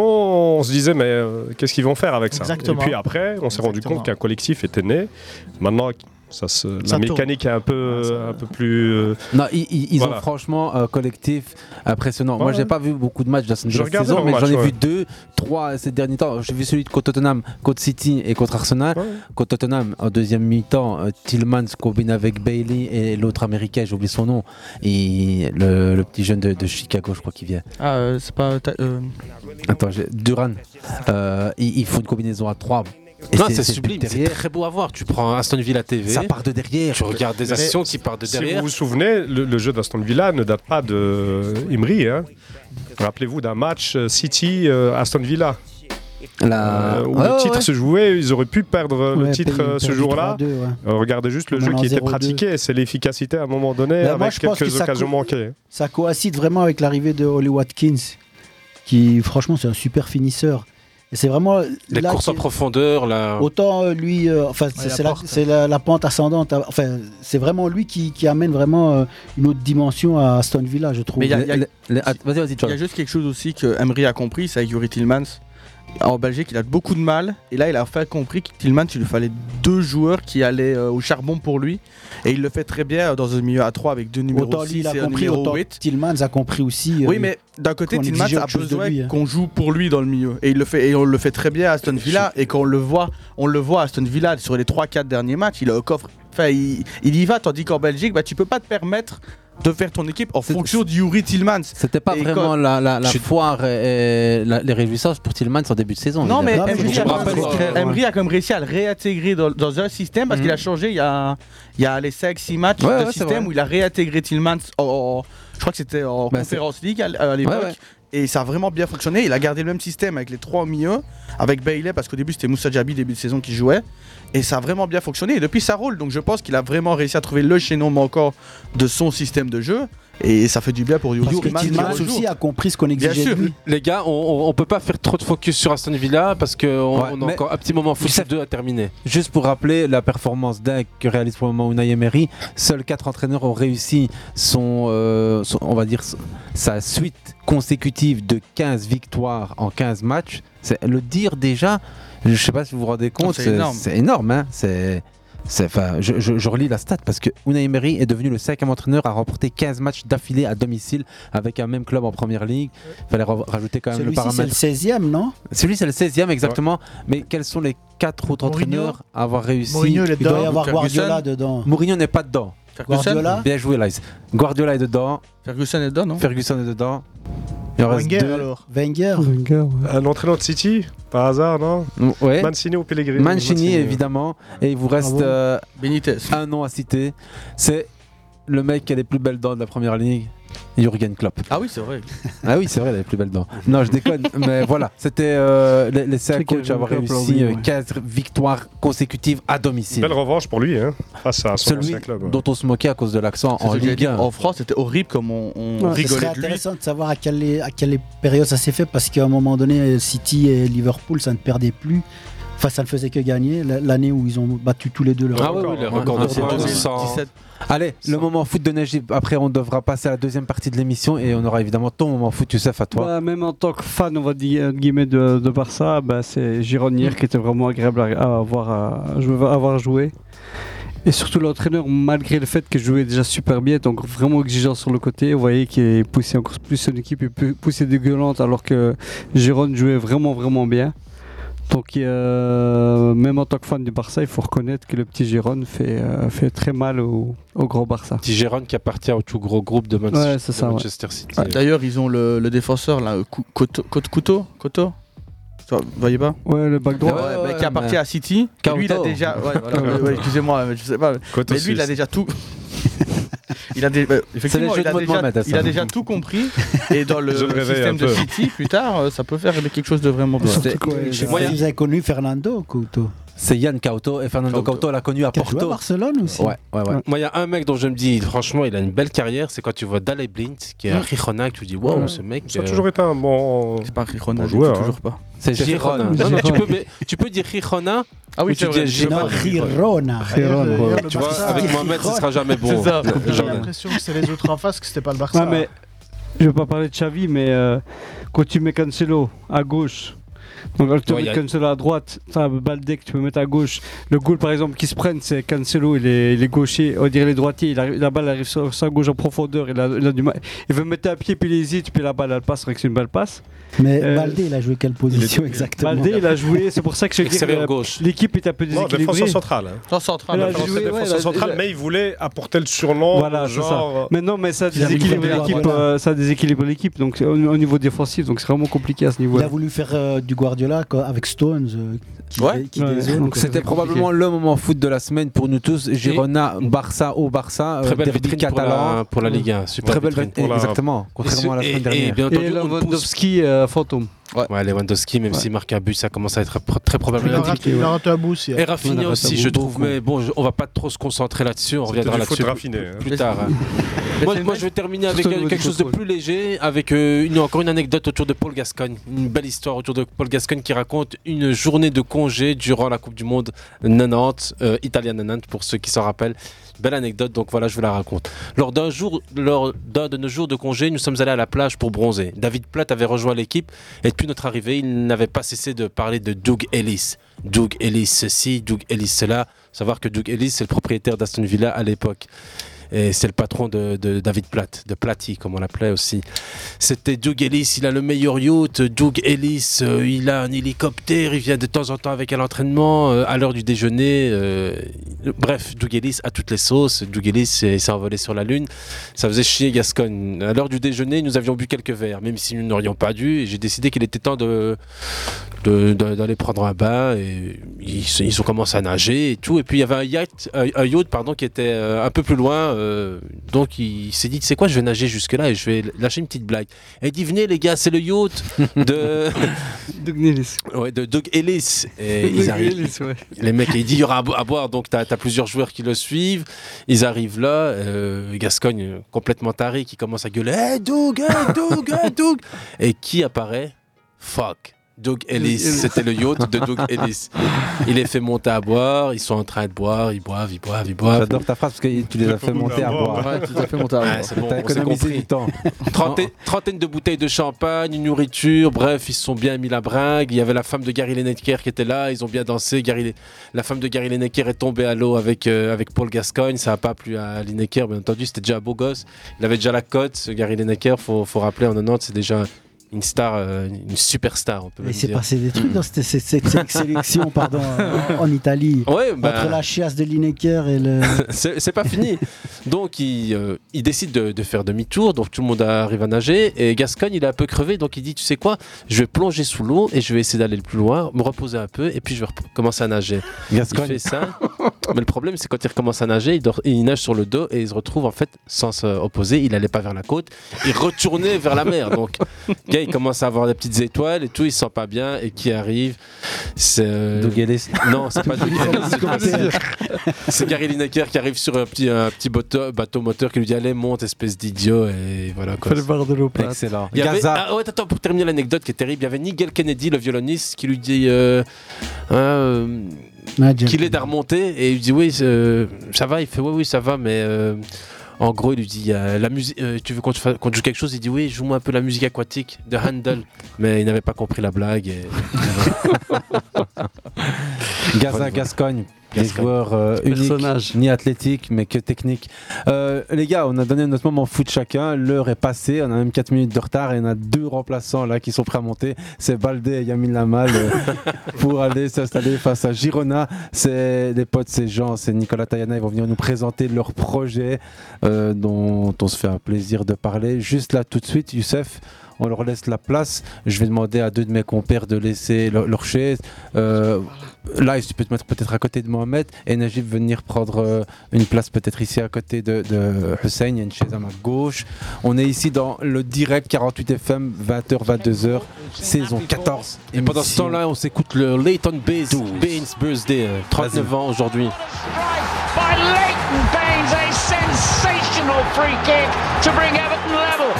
Speaker 14: on se disait, mais euh, qu'est-ce qu'ils vont faire avec ça
Speaker 12: Exactement.
Speaker 14: Et puis après, on s'est rendu
Speaker 12: Exactement.
Speaker 14: compte qu'un collectif était né. Maintenant, ça se-
Speaker 8: Ça
Speaker 14: la
Speaker 8: tourne.
Speaker 14: mécanique est un
Speaker 12: Ah,
Speaker 14: peu, un peu plus. euh,
Speaker 8: Non, Ah, ils, ils- ils ont
Speaker 14: voilà.
Speaker 8: franchement un collectif impressionnant. Moi,
Speaker 14: Ouais.
Speaker 8: j'ai pas vu beaucoup de matchs dans
Speaker 14: Je
Speaker 8: cette
Speaker 14: regardais
Speaker 8: saison,
Speaker 14: leurs
Speaker 8: mais j'en ai
Speaker 14: matchs, ouais.
Speaker 8: vu deux, trois ces derniers temps. J'ai vu celui de contre Tottenham, contre City et contre Arsenal. Contre Tottenham, en deuxième mi-temps, euh, Tillmans combine avec Bailey et l'autre américain, j'oublie son nom, et le, le petit jeune de, de Chicago, je crois qu'il vient.
Speaker 10: Ah, euh, c'est pas. ta- euh,
Speaker 8: Attends, j'ai- Duran. Euh, ils, ils font une combinaison à trois. Et
Speaker 9: non,
Speaker 8: c'est-
Speaker 9: c'est
Speaker 8: c'est le but
Speaker 9: sublime, c'est
Speaker 8: derrière.
Speaker 9: très beau à voir. Tu prends Aston Villa TV,
Speaker 8: Ça part de derrière.
Speaker 9: Tu regardes des
Speaker 8: Mais-
Speaker 9: actions qui partent de
Speaker 14: Si
Speaker 9: derrière.
Speaker 14: vous vous souvenez, le, le jeu d'Aston Villa ne date pas hein. de Imri. Rappelez-vous d'un match euh, City euh, Aston euh, Villa.
Speaker 8: La-
Speaker 14: euh, où
Speaker 8: Ouais,
Speaker 14: le
Speaker 8: ouais,
Speaker 14: titre
Speaker 8: ouais.
Speaker 14: se jouait, ils auraient pu perdre le
Speaker 11: Ouais,
Speaker 14: titre
Speaker 11: payer-
Speaker 14: euh, ce
Speaker 11: perdu
Speaker 14: jour-là.
Speaker 11: 3-2, ouais.
Speaker 14: Euh, regardez juste le
Speaker 11: Même
Speaker 14: jeu
Speaker 11: en
Speaker 14: qui était
Speaker 11: 0-2.
Speaker 14: pratiqué, c'est l'efficacité à un moment donné
Speaker 11: Mais
Speaker 8: Bah,
Speaker 11: Bah, moi,
Speaker 14: avec
Speaker 11: je pense que
Speaker 14: quelques
Speaker 11: ça
Speaker 14: occasions
Speaker 11: co-
Speaker 14: manquées.
Speaker 11: Ça coïncide vraiment avec l'arrivée de Holly Watkins, qui franchement c'est un super finisseur. Et c'est vraiment
Speaker 9: Les
Speaker 11: là
Speaker 9: courses en
Speaker 11: que-
Speaker 9: profondeur, là.
Speaker 14: hein.
Speaker 11: Autant euh, lui, euh, enfin c'est-
Speaker 9: il
Speaker 11: c'est la,
Speaker 9: apporte.
Speaker 11: c'est la- la pente ascendante. à- Enfin c'est vraiment lui qui, qui amène vraiment euh, une autre dimension à Aston Villa, je trouve.
Speaker 10: Mais il y a, il y a-
Speaker 8: vas-y, vas-y,
Speaker 10: il y a juste quelque chose aussi que Emery a compris, c'est avec Yuri Tillmans. En Belgique, il a beaucoup de mal. Et là, il a fait compris que Tillmans, il lui fallait deux joueurs qui allaient euh, au charbon pour lui. Et il le fait très bien euh, dans un milieu à 3 avec deux numéros
Speaker 11: autant lui
Speaker 10: 6
Speaker 11: il
Speaker 10: et
Speaker 11: a
Speaker 10: un
Speaker 11: compris,
Speaker 10: numéro
Speaker 11: autant
Speaker 10: 8.
Speaker 11: Tillmans a compris aussi. euh,
Speaker 10: Oui, mais d'un côté,
Speaker 11: qu'on
Speaker 10: Tillmans
Speaker 11: exigeait
Speaker 10: a
Speaker 11: autre chose de
Speaker 10: besoin
Speaker 11: lui, hein.
Speaker 10: qu'on joue pour lui dans le milieu. Et il le fait, et on le fait très bien à Aston Villa. Et quand on le voit, on le voit à Aston Villa sur les 3-4 derniers matchs, il a un coffre. Enfin, il, il y va, tandis qu'en Belgique, bah, tu peux pas te permettre de faire ton équipe en fonction du Yuri Tillmans.
Speaker 8: C'était pas vraiment la, la, la foire et, et la- les réjouissances pour Tillman en début de saison.
Speaker 10: Non, mais
Speaker 8: évidemment.
Speaker 10: Emery,
Speaker 8: Ah,
Speaker 10: a,
Speaker 8: Je me rappelle,
Speaker 10: quand-
Speaker 8: ouais.
Speaker 10: Emery a quand même réussi à le réintégrer dans, dans un système parce
Speaker 8: Mhm.
Speaker 10: qu'il a changé. Il y a, il y a les 5-6 matchs
Speaker 8: Ouais, ouais,
Speaker 10: de
Speaker 8: c'est
Speaker 10: système
Speaker 8: vrai.
Speaker 10: où il a réintégré Tillmans. en- en- je crois que c'était en
Speaker 8: Bah,
Speaker 10: Conférence League à, l- à l'époque.
Speaker 8: Ouais, ouais.
Speaker 10: Et ça a vraiment bien fonctionné. Il a gardé le même système avec les trois au milieu, avec Bailey, parce qu'au début c'était Moussa Djabi, début de saison, qui jouait. Et ça a vraiment bien fonctionné. Et depuis, ça roule. Donc je pense qu'il a vraiment réussi à trouver le chaînon manquant de son système de jeu. Et ça fait du bien pour Yuri.
Speaker 11: Parce que
Speaker 10: Tillmans,
Speaker 11: Tillmans
Speaker 10: il rejoue.
Speaker 11: aussi a compris ce qu'on
Speaker 8: euh, Bien
Speaker 11: exigeait
Speaker 8: sûr.
Speaker 11: de lui.
Speaker 9: Les gars, on, on, on peut pas faire trop de focus sur Aston Villa parce qu'on
Speaker 8: Ouais,
Speaker 9: on a
Speaker 8: mais-
Speaker 9: encore un petit moment foot 2 à terminer.
Speaker 8: Juste pour rappeler la performance dingue que réalise pour le moment Unai Emery, seuls 4 entraîneurs ont réussi son, euh, son- on va dire, son- sa suite consécutive de 15 victoires en 15 matchs. C'est le dire déjà, je sais pas si vous vous rendez compte,
Speaker 10: c'est
Speaker 8: c'est
Speaker 10: énorme.
Speaker 8: c'est énorme. hein. c'est c'est- enfin, je, je- je relis la stat parce que Unai Emery est devenu le cinquième entraîneur à remporter 15 matchs d'affilée à domicile avec un même club en première ligue. Fallait ra- rajouter quand même le
Speaker 11: Celui-ci c'est le
Speaker 8: paramètre.
Speaker 11: 16e, non
Speaker 8: Celui, c'est le 16e exactement. Mais quels sont les quatre autres
Speaker 11: Mourinho.
Speaker 8: entraîneurs à avoir réussi
Speaker 11: Mourinho, il est Il doit y dedans. avoir Guardiola dedans.
Speaker 8: Mourinho n'est pas dedans.
Speaker 11: Ferguson Guardiola
Speaker 8: Bien joué, Lice. Guardiola est dedans.
Speaker 10: Ferguson est dedans, non
Speaker 8: Ferguson est dedans. Il en reste deux.
Speaker 11: Wenger.
Speaker 14: Un entraîneur de City, par hasard, non
Speaker 8: M- Mm, ouais.
Speaker 14: Mancini ou Pellegrini
Speaker 8: Mancini, évidemment. Et il vous reste
Speaker 14: Ah bon
Speaker 8: euh, un nom à citer. C'est le mec qui a les plus belles dents de la première ligue, Jürgen Klopp.
Speaker 10: Ah oui, c'est vrai.
Speaker 8: Ah oui, c'est vrai, il a les plus belles dents. Non, je déconne, mais voilà, c'était euh, les, les cinq
Speaker 14: Truc à
Speaker 8: coachs à avoir
Speaker 14: Jürgen Klopp,
Speaker 8: réussi
Speaker 14: oui,
Speaker 8: euh,
Speaker 14: ouais.
Speaker 8: 15 victoires consécutives à domicile.
Speaker 14: Belle revanche pour lui, hein, face à son
Speaker 8: Celui
Speaker 14: ancien club.
Speaker 8: dont on se moquait à cause de l'accent
Speaker 10: C'est
Speaker 8: en
Speaker 10: ce que j'ai
Speaker 8: Ligue
Speaker 10: dit.
Speaker 8: 1.
Speaker 10: En France, c'était horrible comme on, on
Speaker 11: Ouais, ce serait
Speaker 10: rigolait de lui.
Speaker 11: intéressant de savoir à quelle, à quelle période ça s'est fait parce qu'à un moment donné, City et Liverpool, ça ne perdait plus. Enfin, ça ne faisait que gagner. L- L'année où ils ont battu tous les deux leur
Speaker 8: Ah ouais, ouais, le record de points,
Speaker 9: 117.
Speaker 8: Allez, le moment foot de Najib. Après, on devra passer à la deuxième partie de l'émission et on aura évidemment ton moment foot, Youssef, à toi.
Speaker 2: Bah, même en tant que fan, on va dire entre guillemets, de, de Barça, bah, c'est Giron hier qui était vraiment agréable à, à avoir, à, jouer- à avoir joué. Et surtout l'entraîneur, malgré le fait que jouait déjà super bien, donc vraiment exigeant sur le côté, vous voyez qu'il poussait encore plus son équipe, il pu- poussait dégueulante alors que Giron jouait vraiment vraiment bien. Donc euh, même en tant que fan du Barça, il faut reconnaître que le petit Giron fait, euh, fait très mal au, au gros Barça.
Speaker 9: Petit Gérone qui appartient au tout gros groupe de, Manche-
Speaker 2: Ouais, c'est
Speaker 9: de
Speaker 2: ça, ouais.
Speaker 9: Manchester City.
Speaker 10: Ah, D'ailleurs, ils ont le, le défenseur, là, Cou- Couto- Cote- Couto, Couto Ça, vous voyez pas
Speaker 2: Ouais, le back droit.
Speaker 10: Ouais, ouais,
Speaker 2: Ouais,
Speaker 10: bah,
Speaker 2: ouais,
Speaker 10: qui appartient
Speaker 2: mais-
Speaker 10: à City. Et Lui, il a
Speaker 2: Couto.
Speaker 10: déjà. ouais, voilà, ouais, ouais, Excusez-moi, mais je sais pas.
Speaker 2: Couto
Speaker 10: mais lui, il a
Speaker 2: suisse.
Speaker 10: déjà tout. [laughs] Il a, dé- bah, effectivement,
Speaker 8: jeux
Speaker 10: il,
Speaker 8: de
Speaker 10: a
Speaker 8: mots de
Speaker 10: déjà,
Speaker 8: Mohamed, ça.
Speaker 10: il a déjà tout compris. Et
Speaker 9: [laughs]
Speaker 10: dans le
Speaker 8: Je me réveille
Speaker 10: système
Speaker 8: un
Speaker 10: de
Speaker 8: peu.
Speaker 10: City, plus tard, euh, ça peut faire quelque chose de vraiment bien.
Speaker 8: Surtout que,
Speaker 11: Je sais
Speaker 8: Chez
Speaker 11: pas
Speaker 8: moi,
Speaker 11: si
Speaker 8: il y a-
Speaker 11: vous avez connu Fernando Couto.
Speaker 8: C'est Yann Cauto et Fernando Cauto l'a connu à
Speaker 11: Qui a joué à
Speaker 8: Porto. Oh.
Speaker 11: Barcelone aussi.
Speaker 8: Ouais, ouais, ouais.
Speaker 9: Moi, il y a un mec dont je me dis, franchement, il a une belle carrière, c'est quand tu vois Daley Blint, qui est à
Speaker 8: Mm.
Speaker 9: Rijona, que tu dis, waouh,
Speaker 8: Ouais.
Speaker 9: ce mec.
Speaker 8: euh,
Speaker 14: Ça a toujours été un bon, bon joueur. hein.
Speaker 9: C'est Girona. Non, mais tu, peux, mais tu peux dire Girona.
Speaker 10: Ah oui,
Speaker 9: ou tu
Speaker 10: c'est vrai,
Speaker 9: dis
Speaker 10: Girona.
Speaker 9: Girona.
Speaker 11: Girona.
Speaker 2: Girona, ouais.
Speaker 9: Tu vois, avec Mohamed, ce sera jamais bon.
Speaker 8: hein.
Speaker 2: C'est ça.
Speaker 9: Euh,
Speaker 12: J'ai
Speaker 9: Jordan.
Speaker 12: l'impression que c'est les autres en face, que c'était pas le Barça.
Speaker 2: Ouais,
Speaker 12: [laughs]
Speaker 2: mais je vais pas parler de Xavi, mais euh, quand tu mets Cancelo à gauche, donc quand tu
Speaker 9: Ouais,
Speaker 2: mets
Speaker 9: y a-
Speaker 2: Cancelo à droite, t'as Baldé que tu peux mettre à gauche. Le goal par exemple qui se prennent, c'est Cancelo, il est, il est gaucher, on dirait les droitiers, il arrive- la balle arrive sur sa gauche en profondeur, il, a, il, a du mal. il veut mettre un pied, puis il hésite, puis la balle elle passe, c'est vrai que c'est une balle passe.
Speaker 11: Mais
Speaker 2: Euh,
Speaker 11: Baldé, il a joué quelle position exactement
Speaker 2: Baldé
Speaker 9: [laughs]
Speaker 2: il a joué, c'est pour ça que je dis
Speaker 9: Extérieur
Speaker 2: euh,
Speaker 9: gauche.
Speaker 2: l'équipe est un peu
Speaker 14: Non,
Speaker 2: déséquilibrée.
Speaker 14: défenseur central. hein.
Speaker 10: Défenseur central,
Speaker 14: Il a
Speaker 10: défenseur
Speaker 14: joué,
Speaker 10: central,
Speaker 14: défenseur
Speaker 10: ouais, il a-
Speaker 14: central,
Speaker 10: il a-
Speaker 14: mais il voulait apporter le
Speaker 16: Oh,
Speaker 14: surnom.
Speaker 2: Voilà, c'est
Speaker 14: genre,
Speaker 16: euh,
Speaker 14: euh,
Speaker 2: ça. Mais non, mais ça
Speaker 14: Ils arrivent
Speaker 2: déséquilibre
Speaker 14: vers la
Speaker 2: l'équipe,
Speaker 14: droite.
Speaker 2: euh, ça déséquilibre l'équipe. Donc au, au niveau défensif, donc c'est vraiment compliqué à ce niveau.
Speaker 11: Il a voulu faire euh, du Guardiola quoi, avec Stones. euh, qui dé- qui dézone,
Speaker 8: Donc
Speaker 11: quoi.
Speaker 8: c'était probablement le moment foot de la semaine pour nous tous. Girona, Barça au Barça, euh,
Speaker 9: Très belle
Speaker 8: derby
Speaker 9: vitrine pour
Speaker 8: catalan.
Speaker 9: la, pour la Ligue 1. Super
Speaker 8: Très belle
Speaker 9: vitrine
Speaker 8: vitrine,
Speaker 9: pour la-
Speaker 8: exactement. Contrairement à la
Speaker 9: Et-
Speaker 8: semaine
Speaker 9: et-
Speaker 8: dernière.
Speaker 9: Et bien entendu,
Speaker 2: Et
Speaker 9: on ne pousse
Speaker 2: Lewandowski, euh, fantôme.
Speaker 8: Ouais. Lewandowski, même s'il marque un but, ça commence à être pro- très
Speaker 10: Il
Speaker 8: probablement.
Speaker 10: aura- il aura un bout aussi. hein.
Speaker 8: Et Rafinha aussi, je trouve, mais bon, je- on va pas trop se concentrer là-dessus, on reviendra
Speaker 14: du
Speaker 8: là-dessus
Speaker 14: foot
Speaker 8: plus,
Speaker 14: raffiné, hein.
Speaker 8: plus tard. hein. moi, moi, je vais terminer avec
Speaker 14: Surtout au
Speaker 8: euh,
Speaker 14: niveau
Speaker 8: quelque
Speaker 14: du
Speaker 8: chose de
Speaker 14: football.
Speaker 8: plus léger, avec euh, une, encore une anecdote autour de Paul Gascogne, une belle histoire autour de Paul Gascogne qui raconte une journée de congé durant la Coupe du Monde 90, euh, Italia 90 pour ceux qui s'en rappellent. Belle anecdote, donc voilà, je vous la raconte. Lors d'un jour, lors d'un de nos jours de congé, nous sommes allés à la plage pour bronzer. David Platt avait rejoint l'équipe et depuis notre arrivée, il n'avait pas cessé de parler de Doug Ellis. Doug Ellis ceci, Doug Ellis cela. Savoir que Doug Ellis, c'est le propriétaire d'Aston Villa à l'époque. Et c'est le patron de, de David Platt, de Platy, comme on l'appelait aussi. C'était Doug Ellis, il a le meilleur yacht. Doug Ellis, euh, il a un hélicoptère, il vient de temps en temps avec à l'entraînement, euh, à l'heure du déjeuner. euh, bref, Doug Ellis a toutes les sauces. Doug Ellis euh, il s'est envolé sur la Lune. Ça faisait chier Gascogne. À l'heure du déjeuner, nous avions bu quelques verres, même si nous n'aurions pas dû. Et j'ai décidé qu'il était temps de, de- de- d'aller prendre un bain et ils, se- ils ont commencé à nager et tout et puis il y avait un yacht un, un yacht pardon qui était euh, un peu plus loin euh, donc il, s'est dit c'est quoi je vais nager jusque là et je vais lâcher une petite blague et il dit venez les gars c'est le yacht de
Speaker 13: Doug Ellis
Speaker 8: ouais de Doug Ellis
Speaker 13: [laughs]
Speaker 8: et
Speaker 13: Doug
Speaker 8: ils arrivent
Speaker 13: Ellis, ouais.
Speaker 8: les mecs, et il dit il y aura à, bo- à boire, donc tu as, plusieurs joueurs qui le suivent. Ils arrivent là, euh, Gascogne euh, complètement taré qui commence à gueuler Hey Doug, hey Doug, hey Doug Et qui apparaît Fuck. Doug Ellis,
Speaker 2: Doug Ellis.
Speaker 8: c'était le yacht de Doug Ellis. Il les fait monter à boire, ils sont en train de boire, ils boivent, ils boivent, ils boivent.
Speaker 2: J'adore ta phrase parce que tu les as fait monter à boire.
Speaker 8: Ouais,
Speaker 2: tu les as fait monter à boire.
Speaker 8: Ouais, c'est bon,
Speaker 2: T'as
Speaker 8: on s'est
Speaker 2: économisé
Speaker 8: compris.
Speaker 2: du temps.
Speaker 8: Trentaine, trentaine de bouteilles de champagne, une nourriture, bref, ils se sont bien mis la bringue. Il y avait la femme de Gary Lineker qui était là, ils ont bien dansé. Gary, Le- la femme de Gary Lineker est tombée à l'eau avec, euh, avec Paul Gascoigne. Ça n'a pas plu à Lineker, bien entendu, c'était déjà un beau gosse. Il avait déjà la cote, ce Gary Lineker, faut, faut rappeler, en 90, c'est déjà une star, euh, une superstar, on peut
Speaker 11: Mais
Speaker 8: même
Speaker 11: c'est
Speaker 8: dire.
Speaker 11: passé des trucs dans cette, cette- cette-
Speaker 8: [laughs]
Speaker 11: cette sélection pardon, euh, en Italie.
Speaker 8: Ouais, bah-
Speaker 11: Entre la chiasse de Lineker et
Speaker 8: [laughs]
Speaker 11: le.
Speaker 8: c'est c'est pas fini. Donc il, euh, il décide de, de faire demi-tour, donc tout le monde arrive à nager, et Gascogne il est un peu crevé, donc il dit tu sais quoi, je vais plonger sous l'eau et je vais essayer d'aller le plus loin, me reposer un peu, et puis je vais rep- commencer à nager.
Speaker 2: Gascogne.
Speaker 8: Il fait ça, mais le problème c'est quand il recommence à nager, il, dort- il nage sur le dos et il se retrouve en fait sens euh, opposé, il allait pas vers la côte, il retournait vers la mer, donc le gars, il commence à avoir des petites étoiles et tout, il se sent pas bien, et qui arrive, c'est... euh,
Speaker 2: Doug Ellis.
Speaker 8: Non, c'est pas Doug Ellis, c'est pas
Speaker 2: Hélicoptère.
Speaker 8: ça. C'est Gary Lineker qui arrive sur un petit, un petit bateau, bateau moteur qui lui dit Allez, monte, espèce d'idiot. Et voilà quoi.
Speaker 13: Fais le bar de l'eau plate.
Speaker 8: Excellent. Il y avait-
Speaker 13: Gaza.
Speaker 8: ah ouais, attends, pour terminer l'anecdote qui est terrible, il y avait Nigel Kennedy, le violoniste, qui lui dit euh, Hein, euh,
Speaker 11: Nigel.
Speaker 8: qu'il aide à remonter. Et il lui dit Oui, euh, ça va. Il fait Oui, oui, ça va, mais. euh, en gros, il lui dit euh, la musique. euh, tu veux qu'on te fasse- qu'on te joue quelque chose Il dit oui, joue-moi un peu la musique aquatique de Handel. Mais il n'avait pas compris la blague. Et...
Speaker 2: Gaza Gascogne. Des
Speaker 8: Gascogne.
Speaker 2: joueurs euh,
Speaker 8: Ce
Speaker 2: uniques, ni athlétiques, mais que techniques. Euh, les gars, on a donné notre moment foot chacun. L'heure est passée. On a même 4 minutes de retard et on a deux remplaçants là qui sont prêts à monter. C'est Balde et Yamin Lamal euh, pour aller s'installer face à Girona. C'est les potes, c'est Jean, c'est Nicolas Tayana. Ils vont venir nous présenter leur projet euh, dont on se fait un plaisir de parler. Juste là, tout de suite, Youssef. On leur laisse la place. Je vais demander à deux de mes compères de laisser leur, leur chaise. Euh, Live, tu peux te mettre peut-être à côté de Mohamed et Najib venir prendre euh, une place peut-être ici à côté de, de Hussein. Il y a une chaise à ma gauche. On est ici dans le direct 48 FM, 20h, 22h, saison 14.
Speaker 8: Et pendant ce temps-là, on s'écoute le Leighton Baines, Baines Birthday, euh, 39 ans aujourd'hui.
Speaker 4: By Leighton Baines, a sensational free kick to bring Everton level.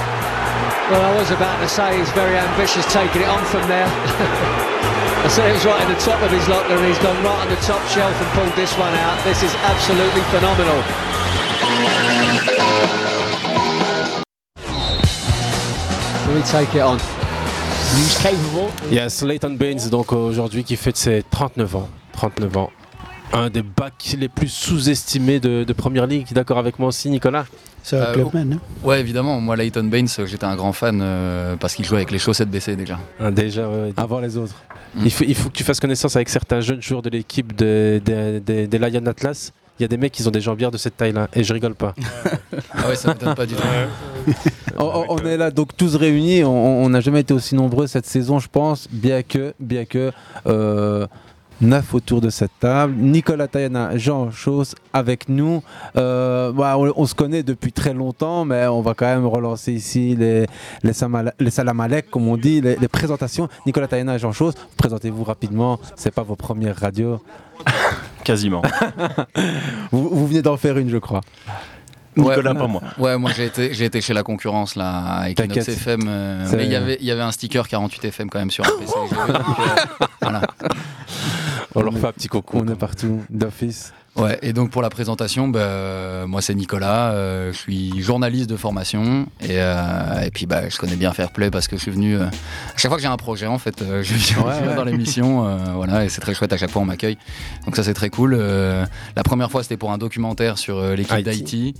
Speaker 17: Well, I was about to say he's very ambitious taking it on from there. [laughs] I said it was right at the top of his locker and he's gone right on the top shelf and pulled this one out. This is absolutely phenomenal. Can we take it on? He's capable.
Speaker 8: Yes, Leighton Baines, donc euh, aujourd'hui, qui fête ses 39 ans. 39 ans. Un des backs les plus sous-estimés de, de Première Ligue, d'accord avec moi aussi, Nicolas
Speaker 11: C'est un
Speaker 18: Euh,
Speaker 11: clubman. hein.
Speaker 18: Ouais, évidemment. Moi, Leighton Baines, euh, j'étais un grand fan euh, parce qu'il jouait avec les chaussettes baissées déjà.
Speaker 8: Ah, Déjà,
Speaker 18: Ah,
Speaker 2: Avant les autres.
Speaker 8: Il faut, il faut que tu fasses connaissance avec certains jeunes joueurs de l'équipe des des- des- des Lions Atlas. Il y a des mecs qui ont des jambières de cette taille-là, et je rigole pas.
Speaker 18: [laughs] Ah ouais, ça m'étonne pas du tout. [laughs]
Speaker 9: Euh,
Speaker 8: Oh,
Speaker 2: On, on- on est là donc tous réunis. On- On on n'a jamais été aussi nombreux cette saison, je pense. Bien que, bien que euh,
Speaker 8: 9 autour de cette table. Nicolas Tayana, Jean Chose avec nous. Euh, bah, on, on se connaît depuis très longtemps, mais on va quand même relancer ici les, les, samala- les salamalek, comme on dit, les, les présentations. Nicolas Tayana, Jean Chose, présentez-vous rapidement. C'est pas vos premières radios.
Speaker 9: [laughs] Quasiment.
Speaker 8: [laughs] vous, vous venez d'en faire une, je crois.
Speaker 18: Ouais, Ouais, moi j'ai été, j'ai été chez la concurrence là avec
Speaker 8: T'inquiète.
Speaker 18: Inox FM. euh,
Speaker 8: C'est- Oh
Speaker 18: mais il y avait- il y avait un sticker 48 FM quand même sur un PC.
Speaker 8: [laughs]
Speaker 18: Donc, euh, voilà.
Speaker 8: On leur fait un petit coucou. On est partout, d'office.
Speaker 18: Ouais, et donc pour la présentation, bah, euh, moi c'est Nicolas, euh, je suis journaliste de formation et, euh, et puis bah, je connais bien Fairplay parce que je suis venu. euh, à chaque fois que j'ai un projet en fait, euh, je viens,
Speaker 7: Ouais,
Speaker 18: je viens
Speaker 7: ouais.
Speaker 18: dans l'émission, euh, voilà, et c'est très chouette à chaque fois on m'accueille. Donc ça c'est très cool. Euh, la première fois c'était pour un documentaire sur euh,
Speaker 8: Ah,
Speaker 18: l'équipe d'Haïti.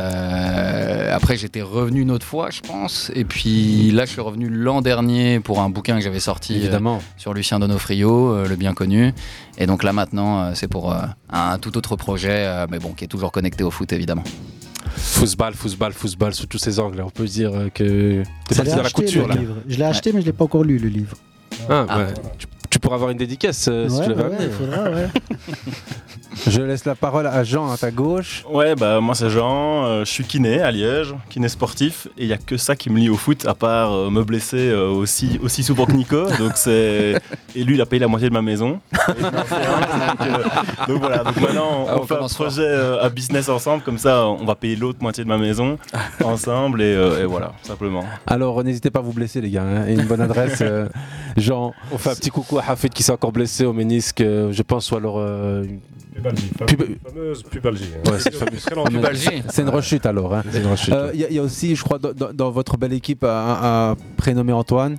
Speaker 18: Euh, après j'étais revenu une autre fois je pense et puis là je suis revenu l'an dernier pour un bouquin que j'avais sorti euh, sur Lucien Donofrio euh, le bien connu et donc là maintenant euh, c'est pour euh, un tout autre projet euh, mais bon qui est toujours connecté au foot évidemment
Speaker 9: Football, football, football, sous tous ses angles. On peut se dire euh, que t'es
Speaker 11: Je
Speaker 9: parti
Speaker 11: l'ai
Speaker 9: dans la
Speaker 11: acheté,
Speaker 9: couture
Speaker 11: le
Speaker 9: là.
Speaker 11: livre. Je l'ai acheté, mais je l'ai pas encore lu le
Speaker 8: [laughs]
Speaker 11: livre.
Speaker 9: Ah, ouais. Tu, tu pourras avoir une dédicace euh, si
Speaker 11: Ouais,
Speaker 9: tu l'avais
Speaker 11: bah ouais,
Speaker 9: amené.
Speaker 11: il faudra, ouais.
Speaker 8: [laughs] Je laisse la parole à Jean, à ta gauche.
Speaker 16: Ouais, bah moi c'est Jean, euh, je suis kiné à Liège, kiné sportif, et il y a que ça qui me lie au foot, à part euh, me blesser euh, aussi, aussi souvent que
Speaker 9: [laughs]
Speaker 16: Nico. Donc c'est. Et lui, il a payé la moitié de ma maison. Et je m'en fais un, donc, euh, donc voilà, donc maintenant on,
Speaker 9: Ah, on
Speaker 16: fait un
Speaker 9: commence
Speaker 16: projet euh, à business ensemble, comme ça on va payer l'autre moitié de
Speaker 9: [laughs]
Speaker 16: ma maison ensemble, et, euh, et voilà, simplement.
Speaker 8: Alors, n'hésitez pas à vous blesser, les gars. hein. Et une bonne adresse, euh, Jean.
Speaker 9: On fait un petit coucou à Hafid qui s'est encore blessé au ménisque, euh, je pense, ou alors. euh,
Speaker 14: Pubalgie, fame-
Speaker 9: Pub-
Speaker 14: fameuse pubalgie.
Speaker 9: Ouais, [laughs] c'est fameux.
Speaker 14: Très longtemps.
Speaker 8: C'est une rechute alors. hein.
Speaker 9: C'est une rechute,
Speaker 8: Euh, Il y, a- il y a aussi, je crois, dans, dans- dans votre belle équipe, un, un prénommé Antoine,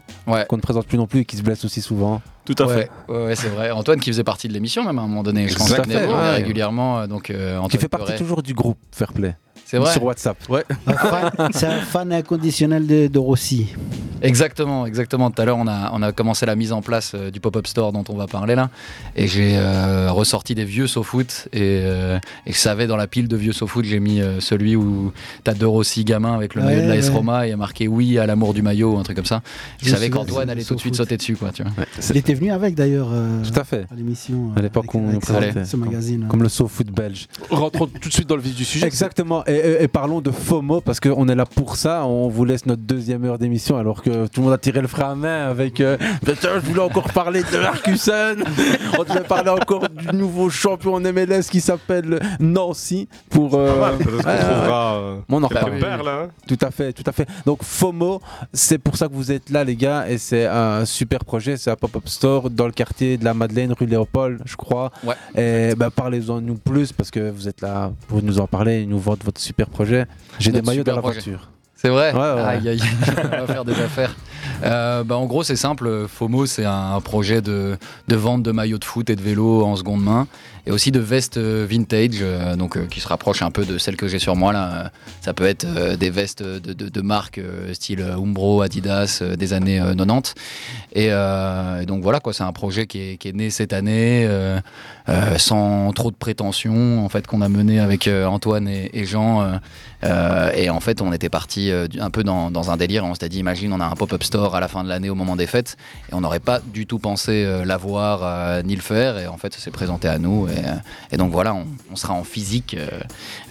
Speaker 8: qu'on ne présente plus non plus et qui se blesse aussi souvent.
Speaker 16: Tout à
Speaker 18: Ouais, ouais, ouais, c'est vrai Antoine qui faisait partie de l'émission même à un moment donné je pense
Speaker 8: Tout à
Speaker 18: qu'il
Speaker 8: fait,
Speaker 18: venait
Speaker 8: ouais.
Speaker 18: régulièrement euh, donc euh, Antoine
Speaker 8: Qui fait partie
Speaker 18: Perret.
Speaker 8: toujours du groupe Fairplay.
Speaker 18: C'est vrai
Speaker 8: Sur WhatsApp. Ouais.
Speaker 11: Un fan- C'est un fan inconditionnel de, de Rossi.
Speaker 18: [laughs] Exactement, exactement. Tout à l'heure, on a, on a commencé la mise en place euh, du pop-up store dont on va parler là. Et j'ai euh, ressorti des vieux SoFoot. Et, euh, et je savais, dans la pile de vieux SoFoot, j'ai mis euh, celui où t'as deux Rossi gamin avec le maillot
Speaker 11: Ouais,
Speaker 18: de l'AS
Speaker 11: ouais.
Speaker 18: Roma et il y a marqué oui à l'amour du maillot, un truc comme ça. Je,
Speaker 11: Je me
Speaker 18: savais
Speaker 11: souviens,
Speaker 18: qu'Antoine
Speaker 11: c'est
Speaker 18: allait tout de suite sauter dessus, quoi, tu vois.
Speaker 11: Il était venu avec d'ailleurs euh,
Speaker 8: Tout à fait.
Speaker 11: à l'émission.
Speaker 8: À l'époque où on nous
Speaker 11: avec ce-
Speaker 8: présentait.
Speaker 11: ce magazine, hein.
Speaker 8: Comme le saut foot belge.
Speaker 9: Rentrons tout de suite dans le vif du sujet.
Speaker 8: Exactement. Et, et- et parlons de FOMO parce qu'on est là pour ça. On vous laisse notre deuxième heure d'émission alors que tout le monde a tiré le frein à main avec. euh, Putain, je voulais encore parler de Marcuson. on devait parler encore du nouveau champion en MLS qui s'appelle Nancy pour. euh,
Speaker 14: Pas mal, peut-être qu'on
Speaker 8: ouais, ouais,
Speaker 14: trouvera,
Speaker 8: ouais.
Speaker 14: euh,
Speaker 8: Mais on en
Speaker 14: quelques
Speaker 8: reparle.
Speaker 14: perles, hein.
Speaker 8: Tout à fait, tout à fait. Donc FOMO, c'est pour ça que vous êtes là, les gars, et c'est un super projet. C'est un pop-up store dans le quartier de la Madeleine, rue Léopold, je crois. Et bah, parlez-en nous plus parce que vous êtes là pour nous en parler et nous vendre votre super projet. J'ai des
Speaker 18: Notre
Speaker 8: maillots
Speaker 18: super
Speaker 8: dans la
Speaker 18: projet.
Speaker 8: voiture.
Speaker 18: C'est vrai
Speaker 8: Ouais, ouais.
Speaker 18: Aïe, aïe, aïe. on va faire des affaires. Euh, bah, en gros, c'est simple. FOMO, c'est un projet de, de vente de maillots de foot et de vélo en seconde main. Et aussi de vestes euh, vintage, euh, donc, euh, qui se rapprochent un peu de celles que j'ai sur moi. Là. Euh, Ça peut être euh, des vestes de, de, de marques euh, style Umbro, Adidas euh, des années euh, 90. Et, euh, et donc voilà, quoi, c'est un projet qui est, qui est né cette année, euh, euh, sans trop de prétention, en fait, qu'on a mené avec euh, Antoine et, et Jean. euh, euh, et en fait, on était parti euh, du- un peu dans, dans un délire. On s'était dit, imagine, on a un pop-up store à la fin de l'année au moment des fêtes, et on n'aurait pas du tout pensé euh, l'avoir euh, ni le faire. Et en fait, ça s'est présenté à nous. Et, euh, et donc voilà, on, on sera en physique euh,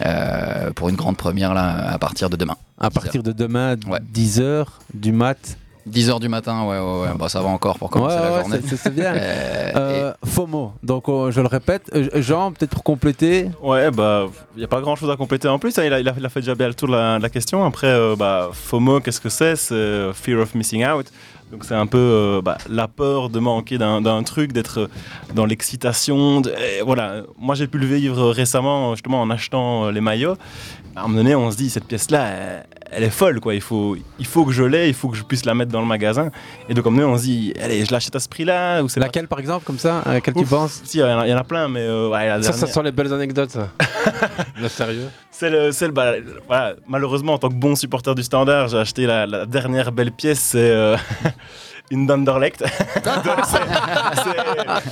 Speaker 18: euh, pour une grande première là, à partir de demain.
Speaker 8: À partir de demain, 10h du mat. Ah.
Speaker 18: 10h du matin, ouais, ouais, ouais. Bah, ça va encore pour commencer
Speaker 8: Ouais,
Speaker 18: la
Speaker 8: ouais,
Speaker 18: journée.
Speaker 8: c'est- c'est bien.
Speaker 18: [laughs] Euh,
Speaker 8: Euh, FOMO. Donc euh, je le répète, Euh, Jean, peut-être pour compléter.
Speaker 16: Ouais, bah, il n'y a pas grand chose à compléter en plus. hein. il, a, il a- il a fait déjà bien le tour de la, de la question. Après, euh, bah, FOMO, qu'est-ce que c'est C'est euh, Fear of Missing Out. Donc, c'est un peu euh, bah, la peur de manquer d'un d'un truc, d'être euh, dans l'excitation. de- et voilà. Moi, j'ai pu le vivre euh, récemment, justement, en achetant euh, les maillots. À un moment donné, on se dit, cette pièce-là, elle, elle est folle, quoi. Il faut, il faut que je l'ai, il faut que je puisse la mettre dans le magasin. Et donc, à un moment donné, on se dit, allez, je l'achète à ce prix-là.
Speaker 8: Laquelle, par exemple, comme ça À laquelle tu penses
Speaker 16: Il y, en a- il y en a plein, mais euh, ouais, la
Speaker 9: Ça, ça
Speaker 16: dernière-
Speaker 9: sent les belles
Speaker 16: [laughs]
Speaker 9: anecdotes. ça. Le sérieux.
Speaker 16: c'est le, c'est le- bah, voilà, malheureusement, en tant que bon supporter du standard, j'ai acheté la, la dernière belle pièce. C'est euh, [laughs] une Dunderlect. Donc, c'est- c'est-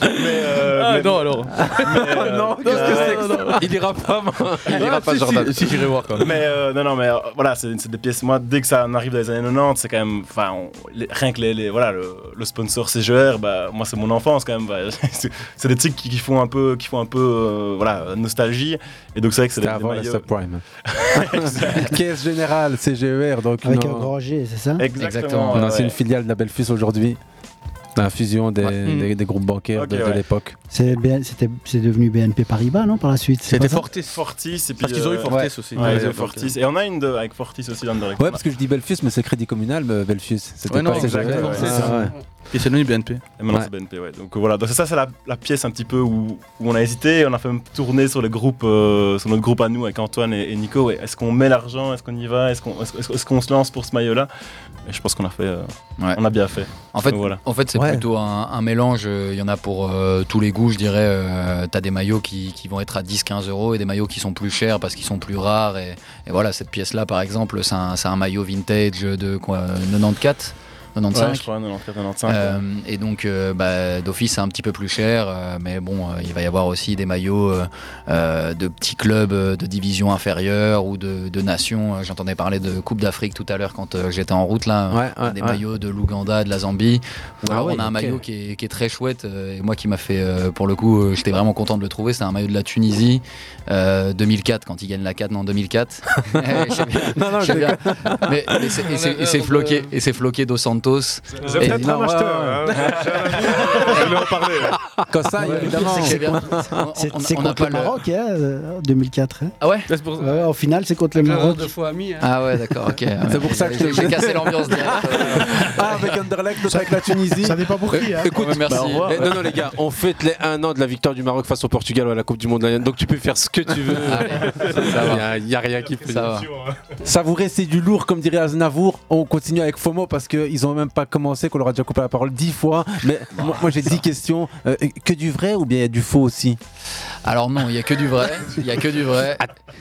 Speaker 16: mais, euh,
Speaker 9: Ah,
Speaker 16: mais-
Speaker 9: non, alors.
Speaker 16: mais, euh,
Speaker 9: Non, qu'est-ce que c'est que ça Il ira pas, moi. Il ira
Speaker 16: Ah,
Speaker 9: pas, Jordan. Si, j'irai voir,
Speaker 16: [laughs]
Speaker 9: quand même.
Speaker 16: Mais euh, non, non, mais euh, voilà, c'est c'est des pièces. Moi, dès que ça en arrive dans les années 90, c'est quand même. Enfin, on- les- rien que les, les- voilà, le, le sponsor CGR, bah, moi, c'est mon enfance quand même. bah, [laughs] c'est- c'est des tics qui, qui font un peu, qui font un peu euh, voilà, nostalgie. Et donc, c'est vrai que c'est
Speaker 9: C'était
Speaker 16: des- des
Speaker 9: avant la
Speaker 16: maillots-
Speaker 9: subprime.
Speaker 8: Caisse Générale, CGER,
Speaker 11: [laughs]
Speaker 8: donc
Speaker 11: Avec
Speaker 8: une-
Speaker 11: un grand G, c'est ça
Speaker 8: Exactement. une ancienne filiale de la Belfus aujourd'hui. La fusion des, des- des groupes bancaires de, de
Speaker 16: ouais.
Speaker 8: l'époque.
Speaker 11: C'est BN c'était- c'est devenu BNP Paribas, non, par la suite c'est pas ça
Speaker 16: Fortis. Et puis, euh,
Speaker 10: Parce qu'ils ont eu Fortis aussi.
Speaker 16: Ouais,
Speaker 10: Ouais,
Speaker 16: ils ont eu
Speaker 10: donc,
Speaker 16: Fortis. Et on a une de, avec Fortis aussi, Dunderlect.
Speaker 8: Ouais, parce que je dis Belfus, mais c'est Crédit Communal, mais Belfus. C'était
Speaker 16: Ouais, non,
Speaker 8: pas CGER.
Speaker 16: exactement, c'est ça.
Speaker 8: Ah,
Speaker 10: Et c'est devenu BNP.
Speaker 16: Et maintenant
Speaker 8: Ouais.
Speaker 16: c'est BNP, ouais. Donc euh, voilà, donc ça c'est la, la pièce un petit peu où, où on a hésité, on a fait même tourner sur le groupe, euh, sur notre groupe à nous avec Antoine et, et Nico. ouais. Est-ce qu'on met l'argent Est-ce qu'on y va Est-ce qu'on est-ce- est-ce qu'on se lance pour ce maillot-là Et je pense qu'on a fait, euh, on a bien fait.
Speaker 18: En fait,
Speaker 16: Donc, voilà.
Speaker 18: en fait c'est plutôt un, un mélange. euh, Il y en a pour euh, tous les goûts, je dirais. euh, T'as des maillots qui, qui vont être à 10-15 euros et des maillots qui sont plus chers parce qu'ils sont plus rares. Et, et voilà, cette pièce-là, par exemple, c'est un, c'est un maillot vintage de quoi, euh, 94 95
Speaker 16: Ouais, je crois, 94, 95,
Speaker 18: Euh, et donc euh, bah, d'office c'est un petit peu plus cher euh, mais bon euh, il va y avoir aussi des maillots euh, euh, de petits clubs euh, de division inférieure ou de, de nations Euh, j'entendais parler de Coupe d'Afrique tout à l'heure quand euh, j'étais en route là
Speaker 8: Ouais, ouais,
Speaker 18: des
Speaker 8: ouais.
Speaker 18: maillots de l'Ouganda de la Zambie ou
Speaker 8: Ah
Speaker 18: alors
Speaker 8: oui,
Speaker 18: on a un
Speaker 8: ok.
Speaker 18: maillot qui est, qui est très chouette euh, et moi qui m'a fait euh, pour le coup euh, j'étais vraiment content de le trouver c'est un maillot de la Tunisie euh, 2004 quand ils gagnent la 4 non
Speaker 8: [laughs]
Speaker 18: 2004 Je sais bien,
Speaker 8: Non, non,
Speaker 18: je sais
Speaker 8: je
Speaker 18: bien.
Speaker 8: déconne.
Speaker 18: mais, mais c'est- et c'est- et c'est floqué et c'est floqué dos Santos
Speaker 14: J'ai
Speaker 18: Et-
Speaker 14: peut-être un
Speaker 18: Non, ouais,
Speaker 14: acheteur.
Speaker 18: ouais, ouais.
Speaker 14: hein. Je vais en parler.
Speaker 8: [laughs] Comme ça,
Speaker 18: Ouais,
Speaker 8: évidemment.
Speaker 18: c'est
Speaker 8: C'est
Speaker 18: bien.
Speaker 8: contre-
Speaker 18: On-
Speaker 11: C'est
Speaker 18: on-
Speaker 11: c'est
Speaker 18: on n'a
Speaker 11: contre
Speaker 18: pas
Speaker 11: le
Speaker 18: le-
Speaker 11: Maroc, hein, euh, 2004. hein.
Speaker 18: Ah ouais
Speaker 11: Ouais, En finale, c'est contre le Maroc.
Speaker 2: deux fois ami. hein.
Speaker 18: Ah ouais, d'accord,
Speaker 11: [laughs]
Speaker 18: ok.
Speaker 8: C'est pour ça que
Speaker 18: j'ai j'ai cassé l'ambiance direct.
Speaker 8: Ah, avec Anderlecht, l'autre avec la Tunisie. Ça
Speaker 12: dépend pour qui. Hein.
Speaker 11: Euh,
Speaker 8: Écoute,
Speaker 18: merci.
Speaker 8: bah, au revoir. Eh, non, non, les gars, on fête les 1 an de la victoire du Maroc face au Portugal à la Coupe du Monde. Lionel. Donc tu peux faire ce que tu veux.
Speaker 18: ça va.
Speaker 8: Il n'y a, rien qui peut
Speaker 18: Ça va.
Speaker 8: Savourer, c'est du lourd, comme dirait Aznavour. On continue avec FOMO parce qu'ils n'ont même pas commencé, qu'on leur a déjà coupé la parole dix fois. Mais moi, moi, j'ai dix questions. Euh, que du vrai ou bien il y a du faux aussi Ah.
Speaker 18: Alors non, il y a que du vrai. Il y a que du vrai.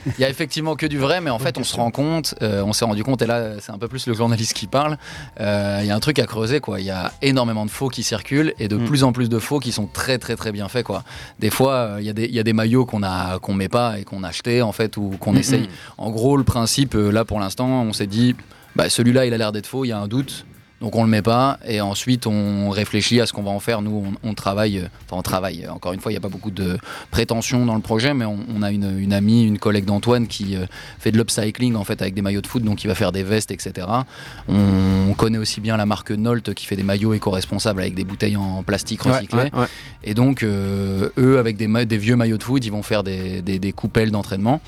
Speaker 18: Il y a effectivement que du vrai, mais en fait, on se rend compte, euh, on s'est rendu compte, et là, c'est un peu plus le journaliste qui parle. euh, Il y a un truc à creuser, quoi. Il y a énormément de faux qui circulent et de
Speaker 8: Mm.
Speaker 18: plus en plus de faux qui sont très, très, très bien faits, quoi. Des fois, euh, il y a des- il y, a des maillots qu'on a, qu'on met pas et qu'on a acheté en fait, ou qu'on
Speaker 8: Mm,
Speaker 18: essaye.
Speaker 8: mm.
Speaker 18: En gros, le principe, euh, là, pour l'instant, on s'est dit, bah, celui-là, il a l'air d'être faux, il y a un doute. Donc on le met pas et ensuite on réfléchit à ce qu'on va en faire. Nous on, on travaille, euh, enfin on travaille. euh, Encore une fois, il n'y a pas beaucoup de prétention dans le projet, mais on, on a une, une amie, une collègue d'Antoine qui euh, fait de l'upcycling en fait avec des maillots de foot, donc il va faire des vestes, etc. On, on connaît aussi bien la marque Nolt qui fait des maillots éco-responsables avec des bouteilles en plastique
Speaker 8: Ouais,
Speaker 18: recyclées.
Speaker 8: ouais, ouais.
Speaker 18: Et donc, euh, eux, avec des, ma- des vieux maillots de foot, ils vont faire des, des- des coupelles d'entraînement.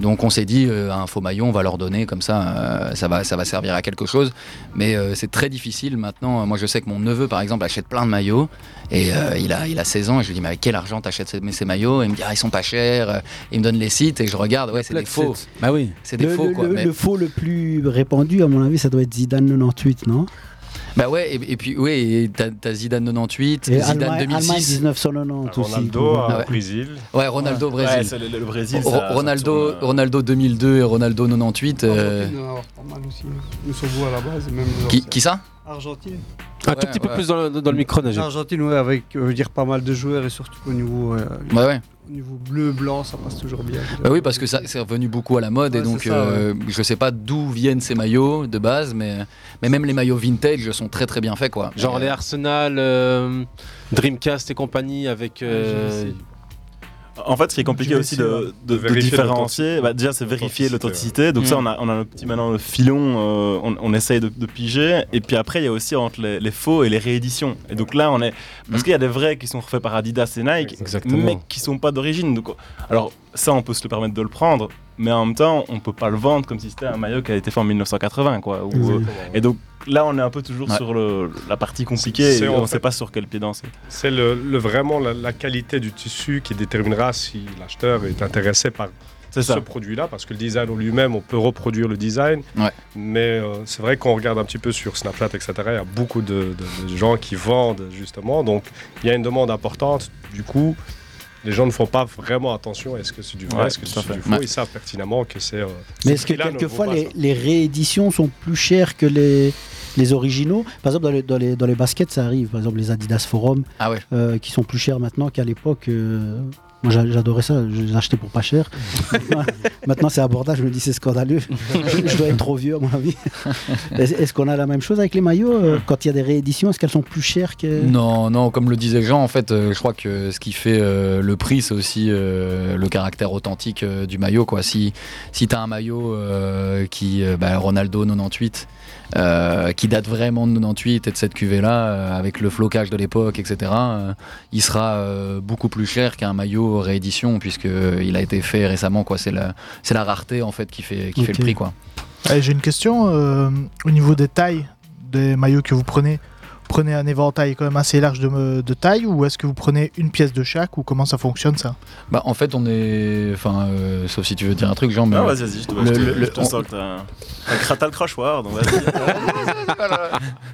Speaker 18: Donc, on s'est dit, euh, un faux maillot, on va leur donner, comme ça, euh, ça, va, ça va servir à quelque chose. Mais euh, c'est très difficile maintenant. Euh, Moi, je sais que mon neveu, par exemple, achète plein de maillots. Et euh, il, a, il a 16 ans, et je lui dis, mais avec quel argent t'achètes ces, mais ces maillots Et il me dit, ah, ils sont pas chers. Il me donne les sites, et je regarde, ouais, c'est des faux.
Speaker 8: Bah oui.
Speaker 18: C'est des
Speaker 11: le,
Speaker 18: faux,
Speaker 11: le-
Speaker 18: quoi.
Speaker 11: le-
Speaker 18: mais-
Speaker 11: le faux le plus répandu, à mon avis, ça doit être Zidane 98, non
Speaker 18: Bah ouais, et, et puis, ouais, et t'as t'as Zidane 98,
Speaker 11: Et
Speaker 18: Zidane
Speaker 11: Allemagne,
Speaker 18: 2006.
Speaker 11: Allemagne
Speaker 18: Ah,
Speaker 11: 1990 aussi. donc, euh,
Speaker 18: Ouais, Oh, Ronaldo au
Speaker 16: Ouais.
Speaker 18: Brésil.
Speaker 16: Ouais, c'est le- le- le Brésil,
Speaker 18: Ro-
Speaker 16: ça- hein. euh, ça
Speaker 18: Ronaldo, Ronaldo 2002 et Ronaldo 98. euh,
Speaker 2: Il doit y en avoir pas mal aussi. Nous sommes vous à la base. Même
Speaker 18: Qui- qui ça
Speaker 2: Argentine.
Speaker 8: Un tout petit peu plus dans le, dans le micro, Najib.
Speaker 2: L'Argentine, ouais, avec euh, je veux dire, pas mal de joueurs et surtout au niveau, euh,
Speaker 18: Bah Ouais, ouais.
Speaker 2: au niveau
Speaker 18: [laughs]
Speaker 2: bleu-blanc, ça passe toujours bien.
Speaker 18: Bah oui, parce que ça c'est revenu beaucoup à la mode et
Speaker 2: Ouais,
Speaker 18: donc
Speaker 2: c'est ça,
Speaker 18: euh, je sais pas d'où viennent ces maillots de base, mais, mais même les maillots vintage sont très très bien faits quoi.
Speaker 9: Genre
Speaker 18: Euh,
Speaker 9: les Arsenal, euh, Dreamcast et compagnie avec. euh,
Speaker 16: En fait, ce qui est compliqué
Speaker 9: Je vais
Speaker 16: aussi
Speaker 9: essayer,
Speaker 16: de,
Speaker 9: de
Speaker 16: de- de
Speaker 9: vérifier
Speaker 16: différencier,
Speaker 9: l'authenticité.
Speaker 16: bah, déjà c'est vérifier l'authenticité. Donc
Speaker 9: ouais.
Speaker 16: ça,
Speaker 9: Mm.
Speaker 16: on a, on a le petit maintenant le filon, euh, on, on essaye de, de piger. Et puis après, il y a aussi entre les, les faux et les rééditions. Et donc là, on est parce
Speaker 18: Mm.
Speaker 16: qu'il y a des vrais qui sont refaits par Adidas et Nike, mais qui sont pas d'origine. Donc alors ça, on peut se le permettre de le prendre, mais en même temps, on peut pas le vendre comme si c'était un maillot qui a été fait en 1980, quoi. ou, euh,
Speaker 14: Exactement,
Speaker 16: et donc là, on est un peu toujours
Speaker 14: Ouais.
Speaker 16: sur le- la partie compliquée.
Speaker 14: C'est
Speaker 16: et
Speaker 14: en
Speaker 16: on ne
Speaker 14: fait-
Speaker 16: sait pas sur quel pied danser.
Speaker 14: C'est le, le- vraiment la, la qualité du tissu qui déterminera si l'acheteur est intéressé par
Speaker 16: C'est ça.
Speaker 14: ce produit-là, parce que le design en lui-même, on peut reproduire le design,
Speaker 18: Ouais.
Speaker 14: mais euh, c'est vrai qu'on regarde un petit peu sur Snapchat, etc., il y a beaucoup de, de- de gens qui vendent, justement, donc il y a une demande importante, du coup, les gens ne font pas vraiment attention à est-ce que c'est du vrai,
Speaker 16: Ouais,
Speaker 14: est-ce que
Speaker 16: tout à
Speaker 14: c'est du
Speaker 16: fait.
Speaker 14: faux,
Speaker 16: Ouais.
Speaker 14: ils savent pertinemment que c'est... euh,
Speaker 11: Mais
Speaker 14: ce
Speaker 11: est-ce que
Speaker 14: prix-là ne vaut
Speaker 11: quelquefois
Speaker 14: pas
Speaker 11: les, les rééditions sont plus chères que les, les originaux. Par exemple, dans les, dans, les, dans les baskets, ça arrive. Par exemple, les Adidas Forum,
Speaker 18: Ah ouais.
Speaker 11: euh, qui sont plus chers maintenant qu'à l'époque. euh, moi, j'a- j'adorais ça, je les achetais pour
Speaker 18: [laughs]
Speaker 11: pas cher. Maintenant- maintenant, c'est abordable, je me dis c'est scandaleux. je je dois être trop vieux, à mon avis. Est-ce est-ce qu'on a la même chose avec les maillots euh, Quand il y a des rééditions, est-ce qu'elles sont plus chères que.
Speaker 18: Non, non, comme le disait Jean, en fait, euh, je crois que ce qui fait euh, le prix, c'est aussi euh, le caractère authentique euh, du maillot. Quoi. Si, si tu as un maillot euh, qui, euh, bah, Ronaldo 98, euh, qui date vraiment de 98 et de cette cuvée-là, euh, avec le flocage de l'époque, etc., euh, il sera euh, beaucoup plus cher qu'un maillot réédition, puisqu'il a été fait récemment. Quoi. C'est, la, c'est la rareté, en fait, qui fait, qui fait
Speaker 12: Ok.
Speaker 18: le prix. Quoi.
Speaker 12: Eh, J'ai une question euh, au niveau des tailles des maillots que vous prenez. vous Prenez un éventail quand même assez large de, de taille ou est-ce que vous prenez une pièce de chaque ou comment ça fonctionne ça
Speaker 18: Bah, en fait, on est. Enfin, euh, sauf si tu veux dire un truc, Jean. mais-
Speaker 16: Non, Ah, vas-y, vas-y, je te,
Speaker 18: Le-
Speaker 16: je te-
Speaker 18: le-
Speaker 16: je te
Speaker 18: on-
Speaker 16: sens que t'as un- t'as cra- t'as le crachoir, donc
Speaker 14: [laughs]
Speaker 16: vas-y.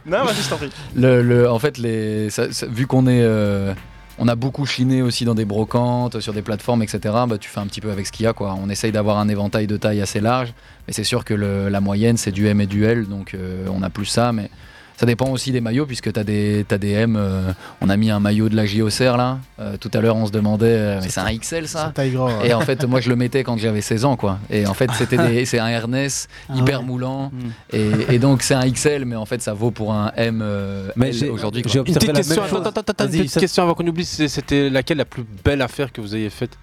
Speaker 16: non, vas-y, je t'en prie.
Speaker 18: Le, le- en fait, les, ça- ça- vu qu'on est, euh, on a beaucoup chiné aussi dans des brocantes, sur des plateformes, etc. Bah, tu fais un petit peu avec ce qu'il y a, quoi. On essaye d'avoir un éventail de taille assez large, mais c'est sûr que le- la moyenne, c'est du M et du L, donc euh, on a plus ça, mais. Ça dépend aussi des maillots, puisque tu as, t'as des M. euh, on a mis un maillot de la JOCR là. Euh, tout à l'heure, on se demandait, euh, mais c'est un XL ça
Speaker 12: C'est taille hein. grand, ouais.
Speaker 18: Et en
Speaker 12: [laughs]
Speaker 18: fait, moi, je le mettais quand j'avais 16 ans, quoi. Et en fait, c'était des- c'est un Ernest
Speaker 11: Ah
Speaker 18: hyper
Speaker 11: ouais.
Speaker 18: moulant.
Speaker 16: Mm.
Speaker 18: Et, et donc, c'est un XL, mais en fait, ça vaut pour un M euh,
Speaker 8: Mais
Speaker 18: L
Speaker 8: j'ai-
Speaker 18: aujourd'hui. quoi.
Speaker 8: J'ai observé la même chose. Vas-y, une petite question avant qu'on oublie. c'est- C'était laquelle la plus belle affaire que vous ayez faite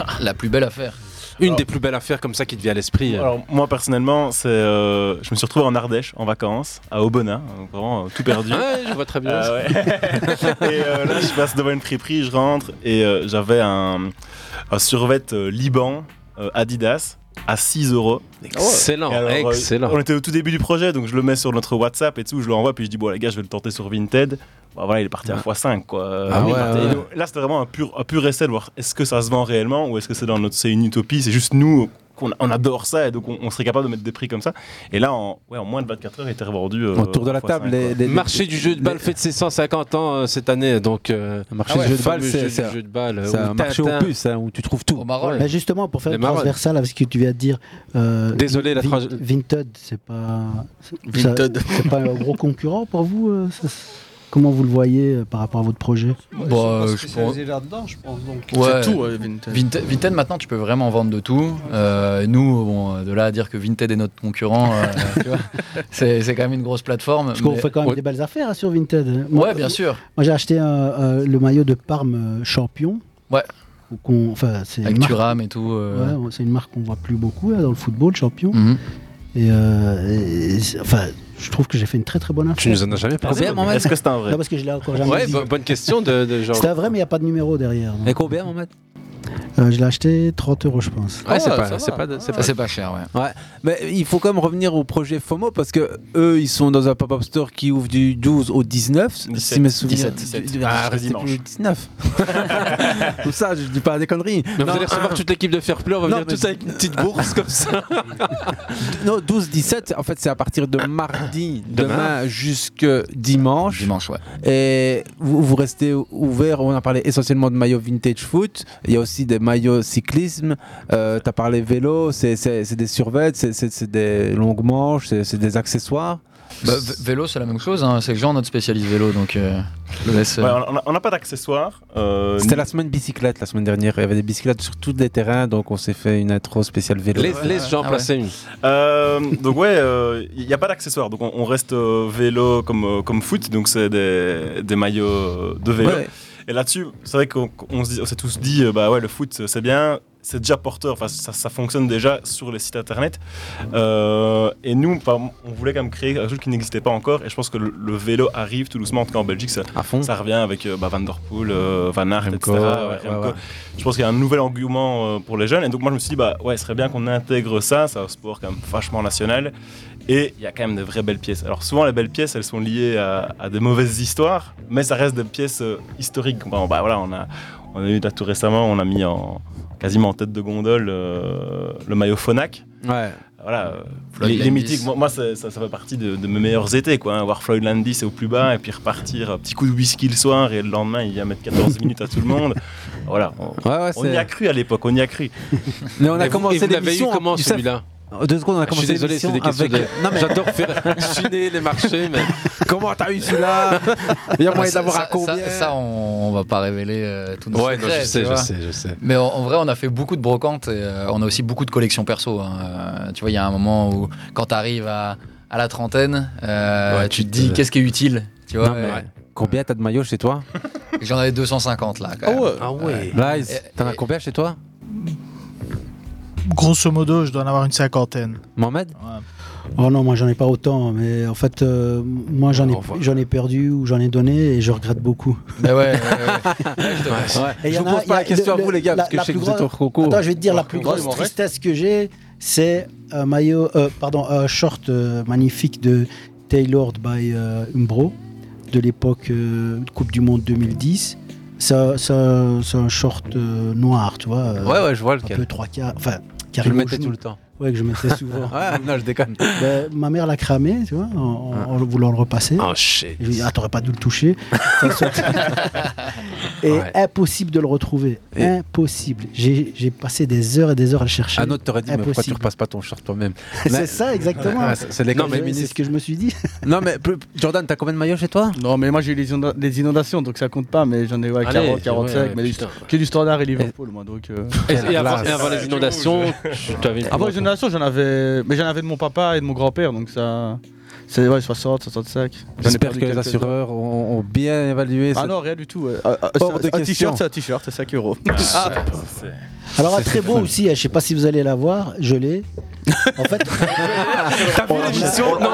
Speaker 18: Ah, La plus belle affaire.
Speaker 8: Une des plus belles affaires comme ça qui te vient à l'esprit. euh.
Speaker 16: Alors, moi, personnellement, c'est, euh, je me suis retrouvé en Ardèche, en vacances, à Obona, donc vraiment euh, tout perdu.
Speaker 8: [laughs] Ouais, je vois très bien.
Speaker 16: Ah ouais. [laughs] et euh, là, je passe devant une friperie, je rentre, et euh, j'avais un, un survêt euh, Liban euh, Adidas à 6 euros.
Speaker 8: Excellent,
Speaker 16: Et euh,
Speaker 8: excellent.
Speaker 16: on était au tout début du projet, donc je le mets sur notre WhatsApp et tout, je le renvoie, puis je dis, bon, les gars, je vais le tenter sur Vinted. Bah voilà, il est parti à x5, quoi. Euh,
Speaker 8: Ah
Speaker 16: il est
Speaker 8: ouais,
Speaker 16: parti-
Speaker 8: ouais.
Speaker 16: et donc, Là, c'était vraiment un pur, un pur essai de voir est-ce que ça se vend réellement ou est-ce que c'est dans notre, c'est une utopie, c'est juste nous qu'on on adore ça et donc on, on serait capable de mettre des prix comme ça. Et là, en, ouais, en moins de 24 heures, il était revendu. euh,
Speaker 8: Autour de la
Speaker 16: fois
Speaker 8: table,
Speaker 16: cinq,
Speaker 8: les,
Speaker 16: quoi.
Speaker 8: marché du jeu de balle fait de ses 150 ans euh, cette année, donc euh, le marché
Speaker 16: Ah ouais,
Speaker 8: du jeu de balle,
Speaker 16: fameux
Speaker 8: c'est
Speaker 16: jeu
Speaker 8: c'est
Speaker 16: du
Speaker 8: un
Speaker 16: jeu de
Speaker 8: balle,
Speaker 16: balle,
Speaker 8: euh,
Speaker 16: c'est
Speaker 8: où
Speaker 16: un
Speaker 11: marché aux
Speaker 8: Tintin-
Speaker 11: puces,
Speaker 8: où tu trouves tout.
Speaker 11: Bah, justement, pour faire
Speaker 8: Les
Speaker 11: une
Speaker 8: Marolles.
Speaker 11: transversale avec ce que tu viens de dire. euh,
Speaker 8: Désolé, la
Speaker 11: Vin-
Speaker 8: trans-
Speaker 11: Vinted, c'est pas. c'est- ça-
Speaker 8: Vinted.
Speaker 11: C'est pas un gros concurrent pour vous euh, ça- Comment vous le voyez euh, par rapport à votre projet
Speaker 18: Bah, euh, je pense- euh.
Speaker 2: spécialisé là-dedans, je pense. Donc.
Speaker 18: Ouais.
Speaker 10: tout, ouais, Vinted.
Speaker 18: Vinte- Vinted, maintenant, tu peux vraiment vendre de tout. Euh, nous, bon, euh, de là à dire que Vinted est notre concurrent, euh, [laughs] tu vois, c'est c'est quand même une grosse plateforme.
Speaker 11: Parce qu'on
Speaker 18: mais-
Speaker 11: fait quand même
Speaker 18: Ouais.
Speaker 11: des belles affaires hein, sur Vinted. hein.
Speaker 18: Ouais, bien sûr.
Speaker 11: Moi, j'ai acheté un, euh, le maillot de Parme euh, champion.
Speaker 18: Ouais.
Speaker 11: Ou qu'on- Enfin, c'est
Speaker 18: Avec
Speaker 11: une marque-
Speaker 18: Thuram et tout. euh,
Speaker 11: Ouais, on- c'est une marque qu'on voit plus beaucoup hein, dans le football, champion.
Speaker 18: Mhm.
Speaker 11: Et, euh, et- et- enfin, je trouve que j'ai fait une très très bonne affaire.
Speaker 8: Tu nous en as jamais parlé.
Speaker 11: Combien, mon maître Ah, Non, parce que je l'ai encore jamais
Speaker 8: Ouais,
Speaker 11: dit.
Speaker 8: bo- bonne question de, de genre.
Speaker 11: C'était un vrai, mais il n'y a pas de numéro derrière. donc.
Speaker 8: Et combien, Mohamed Oh,
Speaker 11: Euh, Je l'ai acheté 30 euros, je pense.
Speaker 8: Ouais, c'est
Speaker 11: Ah,
Speaker 8: pas,
Speaker 11: ça
Speaker 8: c'est
Speaker 11: va.
Speaker 8: pas, de-
Speaker 18: Ça, c'est pas cher, ouais.
Speaker 8: Ouais, mais il faut quand même revenir au projet FOMO parce que eux, ils sont dans un pop-up store qui ouvre du 12 au 19, si
Speaker 16: 17.
Speaker 8: mes souvenirs.
Speaker 16: 17.
Speaker 8: Du- du- Ah,
Speaker 16: Jusqu'à
Speaker 8: c'est
Speaker 16: dimanche.
Speaker 8: plus le 19. [laughs] Tout ça, je dis pas des conneries. euh,
Speaker 16: Mais vous allez recevoir
Speaker 8: toute l'équipe de Fairplay, on va venir tous avec une petite bourse comme ça. [laughs] non, 12 17, en fait, c'est à partir de mardi demain,
Speaker 16: Demain.
Speaker 8: jusque dimanche.
Speaker 18: Dimanche, ouais.
Speaker 8: Et vous, vous restez ouvert. On a parlé essentiellement de maillots vintage foot. Il y a aussi des maillots cyclisme. Euh, T'as parlé vélo. C'est c'est- c'est des survêtements, c'est- c'est c'est des longues manches, c'est c'est des accessoires.
Speaker 18: Bah, vé- vélo, c'est la même chose. hein. C'est Jean, notre spécialiste vélo, donc euh, je le laisse. euh,
Speaker 16: Ouais, on a- on n'a pas d'accessoires. euh,
Speaker 8: C'était la semaine bicyclette la semaine dernière. Il y avait des bicyclettes sur tous les terrains, donc on s'est fait une intro spéciale vélo. Ah
Speaker 18: Ah
Speaker 16: une. Euh, donc ouais, il n'y a pas d'accessoires. Donc on, on reste euh, vélo comme, euh, comme foot, donc c'est des, des maillots euh, de vélo.
Speaker 8: Ouais.
Speaker 16: Et là-dessus, c'est vrai qu'on qu'on se dit- on s'est tous dit, euh, bah ouais, le foot euh, c'est bien, c'est déjà porteur, enfin ça, ça fonctionne déjà sur les sites internet. Euh, et nous, enfin, on voulait quand même créer quelque chose qui n'existait pas encore. Et je pense que le, le vélo arrive tout doucement, en tout cas en Belgique, ça, ça revient avec euh, bah, Van der Poel, euh, Van Aert,
Speaker 8: Remco,
Speaker 16: etc.
Speaker 8: ouais,
Speaker 16: Remco.
Speaker 8: ouais, ouais.
Speaker 16: Je pense qu'il y a un nouvel engouement euh, pour les jeunes. Et donc moi je me suis dit, bah ouais, ce serait bien qu'on intègre ça, c'est un sport quand même vachement national. Et il y a quand même de vraies belles pièces. Alors souvent les belles pièces, elles sont liées à, à des mauvaises histoires, mais ça reste des pièces euh, historiques. Bon, bah voilà, on a, on a eu là tout récemment, on a mis en quasiment en tête de gondole euh, le maillot Fonac.
Speaker 8: Ouais.
Speaker 16: Voilà, euh,
Speaker 8: Floyd
Speaker 16: les, les
Speaker 8: Landis.
Speaker 16: mythiques, moi, moi, ça, ça- ça fait partie de, de mes meilleurs étés, quoi. hein. voir Floyd Landis au plus bas et puis repartir, euh, petit coup de whisky le soir et le lendemain il y a mettre 14 minutes à tout le monde. Voilà, on,
Speaker 8: Ouais, ouais,
Speaker 16: on
Speaker 8: c'est-
Speaker 16: y a cru à l'époque, on y a cru.
Speaker 8: Mais on a
Speaker 16: Et vous-
Speaker 8: commencé
Speaker 16: et vous l'avez
Speaker 8: l'émission
Speaker 16: eu comment,
Speaker 8: Youssef
Speaker 16: celui-là
Speaker 8: Deux secondes, on a
Speaker 9: Je suis
Speaker 8: commencé
Speaker 9: désolé, c'est
Speaker 8: l'émission
Speaker 9: des questions
Speaker 8: avec...
Speaker 9: de-
Speaker 8: Non, mais-
Speaker 9: J'adore faire [laughs] chiner les marchés, mais [laughs] comment t'as eu
Speaker 11: [laughs]
Speaker 9: celui-là [laughs] Il y a moyen
Speaker 18: Ça-
Speaker 9: d'avoir
Speaker 18: ça-
Speaker 9: un combien
Speaker 18: Ça, ça, on, on va pas révéler euh, tout nos
Speaker 9: Ouais,
Speaker 18: secrets,
Speaker 9: non, je
Speaker 18: tu
Speaker 9: sais, je
Speaker 18: vois.
Speaker 9: sais, je sais.
Speaker 18: Mais en, en vrai, on a fait beaucoup de brocantes et euh, on a aussi beaucoup de collections perso. hein. Euh, Tu vois, il y a un moment où, quand tu arrives à, à la trentaine, euh,
Speaker 9: Ouais,
Speaker 18: tu
Speaker 9: tu
Speaker 18: te
Speaker 9: te-
Speaker 18: dis qu'est-ce qui est utile. Tu vois,
Speaker 9: Non, mais
Speaker 18: euh,
Speaker 9: ouais. Combien t'as de maillots chez toi
Speaker 18: J'en avais 250 là.
Speaker 9: Ah
Speaker 18: Quand même.
Speaker 9: Blaise,
Speaker 18: Et-
Speaker 9: Bah, t'en as combien chez toi
Speaker 12: Grosso modo, je dois en avoir une cinquantaine.
Speaker 9: Mohamed
Speaker 11: Oh non, moi j'en ai pas autant, mais en fait, euh, moi
Speaker 8: Ah,
Speaker 11: j'en ai, j'en ai perdu ou j'en ai donné et je regrette beaucoup.
Speaker 18: Mais ouais, ouais,
Speaker 11: Et il y
Speaker 9: Je
Speaker 11: en
Speaker 9: vous
Speaker 11: a-
Speaker 9: pose pas
Speaker 11: il y a-
Speaker 9: la question
Speaker 11: le-
Speaker 9: à vous, les gars,
Speaker 11: la-
Speaker 9: parce que
Speaker 11: la
Speaker 9: je sais que
Speaker 11: plus
Speaker 9: vous êtes au
Speaker 11: grosse-
Speaker 9: croco.
Speaker 11: Attends, je vais te dire, la plus
Speaker 9: Croco, il
Speaker 11: grosse
Speaker 9: m'en reste.
Speaker 11: tristesse que j'ai, c'est un maillot, euh, pardon, un short euh, magnifique de Tailored by euh, Umbro de l'époque euh, Coupe du Monde 2010. C'est un- c'est un c'est un short euh, noir, tu vois. euh,
Speaker 9: Ouais, ouais, je vois lequel.
Speaker 11: Un peu trois quarts. Enfin,
Speaker 9: Tu
Speaker 11: carrément
Speaker 9: le mettais
Speaker 11: au genou.
Speaker 9: tout le temps.
Speaker 11: Ouais, que
Speaker 9: [laughs]
Speaker 11: je mettais souvent.
Speaker 9: ouais, non, je déconne. Ah.
Speaker 11: Ben, ma mère l'a cramé, tu vois, en, en- en voulant le repasser.
Speaker 9: Oh, shit.
Speaker 11: Je lui ai dit, ah, t'aurais pas dû le
Speaker 9: [laughs]
Speaker 11: toucher. Ça me saute. et impossible de le retrouver.
Speaker 9: Et-
Speaker 11: Impossible. J'ai j'ai passé des heures et des heures à le chercher.
Speaker 9: Un autre t'aurait dit, mais pourquoi tu
Speaker 11: Impossible.
Speaker 9: repasses pas ton short toi-même
Speaker 11: [laughs] C'est ça, exactement.
Speaker 9: [laughs] Ouais, c'est- c'est les
Speaker 11: Non,
Speaker 9: conseils
Speaker 11: mais
Speaker 9: ministres.
Speaker 11: c'est ce que je me suis dit.
Speaker 9: [laughs] Non, mais plus- Jordan, t'as combien de maillots chez toi
Speaker 10: Non, mais moi j'ai eu les, inonda- les inondations, donc ça compte pas, mais j'en ai ouais,
Speaker 9: Allez,
Speaker 10: 40, 45,
Speaker 9: ouais,
Speaker 10: mais du-
Speaker 9: putain.
Speaker 10: j'ai du standard et Liverpool, moi, donc... euh,
Speaker 9: Et- et avant- et avant les inondations, tu avais une
Speaker 10: Avant les
Speaker 9: promotion.
Speaker 10: inondations, j'en avais... Mais j'en avais de mon papa et de mon grand-père, donc ça... C'est ouais, 60, 65. J'en ai
Speaker 9: J'espère
Speaker 10: perdu
Speaker 9: que les
Speaker 10: quelques-uns.
Speaker 9: assureurs ont, ont bien évalué.
Speaker 10: Ah
Speaker 9: cette-
Speaker 10: non, rien du tout. ouais. Ah, ah,
Speaker 9: Hors de
Speaker 10: c'est un- un
Speaker 9: question.
Speaker 10: t-shirt, c'est un t-shirt, c'est 5 euros.
Speaker 9: Ah,
Speaker 11: Alors, un très beau aussi, hein, je sais pas si vous allez la voir, je l'ai.
Speaker 9: [laughs] T'as vu l'émission Non,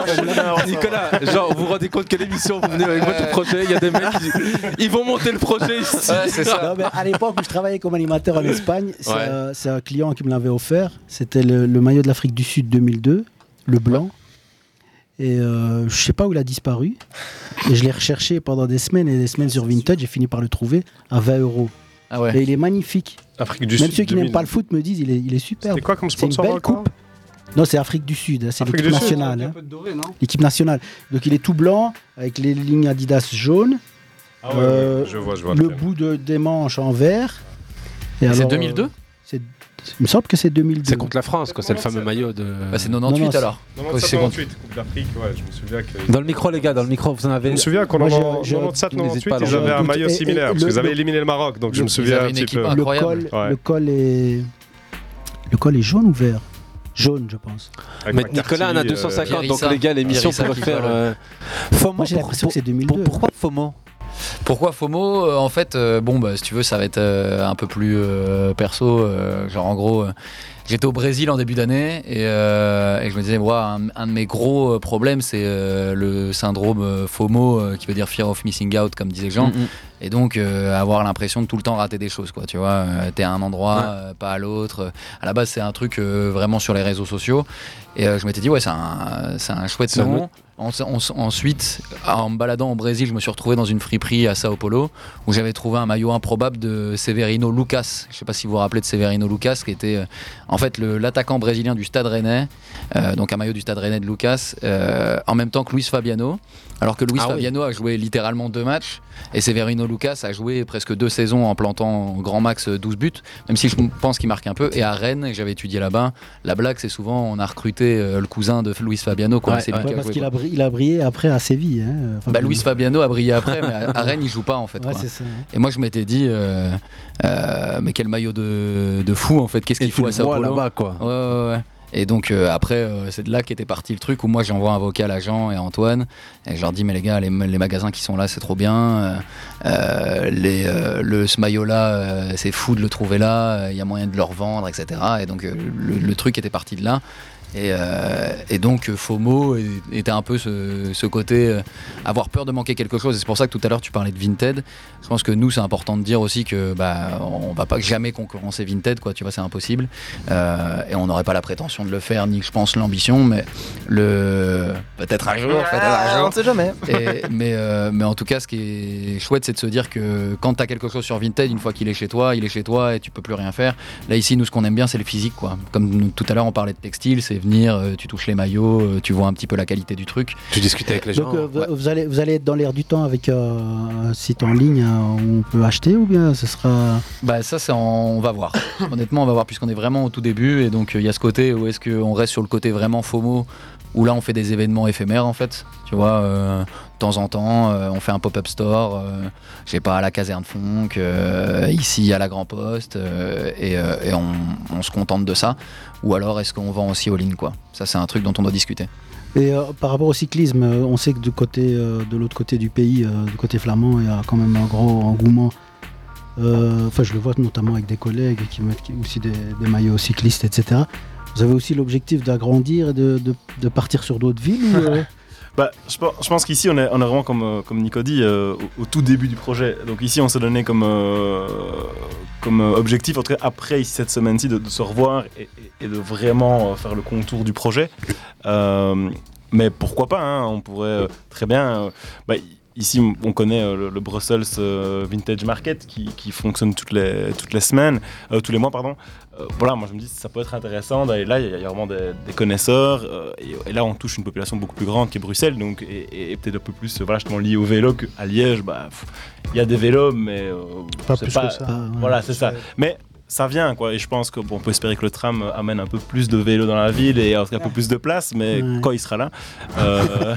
Speaker 9: Nicolas, genre, vous vous rendez compte que l'émission, vous venez avec votre projet, il y a des mecs qui ils vont monter le projet ici.
Speaker 11: Non, mais à l'époque où je travaillais comme animateur en Espagne, c'est euh,
Speaker 9: Ouais.
Speaker 11: un- c'est un client qui me l'avait offert. C'était le, le maillot de l'Afrique du Sud 2002, le blanc. Et euh, je sais pas où il a disparu. Et je l'ai recherché pendant des semaines et des semaines sur Vintage. J'ai fini par le trouver à 20 euros. Et il est magnifique.
Speaker 14: Afrique du
Speaker 11: Même
Speaker 14: Sud
Speaker 11: ceux qui
Speaker 14: 2000.
Speaker 11: n'aiment pas le foot me disent il est, il est superbe.
Speaker 14: C'était quoi comme
Speaker 11: C'est une
Speaker 14: sponsor
Speaker 11: belle
Speaker 14: encore
Speaker 11: coupe. Non, c'est Afrique du Sud, hein, c'est
Speaker 14: Afrique
Speaker 11: l'équipe
Speaker 14: du Sud.
Speaker 11: nationale.
Speaker 14: Il y a
Speaker 11: hein.
Speaker 14: un peu de doré, non
Speaker 11: L'équipe nationale. Donc il est tout blanc avec les lignes Adidas jaunes. Euh,
Speaker 14: Ah ouais, ouais, je vois, je vois
Speaker 11: Le
Speaker 14: lequel.
Speaker 11: bout de, des manches en vert. Et
Speaker 9: C'est
Speaker 11: alors,
Speaker 9: 2002?
Speaker 11: euh, c'est- Il me semble que c'est 2002.
Speaker 9: C'est contre la France, quoi, c'est le fameux maillot de.
Speaker 18: c'est
Speaker 11: 98 Non, non, alors.
Speaker 14: 97, 98, Coupe d'Afrique, ouais, je me souviens que.
Speaker 9: Dans le micro, les gars, dans le micro, vous en avez.
Speaker 14: Je me souviens qu'en
Speaker 9: Moi, j'ai-
Speaker 14: 97,
Speaker 9: j'ai- n'hésite
Speaker 14: 98,
Speaker 9: pas à
Speaker 14: ils
Speaker 9: leur-
Speaker 14: avaient un maillot
Speaker 11: Et- et-
Speaker 14: similaire,
Speaker 11: et
Speaker 14: parce
Speaker 11: le-
Speaker 14: qu'ils avaient
Speaker 11: le-
Speaker 14: éliminé le Maroc, donc je me souviens un petit peu.
Speaker 11: Le col,
Speaker 14: Ouais.
Speaker 11: le col est. Le col est jaune ou vert Jaune, je pense.
Speaker 14: Avec
Speaker 9: Mais
Speaker 14: Macarty,
Speaker 9: Nicolas en a
Speaker 14: euh,
Speaker 9: 250, donc
Speaker 18: Pierissa.
Speaker 9: les gars, l'émission
Speaker 18: Pierissa
Speaker 9: pourrait
Speaker 18: qui
Speaker 9: faire.
Speaker 18: colle.
Speaker 9: euh,
Speaker 11: Moi, j'ai l'impression que c'est 2002.
Speaker 9: Pourquoi FOMO
Speaker 18: Pourquoi FOMO Euh, En fait, euh, bon, bah, si tu veux, ça va être euh, un peu plus euh, perso. euh, genre, en gros, euh, j'étais au Brésil en début d'année et, euh, et je me disais, moi, un, un de mes gros euh, problèmes, c'est euh, le syndrome euh, FOMO, euh, qui veut dire Fear of Missing Out, comme disait Jean.
Speaker 9: Mhm.
Speaker 18: Et donc, euh, avoir l'impression de tout le temps rater des choses, quoi. Tu vois, euh, t'es à un endroit,
Speaker 9: Ouais.
Speaker 18: euh, pas à l'autre. À la base, c'est un truc euh, vraiment sur les réseaux sociaux. Et euh, je m'étais dit, ouais, c'est un, c'est un chouette
Speaker 9: C'est un
Speaker 18: nom.
Speaker 9: autre-
Speaker 18: En- en- ensuite, en me baladant au Brésil, je me suis retrouvé dans une friperie à Sao Paulo où j'avais trouvé un maillot improbable de Severino Lucas. Je ne sais pas si vous vous rappelez de Severino Lucas, qui était euh, en fait le- l'attaquant brésilien du Stade Rennais, euh, donc un maillot du Stade Rennais de Lucas, euh, en même temps que Luis Fabiano. Alors que Luis
Speaker 9: Ah oui.
Speaker 18: Fabiano a joué littéralement deux matchs et Severino Lucas a joué presque deux saisons en plantant au grand max 12 buts, même si je pense qu'il marque un peu. Et à Rennes, et j'avais étudié là-bas, la blague c'est souvent on a recruté euh, le cousin de Luis Fabiano, quoi.
Speaker 11: Ouais,
Speaker 18: c'est
Speaker 11: ouais,
Speaker 18: lui qui a
Speaker 11: parce
Speaker 18: joué,
Speaker 11: qu'il
Speaker 18: quoi.
Speaker 11: a, bri- il a brillé après à Séville. hein,
Speaker 18: Bah,
Speaker 11: Fabien.
Speaker 18: Luis Fabiano a brillé après, mais à à Rennes, il joue pas en fait.
Speaker 11: Ouais,
Speaker 18: quoi.
Speaker 11: c'est ça, hein.
Speaker 18: Et moi, je m'étais dit, euh, euh, mais quel maillot de, de fou en fait, qu'est-ce qu'il
Speaker 9: tu
Speaker 18: faut
Speaker 9: le
Speaker 18: à Sao
Speaker 9: vois
Speaker 18: Paulo
Speaker 9: là-bas, quoi.
Speaker 18: Ouais, ouais, ouais. Et donc euh, après, euh, c'est de là qu'était parti le truc où moi j'envoie un vocal à Jean et à Antoine et je leur dis mais les gars, les, les magasins qui sont là, c'est trop bien. euh, euh, les, euh, le ce maillot là, euh, c'est fou de le trouver là. Il y a moyen de le revendre, etc. Et donc euh, le, le truc était parti de là. Et, euh, et donc euh, FOMO est- était un peu ce, ce côté euh, avoir peur de manquer quelque chose. Et c'est pour ça que tout à l'heure tu parlais de Vinted. Je pense que nous c'est important de dire aussi que bah on va pas jamais concurrencer Vinted quoi. Tu vois c'est impossible. Euh, et on n'aurait pas la prétention de le faire ni je pense l'ambition, mais le peut-être un jour. peut-être un jour.
Speaker 12: Ah, on sait jamais.
Speaker 18: [laughs] Et- mais, euh, mais en tout cas, ce qui est chouette, c'est de se dire que quand t'as quelque chose sur Vinted, une fois qu'il est chez toi, il est chez toi et tu peux plus rien faire. Là, ici, nous, ce qu'on aime bien, c'est le physique. quoi. Comme nous, tout à l'heure, on parlait de textile, c'est venir, euh, tu touches les maillots, euh, tu vois un petit peu la qualité du truc.
Speaker 9: Tu discutes avec les
Speaker 11: Donc euh, vous, vous allez, vous allez être dans l'air du temps avec euh, un site en ligne euh, où on peut acheter ou bien ce sera...
Speaker 18: Bah ça, c'est en- on va voir. Honnêtement, on va voir puisqu'on est vraiment au tout début et donc euh, il y a ce côté où est-ce qu'on reste sur le côté vraiment FOMO où là on fait des événements éphémères en fait. Tu vois, euh, de temps en temps, euh, on fait un pop-up store, euh, je sais pas, à la caserne Funk, euh, ici à la Grand Poste euh, et, euh, et on, on se contente de ça. Ou alors est-ce qu'on vend aussi all-in quoi Ça, c'est un truc dont on doit discuter.
Speaker 11: Et euh, par rapport au cyclisme, euh, on sait que du côté, euh, de l'autre côté du pays, euh, du côté flamand, il y a quand même un gros engouement. Euh, Enfin, je le vois notamment avec des collègues qui mettent qui- aussi des, des maillots cyclistes, etc. Vous avez aussi l'objectif d'agrandir et de, de- de partir sur d'autres villes
Speaker 18: [laughs]
Speaker 11: ou, euh,
Speaker 16: [laughs] Bah, je, pense- je pense qu'ici, on est, on est vraiment, comme, euh, comme Nico dit, euh, au, au tout début du projet. Donc ici, on s'est donné comme, euh, comme euh, objectif, en tout cas après ici, cette semaine-ci, de, de se revoir et, et- et de vraiment euh, faire le contour du projet. Euh, mais pourquoi pas hein, On pourrait euh, très bien... euh, bah, i- Ici, on- on connaît euh, le, le Brussels euh, Vintage Market qui, qui fonctionne toutes les, toutes les semaines, euh, tous les mois, pardon. Euh, voilà, moi je me dis ça peut être intéressant d'aller là, il y, a- il y a vraiment des, des connaisseurs, euh, et, et là on touche une population beaucoup plus grande qui est Bruxelles, donc et, et- et peut-être un peu plus euh, voilà, justement lié au vélo qu'à Liège, bah pff, il y a des vélos, mais euh,
Speaker 12: Pas
Speaker 16: c'est
Speaker 12: plus que ça.
Speaker 16: Voilà, c'est ça. Mais ça vient quoi, et je pense qu'on peut espérer que le tram euh, amène un peu plus de vélos dans la ville et en tout cas un peu plus de place, mais quand il sera là. euh,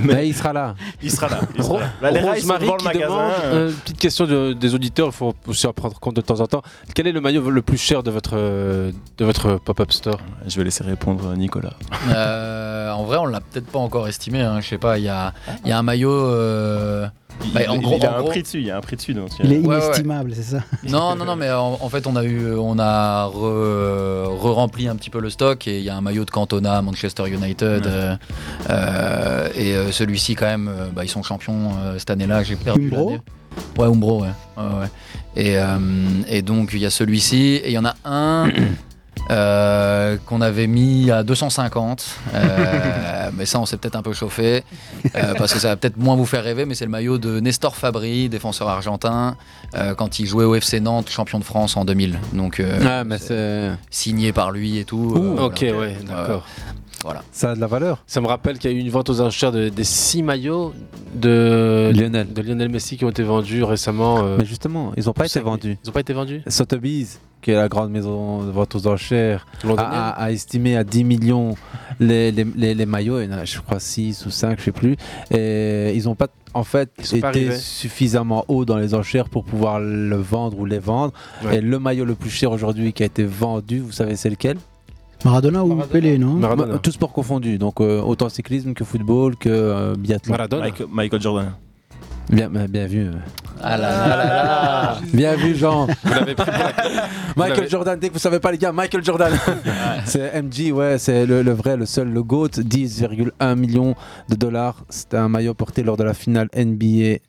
Speaker 8: Mais il sera là.
Speaker 16: Il sera là. il sera
Speaker 9: Ro-
Speaker 16: là. Là, les rails sont
Speaker 9: Rosemary
Speaker 16: devant le
Speaker 9: qui
Speaker 16: magasin,
Speaker 9: demande,
Speaker 16: euh,
Speaker 9: euh, une petite question de- des auditeurs, il faut aussi en prendre compte de temps en temps. Quel est le maillot le plus cher de votre, euh, de votre pop-up store
Speaker 16: Je vais laisser répondre euh, Nicolas.
Speaker 18: Euh, en vrai, on l'a peut-être pas encore estimé. hein, je sais pas. Il y a, il y a un maillot. euh, bah,
Speaker 16: il,
Speaker 18: en
Speaker 16: il-
Speaker 18: gros-
Speaker 16: il a
Speaker 18: en
Speaker 16: un
Speaker 18: gros-
Speaker 16: prix dessus, il y a un prix dessus. donc,
Speaker 11: Il est
Speaker 16: euh,
Speaker 11: inestimable, c'est ça
Speaker 18: [laughs] Non, non, non, mais en, en fait, on a eu, on a re- re-rempli un petit peu le stock et il y a un maillot de Cantona, Manchester United. euh, euh, et euh, celui-ci, quand même, euh, bah, ils sont champions euh, cette année-là. J'ai perdu.
Speaker 11: Umbro
Speaker 18: l'année. Ouais, Umbro, ouais. Ouais, ouais. Et, euh, et donc, il y a celui-ci et il y en a un. [coughs] euh, qu'on avait mis à 250, euh, [laughs] mais ça on s'est peut-être un peu chauffé euh, parce que ça va peut-être moins vous faire rêver, mais c'est le maillot de Nestor Fabri, défenseur argentin, euh, quand il jouait au FC Nantes, champion de France en 2000. Donc euh,
Speaker 9: Ah, mais c'est-
Speaker 18: signé par lui et tout. euh,
Speaker 9: Ouh,
Speaker 18: voilà. Euh,
Speaker 9: ok, ouais, d'accord.
Speaker 18: voilà.
Speaker 9: Ça a de la valeur. Ça me rappelle qu'il y a eu une vente aux enchères de- des 6 maillots de Lionel. de Lionel Messi qui ont été vendus récemment. euh,
Speaker 8: Mais justement, ils n'ont pas été vendus.
Speaker 9: Ils n'ont pas été vendus
Speaker 8: Sotheby's, qui est la grande maison de vente aux enchères, a,
Speaker 9: Londonienne.
Speaker 8: a- a estimé à 10 millions les, les, les- les maillots, il y en a, je crois 6 ou 5, je sais plus. Et ils n'ont pas en fait
Speaker 9: sont pas
Speaker 8: été
Speaker 9: arrivés.
Speaker 8: suffisamment hauts dans les enchères pour pouvoir le vendre ou les vendre.
Speaker 9: Ouais.
Speaker 8: Et le maillot le plus cher aujourd'hui qui a été vendu, vous savez c'est lequel
Speaker 11: Maradona ou Pelé, non
Speaker 8: Ma- Tout sport confondu, donc euh, autant cyclisme que football que euh, biathlon.
Speaker 16: Michael, Michael Jordan.
Speaker 8: Bien, bien vu.
Speaker 18: Ah là là là là.
Speaker 8: Bien vu, Jean.
Speaker 9: Vous l'avez pris pour la- Vous
Speaker 8: [laughs] Michael
Speaker 9: l'avez-
Speaker 8: Jordan, dès que vous savez pas les gars, Michael
Speaker 9: [laughs]
Speaker 8: Jordan. c'est MJ, ouais, c'est le, le vrai, le seul, le GOAT. 10,1 millions de dollars. C'était un maillot porté lors de la finale NBA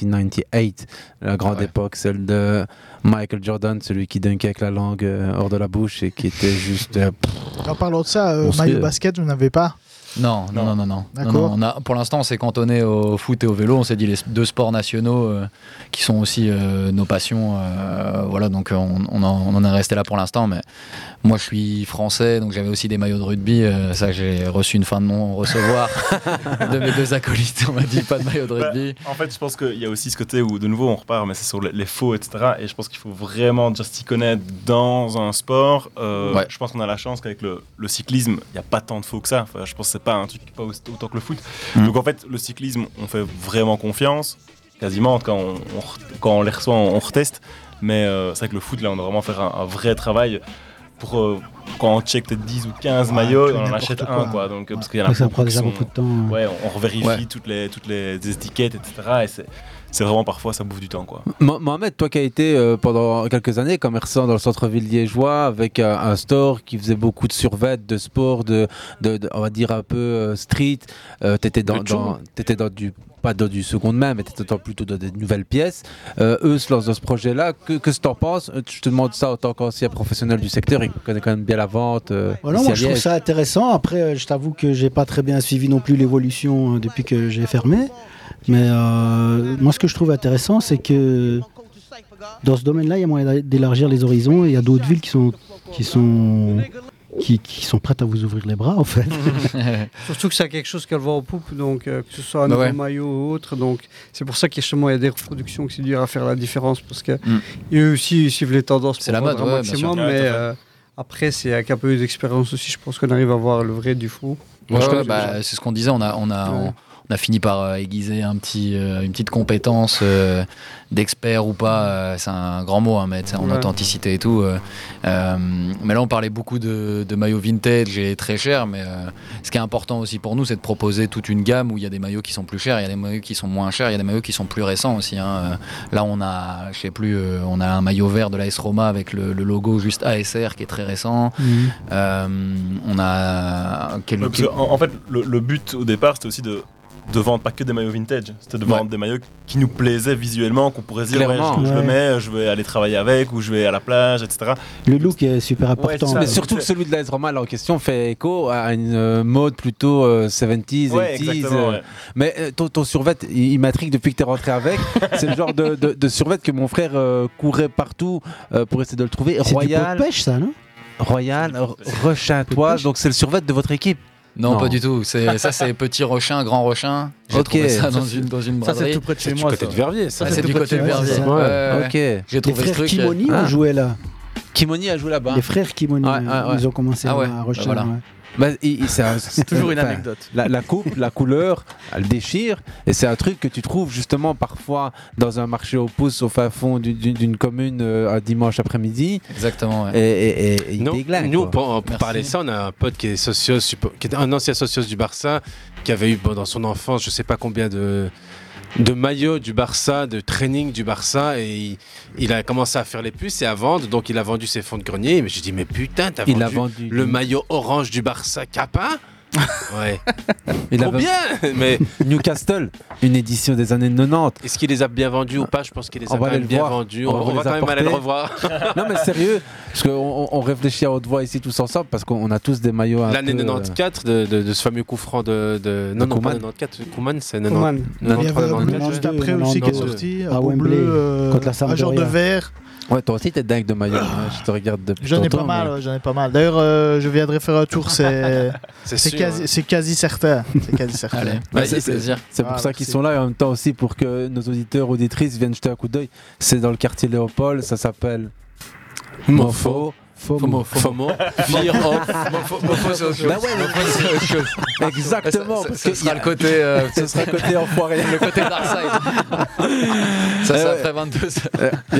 Speaker 8: 1998. La grande époque, celle de Michael Jordan, celui qui dunkait avec la langue euh, hors de la bouche et qui était juste. euh, pff,
Speaker 12: En parlant de ça, euh,
Speaker 8: Monstrueux.
Speaker 12: maillot basket, vous n'avez pas
Speaker 18: Non, non, non, non, non.
Speaker 12: D'accord.
Speaker 18: Non, non, on a- pour l'instant, on s'est cantonné au foot et au vélo. On s'est dit les deux sports nationaux euh, qui sont aussi euh, nos passions. euh, voilà, donc euh, on, on en, on en est resté là pour l'instant. Mais moi, je suis français, donc j'avais aussi des maillots de rugby. euh, ça, j'ai reçu une fin de non recevoir [laughs] de mes deux acolytes. On m'a dit pas de maillot de rugby.
Speaker 16: Bah, en fait, je pense qu'il y a aussi ce côté où, de nouveau, on repart, mais c'est sur les, les faux, etc. Et je pense qu'il faut vraiment just s'y connaître dans un sport. Euh,
Speaker 18: Ouais.
Speaker 16: Je pense qu'on a la chance qu'avec le, le cyclisme, il n'y a pas tant de faux que ça. Enfin, je pense que c'est pas un truc pas aussi- autant que le foot.
Speaker 13: Mhm.
Speaker 16: Donc en fait, le cyclisme, on fait vraiment confiance, quasiment. Quand on, on re- quand on les reçoit, on, on reteste. Mais euh, c'est vrai que le foot, là, on doit vraiment faire un, un vrai travail pour. euh, quand on check peut-être 10 ou 15
Speaker 11: Ouais,
Speaker 16: maillots,
Speaker 11: tu
Speaker 16: on en
Speaker 11: n'importe
Speaker 16: achète
Speaker 11: quoi.
Speaker 16: un, quoi. Donc, euh, parce qu'il y en
Speaker 11: Ouais,
Speaker 16: a
Speaker 11: ça prend
Speaker 16: qui
Speaker 11: déjà
Speaker 16: sont-
Speaker 11: beaucoup de temps, hein.
Speaker 16: Ouais, on, on revérifie
Speaker 8: Ouais.
Speaker 16: toutes, les, toutes les étiquettes, etc. Et c'est, c'est vraiment parfois, ça bouffe du temps, quoi.
Speaker 8: Mo- Mohamed, toi qui as été euh, pendant quelques années commerçant dans le centre-ville liégeois avec euh, un store qui faisait beaucoup de survêtements, de sport, de, de- de- on va dire un peu euh, street, euh, t'étais dans,
Speaker 9: Le Joe.
Speaker 8: dans- t'étais dans du pas dans du second de main, mais t'étais dans- plutôt dans des nouvelles pièces. Euh, eux se lancent dans ce projet-là. Que, que t'en penses Euh, Je te demande ça en tant qu'ancien professionnel du secteur, il connaît quand même bien la vente. euh,
Speaker 11: Voilà, Bah
Speaker 8: ici
Speaker 11: moi
Speaker 8: à
Speaker 11: je trouve
Speaker 8: Liège.
Speaker 11: ça intéressant. Après, euh, je t'avoue que j'ai pas très bien suivi non plus l'évolution euh, depuis que j'ai fermé. Mais euh, moi, ce que je trouve intéressant, c'est que dans ce domaine-là, il y a moyen d'a- d'élargir les horizons. et Il y a d'autres villes qui sont, qui sont qui, qui sont prêtes à vous ouvrir les bras, en
Speaker 8: [laughs]
Speaker 11: fait.
Speaker 2: Surtout que c'est quelque chose qu'elle voit en poupe, donc euh, que ce soit un
Speaker 11: Bah
Speaker 2: nouveau
Speaker 11: ouais.
Speaker 2: maillot ou autre. Donc c'est pour ça qu'il y a des reproductions que c'est dur à faire la différence parce que
Speaker 18: Mm.
Speaker 2: eux aussi ils suivent les tendances pour
Speaker 18: C'est la mode,
Speaker 2: vendre un
Speaker 18: ouais, bien
Speaker 2: maximum.
Speaker 18: sûr. Ouais,
Speaker 2: mais
Speaker 18: tout à fait.
Speaker 2: euh, après, c'est avec un peu d'expérience aussi, je pense qu'on arrive à voir le vrai du faux.
Speaker 18: Ouais,
Speaker 2: Je
Speaker 18: ouais,
Speaker 2: pense que-
Speaker 18: bah, c'est ce qu'on disait. On a, on a, on, on a fini par euh, aiguiser un petit, euh, une petite compétence euh, d'expert ou pas. euh, c'est un grand mot, hein, mais tu sais, en
Speaker 2: Ouais.
Speaker 18: authenticité et tout. euh, euh, mais là, on parlait beaucoup de, de maillots vintage et très chers. Mais euh, ce qui est important aussi pour nous, c'est de proposer toute une gamme où il y a des maillots qui sont plus chers, il y a des maillots qui sont moins chers, il y a des maillots qui sont plus récents aussi. hein. Euh, Là, on a, je sais plus, euh, on a un maillot vert de l'AS Roma avec le, le logo juste ASR qui est très récent.
Speaker 16: Mhm.
Speaker 18: Euh, on a quel-
Speaker 16: Ouais, parce que, en, en fait, le, le but au départ, c'était aussi de, de vendre pas que des maillots vintage. hein. C'était de vendre des maillots qui nous plaisaient visuellement, qu'on pourrait se dire, ouais,
Speaker 8: Clairement.
Speaker 16: je, je le
Speaker 8: Ouais.
Speaker 16: mets, je vais aller travailler avec, ou je vais à la plage, etc.
Speaker 11: Le look est super important.
Speaker 8: mais surtout que celui de l'AS Roma là en question fait écho à une euh, mode plutôt euh, 70s,
Speaker 16: Ouais,
Speaker 8: 80s.
Speaker 16: exactement,
Speaker 8: euh,
Speaker 16: ouais.
Speaker 8: Mais euh, ton, ton survêt, il, il m'intrigue depuis que t'es
Speaker 16: [laughs]
Speaker 8: rentré avec. c'est le genre de, de, de survêt que mon frère euh, courait partout euh, pour essayer de le trouver.
Speaker 11: C'est du pot
Speaker 8: Royal,
Speaker 11: de pêche, ça, non
Speaker 8: Royal, Rochantois. Donc c'est le survêt de votre équipe.
Speaker 18: Non, pas du tout. C'est- ça, c'est petit rochin, grand rochin. J'ai
Speaker 8: Ok.
Speaker 18: trouvé ça dans
Speaker 8: Ça,
Speaker 18: une, dans une
Speaker 8: ça, c'est
Speaker 18: braderie.
Speaker 8: tout près de chez C'est du moi, côté ça. de Verviers, ça.
Speaker 18: Ouais, c'est
Speaker 8: Ça, c'est
Speaker 18: du
Speaker 8: tout
Speaker 18: côté de
Speaker 8: près de chez
Speaker 18: Vervier.
Speaker 8: moi, c'est ça. Ouais. Ok.
Speaker 18: J'ai trouvé
Speaker 11: les
Speaker 18: ce
Speaker 11: frères
Speaker 18: truc.
Speaker 11: Kimoni
Speaker 18: euh,
Speaker 8: hein.
Speaker 11: ont joué là.
Speaker 8: Kimoni a joué là-bas.
Speaker 11: Les frères Kimoni,
Speaker 8: Ouais, ouais, ouais.
Speaker 11: ils ont commencé
Speaker 8: Ah ouais,
Speaker 11: à Rochelle.
Speaker 8: bah voilà. Bah, il- il- c'est un- [laughs] c'est
Speaker 11: Toujours une
Speaker 8: enfin,
Speaker 11: anecdote.
Speaker 8: La, la coupe, la couleur, elle déchire. Et c'est un truc que tu trouves justement parfois dans un marché au pouce au fin fond du- du- d'une commune euh, un dimanche après-midi.
Speaker 18: Exactement.
Speaker 8: Et, et- et il
Speaker 9: Non,
Speaker 8: déglingue,
Speaker 9: nous,
Speaker 8: quoi.
Speaker 9: pour, pour parler de ça, on a un pote qui est socios, suppo- qui était un ancien socios du Barça, qui avait eu bon, dans son enfance, je sais pas combien de de maillots du Barça, de training du Barça, et il, il a commencé à faire les puces et à vendre. Donc il a vendu ses fonds de grenier. Mais j'ai dit mais putain, t'as
Speaker 8: Il
Speaker 9: vendu,
Speaker 8: a vendu
Speaker 9: le maillot orange du Barça
Speaker 8: [laughs]
Speaker 9: Kappa Ouais.
Speaker 8: Il
Speaker 9: Trop
Speaker 8: avait- [laughs]
Speaker 9: bien, mais
Speaker 8: Newcastle, une édition des années 90.
Speaker 9: est-ce qu'il les a bien vendus ou pas Je pense qu'il les
Speaker 8: On
Speaker 9: a
Speaker 8: va
Speaker 9: quand
Speaker 8: aller
Speaker 9: même
Speaker 8: le
Speaker 9: bien
Speaker 8: voir.
Speaker 9: vendus. On,
Speaker 8: On va
Speaker 9: on
Speaker 8: les
Speaker 9: va quand même aller le
Speaker 8: apporter.
Speaker 9: revoir.
Speaker 8: [laughs] non mais sérieux, parce qu'on on réfléchit à haute voix ici tous ensemble parce qu'on a tous des maillots. un
Speaker 9: L'année
Speaker 8: peu, euh,
Speaker 9: 94 de, de- de ce fameux coup franc de, de- non non
Speaker 8: Koeman.
Speaker 9: pas 94 Koeman c'est
Speaker 8: Koeman.
Speaker 9: 90
Speaker 8: Il y avait
Speaker 9: 93,
Speaker 8: un
Speaker 9: 94,
Speaker 12: Juste
Speaker 9: ouais.
Speaker 12: après aussi qui est
Speaker 9: 92,
Speaker 12: sorti, euh,
Speaker 9: ouais.
Speaker 16: Ah
Speaker 12: un bleu, euh,
Speaker 8: contre la
Speaker 12: un genre de
Speaker 8: Sampdoria.
Speaker 12: vert.
Speaker 8: Ouais, toi aussi t'es dingue de maillot. hein, Je te regarde depuis.
Speaker 12: J'en ai
Speaker 8: longtemps,
Speaker 12: pas mal,
Speaker 8: mais-
Speaker 12: ouais, j'en ai pas mal. D'ailleurs, euh, je viendrai faire un tour, c'est
Speaker 9: [laughs] C'est
Speaker 12: c'est
Speaker 9: sûr, hein.
Speaker 12: quasi,
Speaker 9: ouais.
Speaker 12: c'est quasi certain. C'est quasi certain.
Speaker 8: Bah, c'est- c'est- C'est pour
Speaker 12: Ah,
Speaker 8: ça qu'ils
Speaker 12: merci.
Speaker 8: sont là et en même temps aussi pour que nos auditeurs, auditrices viennent jeter un coup d'œil. C'est dans le quartier Léopold, ça s'appelle Mofo.
Speaker 18: FOMO.
Speaker 8: FOMO.
Speaker 18: Fear of- Mofo- Mofo, c'est autre chose.
Speaker 8: Bah ouais,
Speaker 18: Mofo, c'est autre chose.
Speaker 8: Exactement.
Speaker 18: Ça-
Speaker 8: parce
Speaker 18: ça-
Speaker 8: que
Speaker 18: ça sera
Speaker 8: y a-
Speaker 18: le côté, euh,
Speaker 8: [laughs] ce sera le côté enfoiré.
Speaker 18: Le côté dark
Speaker 8: [laughs]
Speaker 18: side. Ça,
Speaker 8: Eh
Speaker 18: c'est
Speaker 8: ouais.
Speaker 18: après 22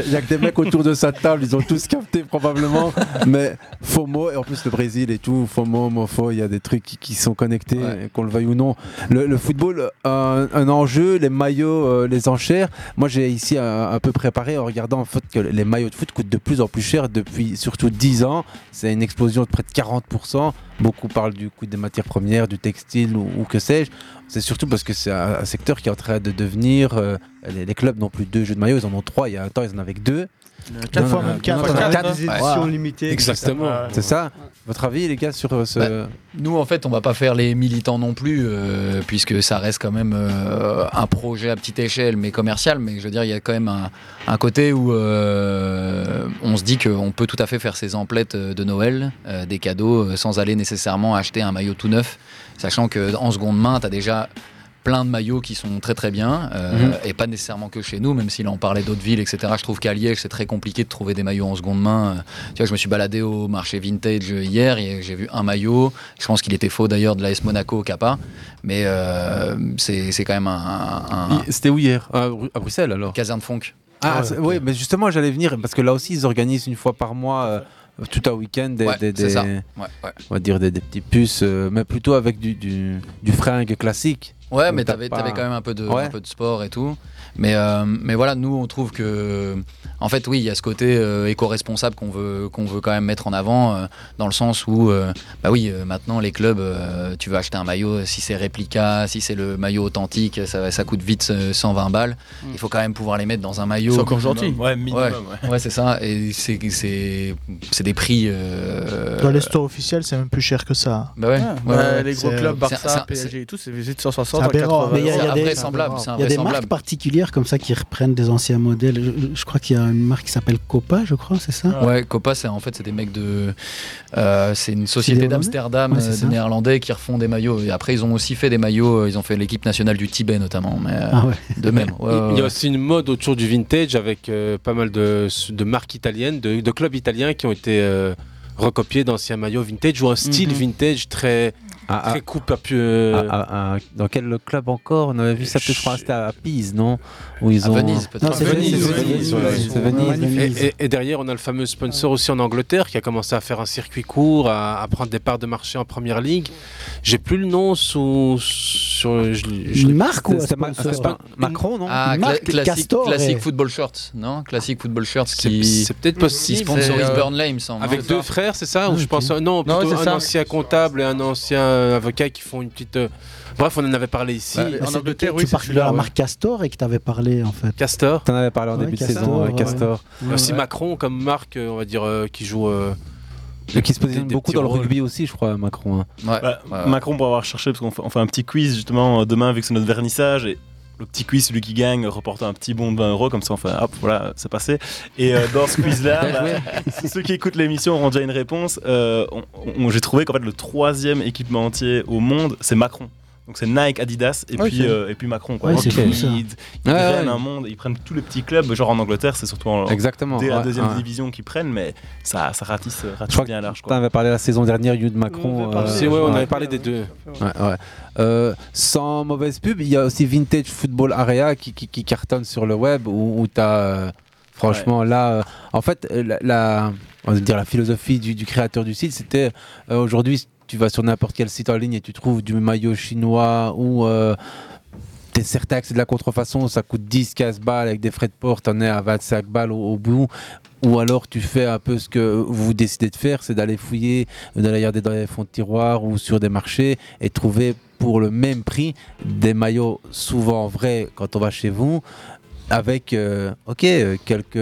Speaker 8: Il n'y a, que des mecs autour de sa table, ils ont tous capté probablement. Mais FOMO, et en plus le Brésil et tout, FOMO, MOFO, il y a des trucs qui, qui sont connectés, qu'on le veuille ou non. Le, le football, un, un enjeu, les maillots, euh, les enchères. Moi j'ai ici un, un peu préparé en regardant en fait que les maillots de foot coûtent de plus en plus cher depuis surtout 10 ans. C'est une explosion de près de 40%. Beaucoup parlent du coût des matières premières, du textile ou, ou que sais-je. C'est surtout parce que c'est un, un secteur qui est en train de devenir. euh, les, les clubs n'ont plus deux jeux de maillot, ils en ont trois. Il y a un temps, ils en avaient que deux.
Speaker 2: Euh, quatre
Speaker 8: Non,
Speaker 2: fois
Speaker 8: non,
Speaker 2: même
Speaker 8: non,
Speaker 2: quatre.
Speaker 8: non, non,
Speaker 2: Quatre,
Speaker 8: quatre.
Speaker 2: hein. Des éditions
Speaker 8: Ouais.
Speaker 2: limitées.
Speaker 8: Exactement.
Speaker 2: Ouais.
Speaker 8: C'est ça. Votre avis, les gars, sur euh, ce.
Speaker 18: Bah, nous, en fait, on va pas faire les militants non plus, euh, puisque ça reste quand même euh, un projet à petite échelle, mais commercial. Mais je veux dire, il y a quand même un, un côté où euh, on se dit qu'on peut tout à fait faire ses emplettes euh, de Noël, euh, des cadeaux, euh, sans aller nécessairement acheter un maillot tout neuf, sachant que en seconde main, tu as déjà plein de maillots qui sont très très bien euh,
Speaker 8: Mhm.
Speaker 18: et pas nécessairement que chez nous même s'il en parlait d'autres villes etc je trouve qu'à Liège c'est très compliqué de trouver des maillots en seconde main Euh, tu vois je me suis baladé au marché vintage euh, hier et j'ai vu un maillot je pense qu'il était faux d'ailleurs de l'AS Monaco au Kappa mais euh, c'est c'est quand même un, un- un-
Speaker 8: C'était où hier Ah, à, Bru- à Bruxelles alors
Speaker 18: Caserne Funk.
Speaker 8: Ah,
Speaker 18: Ah,
Speaker 8: c'est- oui, mais justement, j'allais venir parce que là aussi, ils organisent une fois par mois. euh, tout un week-end, des,
Speaker 18: Ouais,
Speaker 8: des-
Speaker 18: c'est
Speaker 8: des-
Speaker 18: ça. Ouais, ouais.
Speaker 8: on va dire des, des petits puces, euh, mais plutôt avec du, du, du fringue classique.
Speaker 18: Ouais,
Speaker 8: Donc
Speaker 18: mais
Speaker 8: t'as
Speaker 18: t'avais
Speaker 8: pas-
Speaker 18: avais quand même un peu, de,
Speaker 8: Ouais.
Speaker 18: un peu de sport et tout. Mais, euh, mais voilà, nous, on trouve que. En fait, oui, il y a ce côté euh, éco-responsable qu'on veut, qu'on veut quand même mettre en avant, euh, dans le sens où, euh, bah oui, euh, maintenant, les clubs, euh, tu veux acheter un maillot, euh, si c'est réplica, si c'est le maillot authentique, ça, ça coûte vite euh, 120 balles. Il faut quand même pouvoir les mettre dans un maillot.
Speaker 16: C'est encore gentil. Ouais,
Speaker 18: Ouais,
Speaker 16: minimum, ouais.
Speaker 18: ouais, c'est ça. Et c'est- c'est c'est des prix. euh,
Speaker 12: Dans les stores officiels, c'est même plus cher que ça. euh,
Speaker 18: Bah ouais.
Speaker 8: Ah,
Speaker 18: Ouais,
Speaker 12: Ouais,
Speaker 18: ouais, ouais.
Speaker 10: les gros
Speaker 18: C'est-
Speaker 10: clubs,
Speaker 18: c'est-
Speaker 10: Barça,
Speaker 18: c'est- hein.
Speaker 10: PSG et tout, c'est 160,
Speaker 15: à 80.
Speaker 11: Mais il y a- il y a
Speaker 18: Ah, C'est
Speaker 11: des-
Speaker 18: invraisemblable, c'est
Speaker 11: Il y a des
Speaker 18: invraisemblable.
Speaker 11: marques particulières comme ça qui reprennent des anciens modèles. Je, je crois qu'il y a une marque qui s'appelle Copa, je crois, c'est ça
Speaker 18: Ouais, Copa, c'est en fait c'est des mecs de, euh, c'est une société
Speaker 11: Néerlandais
Speaker 18: d'Amsterdam,
Speaker 11: Ouais, c'est
Speaker 18: euh,
Speaker 11: ça.
Speaker 18: des néerlandais qui refont des maillots. Et après, ils ont aussi fait des maillots. euh, Ils ont fait l'équipe nationale du Tibet notamment, mais euh,
Speaker 11: Ah ouais.
Speaker 18: de même. Ouais, ouais,
Speaker 9: Il y a
Speaker 18: ouais.
Speaker 9: aussi une mode autour du vintage avec euh, pas mal de, de marques italiennes, de, de clubs italiens qui ont été euh, recopiés d'anciens maillots vintage ou un style
Speaker 8: Mhm.
Speaker 9: vintage très,
Speaker 8: Ah,
Speaker 9: très
Speaker 8: ah.
Speaker 9: coupe à pu- euh,
Speaker 8: À- à- à- dans quel club encore On avait vu ça peut-être, je crois, c'était à Pise, non Où ils
Speaker 9: À
Speaker 8: ont...
Speaker 9: Venise, peut-être.
Speaker 8: Non, c'est
Speaker 9: Ah,
Speaker 8: Venise,
Speaker 9: Venise,
Speaker 8: c'est Venise,
Speaker 9: Venise,
Speaker 8: ouais,
Speaker 9: Venise.
Speaker 8: c'est Venise, Venise.
Speaker 9: Et, et- et derrière, on a le fameux sponsor aussi en Angleterre qui a commencé à faire un circuit court, à, à prendre des parts de marché en première ligue. J'ai plus le nom sous. Sur, je, je-
Speaker 11: Une marque ou un
Speaker 9: c'était Ma-
Speaker 11: sponsor
Speaker 9: c'était pas- Macron, non
Speaker 18: Ah, cla- classique,
Speaker 11: Castor
Speaker 18: classique
Speaker 11: et-
Speaker 18: football shorts, non Classique football shorts qui.
Speaker 9: C'est peut-être possible.
Speaker 18: Ils sponsorisent
Speaker 9: C'est, euh,
Speaker 18: Burnley, il me semble.
Speaker 9: Avec
Speaker 18: hein.
Speaker 9: deux frères, c'est
Speaker 11: Ah,
Speaker 9: ça Ou je pense non, plutôt
Speaker 18: c'est
Speaker 9: un
Speaker 18: ça.
Speaker 9: ancien comptable et un ancien euh, avocat qui font une petite. euh, Bref, on en avait parlé ici.
Speaker 11: Ah, c'est lequel tu parles de la marque Castor et que tu avais parlé en fait.
Speaker 9: Castor.
Speaker 8: T'en avais parlé en
Speaker 11: Ouais,
Speaker 8: début de
Speaker 11: Castor,
Speaker 8: saison, ouais,
Speaker 11: ouais.
Speaker 8: Castor.
Speaker 9: Il y a aussi Macron comme marque, euh, on va dire, euh, qui joue. euh,
Speaker 8: Et qui se
Speaker 9: des-
Speaker 8: positionne
Speaker 9: des
Speaker 8: beaucoup
Speaker 9: petits
Speaker 8: dans le
Speaker 9: rôles.
Speaker 8: rugby aussi, je crois, Macron. hein.
Speaker 16: Bah, Macron pour avoir cherché, parce qu'on fait, on fait un petit quiz justement euh, demain, vu que c'est notre vernissage. Et le petit quiz, celui qui gagne, reporte un petit bon de 20 euros, comme ça on fait hop, voilà, c'est passé. Et euh, dans ce quiz-là, bah, [laughs] ceux qui écoutent l'émission auront déjà une réponse. Euh, on- on- J'ai trouvé qu'en fait le troisième équipementier au monde, c'est Macron. Donc c'est Nike, Adidas et,
Speaker 8: Ok.
Speaker 16: puis, euh, et puis Macron. Quoi.
Speaker 8: Ouais,
Speaker 16: Donc,
Speaker 8: c'est cool,
Speaker 16: ils,
Speaker 8: ça.
Speaker 16: ils
Speaker 8: Ouais,
Speaker 16: prennent
Speaker 8: ouais.
Speaker 16: un monde, ils prennent tous les petits clubs, genre en Angleterre, c'est surtout en,
Speaker 8: Exactement,
Speaker 16: dès la
Speaker 8: ouais,
Speaker 16: deuxième
Speaker 8: ouais.
Speaker 16: division qu'ils prennent, mais ça, ça ratisse, ratisse bien large.
Speaker 8: T'en avais parlé la saison dernière, Youd Macron. euh,
Speaker 9: parlé- Si, ouais, on avait parlé
Speaker 8: des deux. Euh, sans mauvaise pub, il y a aussi Vintage Football Area qui, qui, qui cartonne sur le web où, où t'as. euh, franchement, là. euh, en fait, euh, la, la- on va dire la philosophie du, du créateur du site, c'était euh, aujourd'hui, tu vas sur n'importe quel site en ligne et tu trouves du maillot chinois ou. euh, T'es certain que c'est de la contrefaçon, ça coûte 10, 15 balles avec des frais de port, t'en es à 25 balles au, au bout. Ou alors tu fais un peu ce que vous décidez de faire, c'est d'aller fouiller, d'aller regarder dans les fonds de tiroir ou sur des marchés et trouver pour le même prix des maillots souvent vrais quand on va chez vous. Avec, euh, ok, euh, quelques,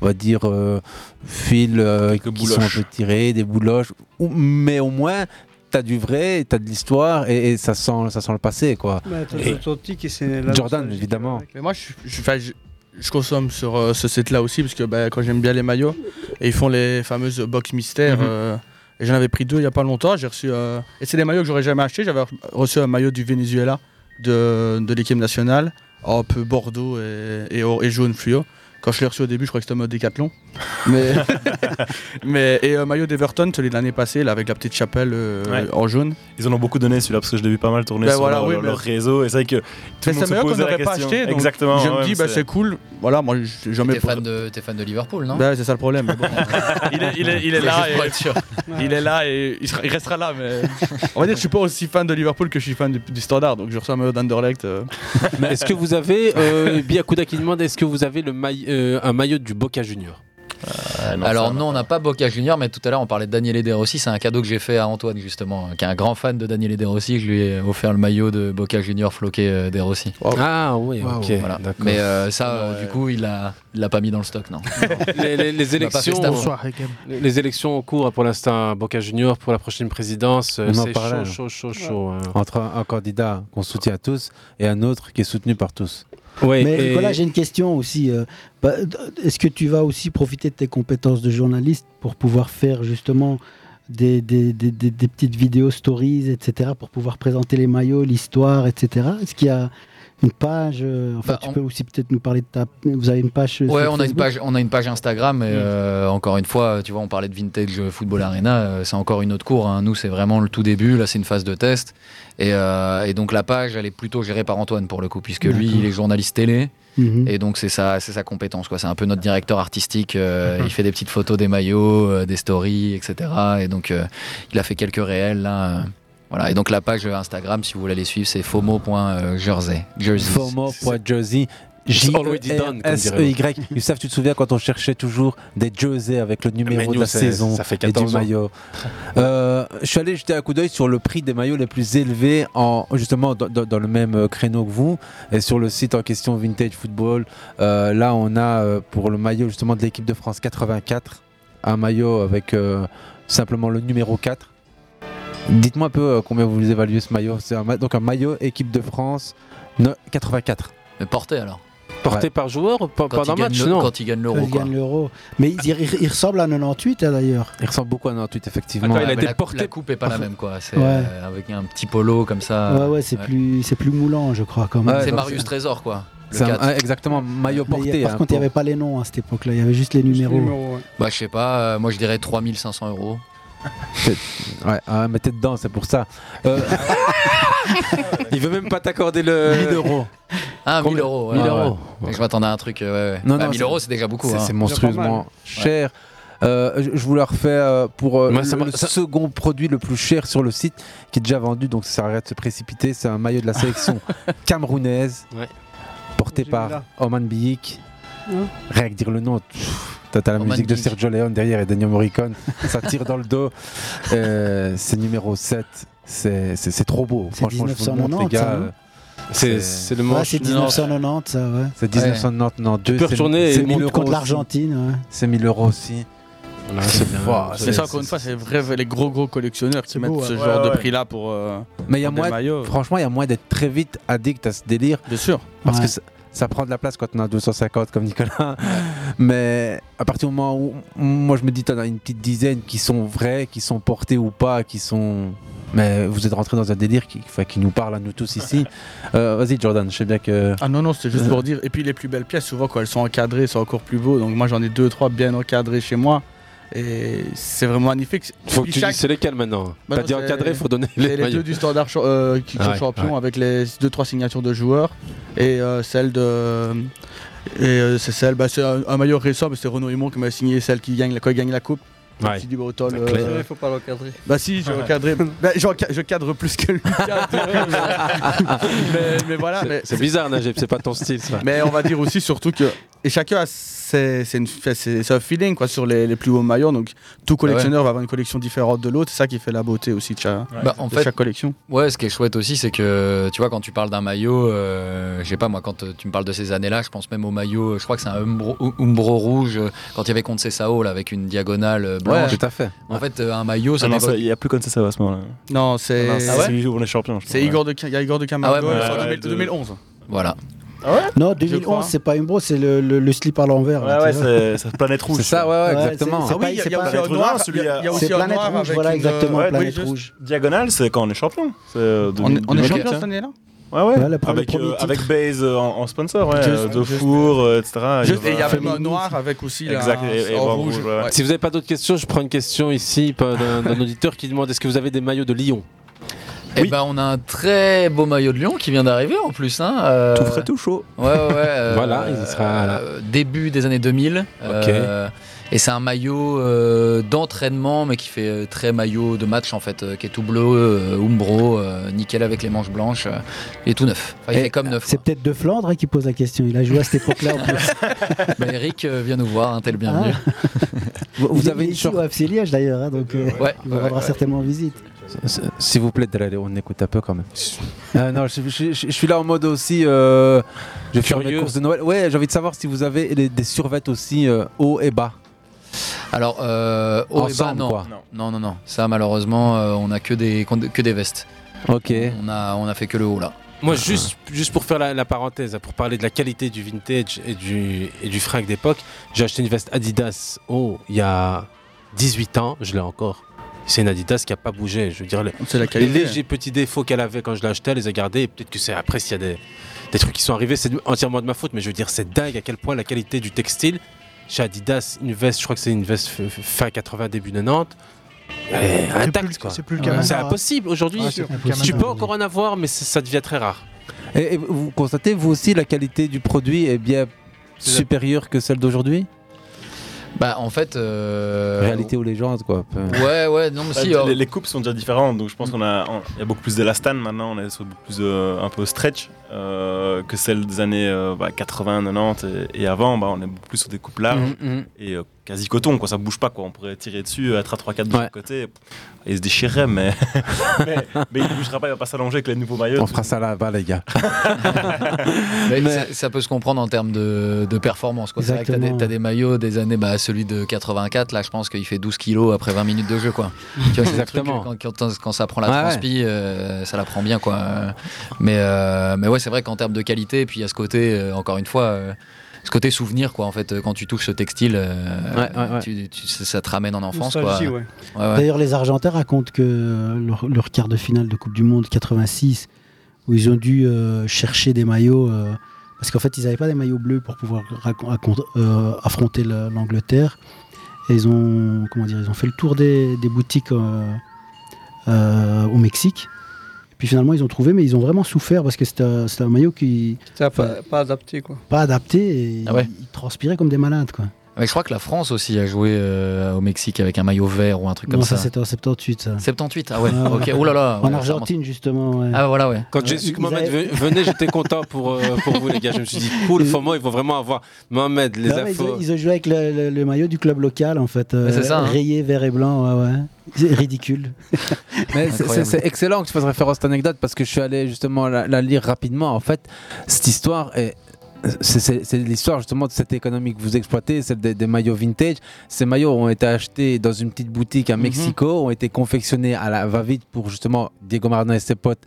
Speaker 8: on va dire, euh, fils euh, qui
Speaker 16: bouloches.
Speaker 8: sont un peu tirés, des bouloches, ou- mais au moins, t'as du vrai, t'as de l'histoire et, et ça, sent, ça sent le passé, quoi.
Speaker 2: Mais t'as
Speaker 8: Et-
Speaker 2: l'authentique et Bah, c'est la
Speaker 8: Jordan, évidemment.
Speaker 10: Mais moi, je, je, enfin, je- je consomme sur euh, ce site-là aussi parce que bah, quand j'aime bien les maillots, et ils font les fameuses box mystères.
Speaker 8: Mhm.
Speaker 10: euh, et j'en avais pris deux il y a pas longtemps. J'ai reçu. euh, et c'est des maillots que j'aurais jamais acheté. J'avais reçu un maillot du Venezuela de, de l'équipe nationale, un peu bordeaux et, et, or- et jaune fluo. Quand je l'ai reçu au début, je crois que c'était en mode décathlon. Mais, [laughs] mais, et un maillot d'Everton, celui de l'année passée, là, avec la petite chapelle euh,
Speaker 16: Ouais.
Speaker 10: en jaune.
Speaker 16: Ils en ont beaucoup donné celui-là parce que je l'ai vu pas mal tourner
Speaker 10: Ben
Speaker 16: sur
Speaker 10: voilà,
Speaker 16: leur,
Speaker 10: oui,
Speaker 16: leur-
Speaker 10: mais-
Speaker 16: leur réseau et c'est vrai que tout le
Speaker 10: Mais
Speaker 16: monde
Speaker 10: c'est
Speaker 16: se
Speaker 10: meilleur qu'on
Speaker 16: pose la
Speaker 10: n'aurait
Speaker 16: question.
Speaker 10: pas acheté. donc
Speaker 16: Exactement.
Speaker 10: Je me
Speaker 16: ouais,
Speaker 10: dis, bah, c'est cool. Voilà, moi, j'ai jamais.
Speaker 18: T'es fan de, t'es fan de Liverpool, non
Speaker 10: Bah, c'est ça le problème. mais bon. [laughs] il est, il est- il est
Speaker 18: C'est
Speaker 10: là.
Speaker 18: juste pour
Speaker 10: et-
Speaker 18: être sûr.
Speaker 10: [laughs] il est là et il, sera- il restera là. Mais on va dire, que je suis pas aussi fan de Liverpool que je suis fan du, du Standard. Donc je reçois un maillot d'Anderlecht. euh.
Speaker 9: Mais est-ce que vous avez, euh, Biakuda qui demande, est-ce que vous avez le maille- euh, un maillot du Boca Junior
Speaker 18: Alors Euh, non, on n'a pas Boca Junior, mais tout à l'heure on parlait de Daniele De Rossi. C'est un cadeau que j'ai fait à Antoine justement, qui est un grand fan de Daniele De Rossi. Je lui ai offert le maillot de Boca Junior floqué euh, De Rossi.
Speaker 9: Ah oui,
Speaker 18: Wow.
Speaker 9: ok.
Speaker 18: Voilà.
Speaker 9: d'accord.
Speaker 18: Mais euh, ça, euh, du coup, il a, il l'a pas mis dans le stock, non.
Speaker 9: [laughs] les, les- les
Speaker 18: [laughs] On m'a pas fait
Speaker 9: élections,
Speaker 18: cet avant.
Speaker 9: les, les élections en cours pour l'instant à Boca Junior pour la prochaine présidence, euh,
Speaker 8: On en
Speaker 9: c'est
Speaker 8: parlait,
Speaker 9: chaud, chaud, chaud, chaud. hein.
Speaker 8: Entre un, un candidat qu'on soutient tous et un autre qui est soutenu par tous.
Speaker 9: Oui,
Speaker 11: Mais
Speaker 8: et-
Speaker 11: Nicolas, j'ai une question aussi. euh, bah, d- Est-ce que tu vas aussi profiter de tes compétences de journaliste pour pouvoir faire justement des, des, des- des- des petites vidéos stories, etc., pour pouvoir présenter les maillots, l'histoire, etc. Est-ce qu'il y a une page euh, Enfin,
Speaker 18: Bah,
Speaker 11: tu
Speaker 18: on-
Speaker 11: peux aussi peut-être nous parler de ta. Vous avez une page euh,
Speaker 18: Ouais,
Speaker 11: sur
Speaker 18: on a, une
Speaker 11: Facebook
Speaker 18: page, on a une page Instagram. Et, euh, encore une fois, tu vois, on parlait de Vintage Football Arena. euh, c'est encore une autre cour. hein. Nous, c'est vraiment le tout début. Là, c'est une phase de test. Et, euh, et donc, la page, elle est plutôt gérée par Antoine pour le coup, puisque lui,
Speaker 11: D'accord.
Speaker 18: il est journaliste télé.
Speaker 11: Mhm.
Speaker 18: Et donc, c'est sa, c'est sa compétence. quoi. C'est un peu notre directeur artistique. euh, il fait des petites photos des maillots, euh, des stories, etc. Et donc, euh, il a fait quelques réels. Là, euh, voilà. Et donc, la page Instagram, si vous voulez les suivre, c'est fomo.jersey. Jersey.
Speaker 8: Fomo.jersey. j
Speaker 18: It's already done, comme
Speaker 8: s e y [laughs] Youssef, tu te souviens quand on cherchait toujours des jerseys avec le
Speaker 9: Mais
Speaker 8: numéro
Speaker 9: nous,
Speaker 8: de la
Speaker 9: c'est-
Speaker 8: saison
Speaker 9: ça fait
Speaker 8: et du
Speaker 9: 14 ans.
Speaker 8: maillot Euh, Je suis allé jeter un coup d'œil sur le prix des maillots les plus élevés, en, justement dans, dans- dans le même euh, créneau que vous. Et sur le site en question Vintage Football, euh, là on a euh, pour le maillot justement de l'équipe de France 84, un maillot avec euh, simplement le numéro 4. Dites-moi un peu euh, combien vous évaluez ce maillot. C'est un ma- donc un maillot équipe de France no- 84.
Speaker 18: Mais porté alors
Speaker 8: Porté
Speaker 18: Ouais.
Speaker 8: par joueur, pas,
Speaker 18: Quand il gagne le- Quand il gagne l'euro,
Speaker 11: Il
Speaker 18: quoi.
Speaker 11: gagne l'euro. Mais il, il- il ressemble à 98 hein, d'ailleurs.
Speaker 8: Il ressemble beaucoup à 98 effectivement.
Speaker 11: Attends, il a
Speaker 18: Ouais,
Speaker 11: été
Speaker 18: mais la,
Speaker 11: porté-
Speaker 18: la coupe est pas la même quoi. C'est
Speaker 11: Ouais.
Speaker 18: euh, avec un petit polo comme ça.
Speaker 11: ouais, ouais, c'est plus, c'est plus moulant, je crois, quand même.
Speaker 18: c'est Marius Trésor quoi. Le
Speaker 8: C'est un-
Speaker 18: 4.
Speaker 8: ouais, exactement, maillot
Speaker 11: Mais il y a-
Speaker 8: porté.
Speaker 11: par contre,
Speaker 8: hein,
Speaker 11: il n'y
Speaker 8: pour-
Speaker 11: avait pas les noms à cette époque-là, il y avait juste les numéros.
Speaker 18: Bah je sais pas, euh, moi je dirais 3500 euros.
Speaker 8: Ouais, ah, mais t'es dedans, c'est pour ça. Euh, [laughs] il veut même pas t'accorder le. 1000 euros.
Speaker 18: Ah, 1000
Speaker 8: Combien
Speaker 18: euros. ouais,
Speaker 8: 1000
Speaker 18: ouais,
Speaker 8: euros.
Speaker 18: ouais. Et Je m'attendais à un truc. euh, ouais, ouais. Bah, 1000 euros c'est déjà beaucoup.
Speaker 8: C'est
Speaker 18: hein.
Speaker 8: c'est monstrueusement cher. Euh, je, je vous la refais euh, pour euh,
Speaker 18: Moi,
Speaker 8: le,
Speaker 18: ça m'a-
Speaker 8: le
Speaker 18: ça-
Speaker 8: second produit le plus cher sur le site qui est déjà vendu, donc ça arrête de se précipiter. C'est un maillot de
Speaker 18: [laughs]
Speaker 8: la sélection camerounaise porté par
Speaker 2: là.
Speaker 8: Oman Biyik.
Speaker 2: Ouais.
Speaker 8: Rien que dire le nom, pff, t'as t'as la
Speaker 2: Oman
Speaker 8: musique de
Speaker 2: Biyik.
Speaker 8: Sergio Leone derrière et Daniel Morricone, ça tire dans le dos. Euh, c'est numéro 7, c'est c'est- c'est trop beau. Franchement, je vous le montre, les
Speaker 11: 1990, ça,
Speaker 8: gars.
Speaker 11: non
Speaker 8: euh,
Speaker 9: C'est-
Speaker 8: c'est
Speaker 9: le
Speaker 11: hein. Ouais, c'est 1990, ça, ouais.
Speaker 8: c'est 1999.
Speaker 9: Tu peux retourner et
Speaker 8: c'est
Speaker 9: monter
Speaker 8: 1000 euros
Speaker 11: contre
Speaker 8: aussi.
Speaker 11: l'Argentine, ouais.
Speaker 8: C'est 1000 euros aussi.
Speaker 9: c'est bien.
Speaker 8: fort,
Speaker 10: Mais ça, encore une fois, c'est vrai, les gros gros collectionneurs qui mettent
Speaker 8: beau,
Speaker 10: ce
Speaker 8: ouais.
Speaker 10: genre
Speaker 8: Ouais,
Speaker 10: de
Speaker 8: ouais.
Speaker 10: prix-là pour. euh,
Speaker 8: Mais il y a
Speaker 10: pour des
Speaker 8: moyen,
Speaker 10: maillots.
Speaker 8: franchement, il y a moyen d'être très vite addict à ce délire.
Speaker 10: Bien sûr.
Speaker 8: Parce
Speaker 10: Ouais.
Speaker 8: que ça, ça prend de la place quand on a 250 comme Nicolas. [laughs] Mais à partir du moment où, moi je me dis, t'en as une petite dizaine qui sont vrais, qui sont portés ou pas, qui sont. Mais vous êtes rentré dans un délire qui, enfin, qui nous parle à nous tous
Speaker 10: [laughs]
Speaker 8: ici. Euh, Vas-y Jordan, je sais bien que.
Speaker 10: Ah non, non, c'était juste pour dire. Et puis les plus belles pièces, souvent, quand elles sont encadrées, c'est encore plus beau. Donc moi, j'en ai deux, trois bien encadrées chez moi. Et c'est vraiment magnifique.
Speaker 9: Faut que
Speaker 10: Puis
Speaker 9: tu
Speaker 10: chaque-
Speaker 9: dises c'est lesquels maintenant. T'as
Speaker 10: Bah non,
Speaker 9: dit
Speaker 10: c'est-
Speaker 9: encadré, faut donner
Speaker 10: c'est
Speaker 9: les,
Speaker 10: les
Speaker 9: maillots.
Speaker 10: deux du standard cha- euh, qui
Speaker 9: Ah
Speaker 10: sont
Speaker 9: ouais,
Speaker 10: champion
Speaker 9: ouais.
Speaker 10: avec les deux trois signatures de joueurs et euh, celle de et euh, c'est celle bah, c'est un, un maillot récent mais c'est Renaud Himon qui m'a signé celle qui gagne la quand il gagne la coupe.
Speaker 9: Ouais.
Speaker 10: Je me suis dit, bah, autant le-
Speaker 9: clair.
Speaker 10: euh,
Speaker 9: Faut pas l'encadrer.
Speaker 10: Bah si, j'ai encadré. Bah, j'en ca- je cadre plus que lui.
Speaker 8: Ah,
Speaker 10: mais, mais voilà.
Speaker 9: C'est-
Speaker 8: [laughs]
Speaker 10: mais-
Speaker 9: C'est bizarre, Najib, Ah, c'est pas ton style
Speaker 10: [laughs]
Speaker 9: ça.
Speaker 10: mais on va dire aussi surtout que et chacun a ses- c'est une- fait- c'est c'est un feeling quoi sur les, les plus hauts maillots donc tout collectionneur va avoir une collection différente de l'autre c'est ça qui fait la beauté aussi de chaque,
Speaker 18: Bah, en
Speaker 10: de
Speaker 18: fait,
Speaker 10: chaque collection.
Speaker 18: Ouais, ce qui est chouette aussi, c'est que tu vois, quand tu parles d'un maillot, euh, je sais pas moi, quand euh, tu me parles de ces années-là, je pense même au maillot, euh, je crois que c'est un Umbro, Umbro rouge, euh, quand il y avait contre Sao là, avec une diagonale euh, blanche.
Speaker 8: tout à fait.
Speaker 18: En fait,
Speaker 10: Bah,
Speaker 18: euh, un maillot, ça
Speaker 16: Ah non, ça,
Speaker 18: n'évoque-
Speaker 16: Il n'y a plus comme ça, ça va à ce moment-là.
Speaker 10: Non, c'est.
Speaker 16: Non, c'est
Speaker 10: Ah ouais
Speaker 16: celui où on est champion. je
Speaker 10: C'est
Speaker 16: crois,
Speaker 10: Igor de Ca- il y a Igor de Camargo
Speaker 18: Ah ouais,
Speaker 10: euh,
Speaker 18: ouais,
Speaker 10: sur
Speaker 18: ouais,
Speaker 10: 2000
Speaker 18: de-
Speaker 10: 2011.
Speaker 18: Voilà.
Speaker 11: Non,
Speaker 10: Je crois.
Speaker 11: 2011, c'est pas Umbro, c'est le, le, le slip à l'envers. là, tu vois.
Speaker 16: Euh, Planète
Speaker 11: Rouge. C'est ça, ouais, ouais, exactement.
Speaker 10: Ah oui, il y a- il y a aussi un noir, celui- il y a aussi
Speaker 11: C'est
Speaker 10: un
Speaker 11: Planète
Speaker 10: noir
Speaker 11: Rouge,
Speaker 10: avec
Speaker 11: voilà,
Speaker 10: une-
Speaker 11: exactement,
Speaker 10: ouais, oui,
Speaker 11: Planète
Speaker 10: juste-
Speaker 11: Rouge.
Speaker 16: Diagonale, c'est quand on est champion. C'est, euh, de-
Speaker 10: On est- on est
Speaker 16: de-
Speaker 10: champion
Speaker 16: hein.
Speaker 10: cette année-là
Speaker 16: Ouais, ouais.
Speaker 10: Ouais, le premier-
Speaker 16: avec,
Speaker 10: premier
Speaker 16: euh,
Speaker 10: titre.
Speaker 16: avec Baze euh, en, en sponsor, ouais.
Speaker 10: Juste-
Speaker 16: euh, de
Speaker 10: juste-
Speaker 16: four, euh, etc.
Speaker 10: Juste, et il y
Speaker 16: avait
Speaker 10: avait un noir avec aussi la-
Speaker 16: Exact, et- et
Speaker 10: en
Speaker 16: en
Speaker 10: rouge.
Speaker 16: rouge, ouais.
Speaker 10: ouais.
Speaker 9: Si vous n'avez pas d'autres questions, je prends une question ici par- d'un
Speaker 8: [laughs]
Speaker 9: d'un auditeur qui demande est-ce que vous avez des maillots de Lyon
Speaker 18: Eh ben, on a un très beau maillot de Lyon qui vient d'arriver en plus. Hein, euh,
Speaker 9: Tout frais, tout chaud.
Speaker 18: Ouais, ouais.
Speaker 9: [laughs]
Speaker 18: euh,
Speaker 9: Voilà, il sera-
Speaker 18: euh, début des années 2000. euh, et c'est un maillot euh, d'entraînement, mais qui fait euh, très maillot de match en fait, euh, qui est tout bleu, euh, umbro, euh, nickel avec les manches blanches. euh, il est tout neuf. Enfin, il
Speaker 11: Et
Speaker 18: fait comme neuf.
Speaker 11: C'est peut-être de Flandre hein, qui pose la question. Il a joué à cette époque-là. en plus.
Speaker 18: [laughs] Ben, Eric euh, vient nous voir, un tel bienvenu.
Speaker 9: Ah.
Speaker 8: Vous,
Speaker 11: Il est- il est ici au FC Liège d'ailleurs, hein, donc euh,
Speaker 18: Ouais,
Speaker 11: il vous
Speaker 18: ouais,
Speaker 11: rendra
Speaker 18: ouais.
Speaker 11: certainement visite.
Speaker 8: S- S'il vous plaît, Dalal, on écoute un peu quand même. Euh, non, je, je- je- je suis là en mode aussi. euh, je vais faire mes
Speaker 18: Curieux.
Speaker 8: courses de Noël. Ouais, j'ai envie de savoir si vous avez les- des survettes aussi euh, haut et bas.
Speaker 18: Alors, [laughs] euh, haut et bas,
Speaker 8: Ensemble,
Speaker 18: non.
Speaker 8: quoi.
Speaker 18: non, non, non. Ça, malheureusement, euh, on a que des, que des vestes.
Speaker 8: Ok.
Speaker 18: On a, on a fait que le haut là.
Speaker 9: Moi, juste, juste pour faire la, la parenthèse, pour parler de la qualité du vintage et du, et du fringue d'époque, j'ai acheté une veste Adidas oh, il y a 18 ans, je l'ai encore. C'est une Adidas qui n'a pas bougé. Je veux dire, les,
Speaker 10: C'est la
Speaker 9: les
Speaker 10: qualité. hein.
Speaker 9: légers petits défauts qu'elle avait quand je l'ai achetée, elle les a gardés. Et peut-être que c'est après, s'il y a des, des trucs qui sont arrivés, c'est entièrement de ma faute. Mais je veux dire, c'est dingue à quel point la qualité du textile chez Adidas, une veste, je crois que c'est une veste f- f- fin 80, début 90. elle est
Speaker 12: C'est
Speaker 9: intacte,
Speaker 12: plus-
Speaker 9: quoi.
Speaker 12: c'est plus le Camaro,
Speaker 9: C'est
Speaker 12: hein.
Speaker 9: impossible aujourd'hui.
Speaker 10: Ah,
Speaker 12: Ouais, c'est plus le
Speaker 9: tu
Speaker 12: Camaro,
Speaker 9: peux encore en avoir, mais c'est- ça devient très rare.
Speaker 8: Et, et vous constatez, vous aussi, la qualité du produit est bien supérieure que celle d'aujourd'hui
Speaker 18: Bah, en fait. euh,
Speaker 8: Réalité ou légende, quoi. peu.
Speaker 18: Ouais, ouais, non, mais
Speaker 16: Bah,
Speaker 18: si. oh.
Speaker 16: les-
Speaker 18: alors-
Speaker 16: les, coupes sont déjà différentes, donc je pense qu'on a, on- il y a beaucoup plus d'élastane maintenant, on est sur beaucoup plus euh, un peu stretch euh, que celle des années euh, bah, 80, 90 et, et avant, bah, on est beaucoup plus sur des coupes larges
Speaker 18: Mm,
Speaker 9: Mhm, mhm.
Speaker 16: et euh, quasi coton, quoi, ça bouge pas, quoi. On pourrait tirer dessus, être à 3-4 de chaque côté, et il se déchirerait,
Speaker 11: [laughs]
Speaker 16: mais... [laughs] mais, mais il bougera pas, il va pas s'allonger avec les nouveaux maillots.
Speaker 8: On fera ça là-bas, les gars.
Speaker 18: [laughs] Mais ça, ça peut se comprendre en termes de, de performance. quoi. C'est vrai que t'as des,
Speaker 8: Exactement.
Speaker 18: t'as des maillots des années, bah, celui de 84, là, je pense qu'il fait 12 kilos après 20 minutes de jeu, quoi. Tu vois, c'est le truc,
Speaker 8: Exactement.
Speaker 18: quand, quand- quand ça prend la
Speaker 8: Ouais, ouais.
Speaker 18: transpi, euh, ça la prend bien, quoi. Euh, Mais, euh, mais ouais, c'est vrai qu'en termes de qualité, puis il y a ce côté, euh, encore une fois. euh, ce côté souvenir, quoi, en fait, euh, quand tu touches ce textile, euh, tu- tu- ça te ramène en enfance, quoi.
Speaker 2: Nostalgie, ouais.
Speaker 18: Ouais, ouais.
Speaker 11: D'ailleurs, les Argentins racontent que euh, leur, leur quart de finale de Coupe du Monde 86, où ils ont dû euh, chercher des maillots, euh, parce qu'en fait, ils n'avaient pas des maillots bleus pour pouvoir racon- racon- euh, affronter la- l'Angleterre. Et ils ont, comment dire, ils ont fait le tour des, des boutiques euh, euh, au Mexique. Et puis finalement, ils ont trouvé, mais ils ont vraiment souffert parce que c'était un c'était un maillot qui
Speaker 2: C'était pas, pas adapté, quoi.
Speaker 11: pas adapté et
Speaker 18: Ah ouais.
Speaker 11: ils transpiraient comme des malades. Quoi.
Speaker 18: Mais je crois que la France aussi a joué euh, au Mexique avec un maillot vert ou un truc
Speaker 11: Non,
Speaker 18: comme
Speaker 11: ça,
Speaker 18: ça.
Speaker 11: c'était en 78. Ça.
Speaker 18: 78, ah ouais, ok, oh là là. ouais,
Speaker 11: En
Speaker 18: ça
Speaker 11: Argentine, justement. ouais.
Speaker 18: Ah, voilà, ouais.
Speaker 11: Euh,
Speaker 9: Quand j'ai su
Speaker 11: ils
Speaker 9: que Mohamed
Speaker 11: avaient-
Speaker 9: ve- venait, j'étais content pour, euh, pour vous, les gars. Je me suis
Speaker 8: [laughs]
Speaker 9: dit, cool, FOMO, ils vont vraiment avoir Mohamed, les
Speaker 11: Non, mais ils,
Speaker 9: infos.
Speaker 11: ont, ils ont joué avec le, le- le maillot du club local, en fait. euh,
Speaker 9: Mais c'est ça, hein.
Speaker 11: Rayé, vert et blanc, ouais, ouais.
Speaker 18: [laughs]
Speaker 11: C'est ridicule.
Speaker 8: Mais c'est- c'est c'est excellent que tu fasses référence à cette anecdote parce que je suis allé justement la, la lire rapidement. En fait, cette histoire est. c'est- C'est c'est l'histoire justement de cette économie que vous exploitez, celle des, des maillots vintage. Ces maillots ont été achetés dans une petite boutique à
Speaker 9: Mhm.
Speaker 8: Mexico, ont été confectionnés à la va-vite pour justement Diego Maradona et ses potes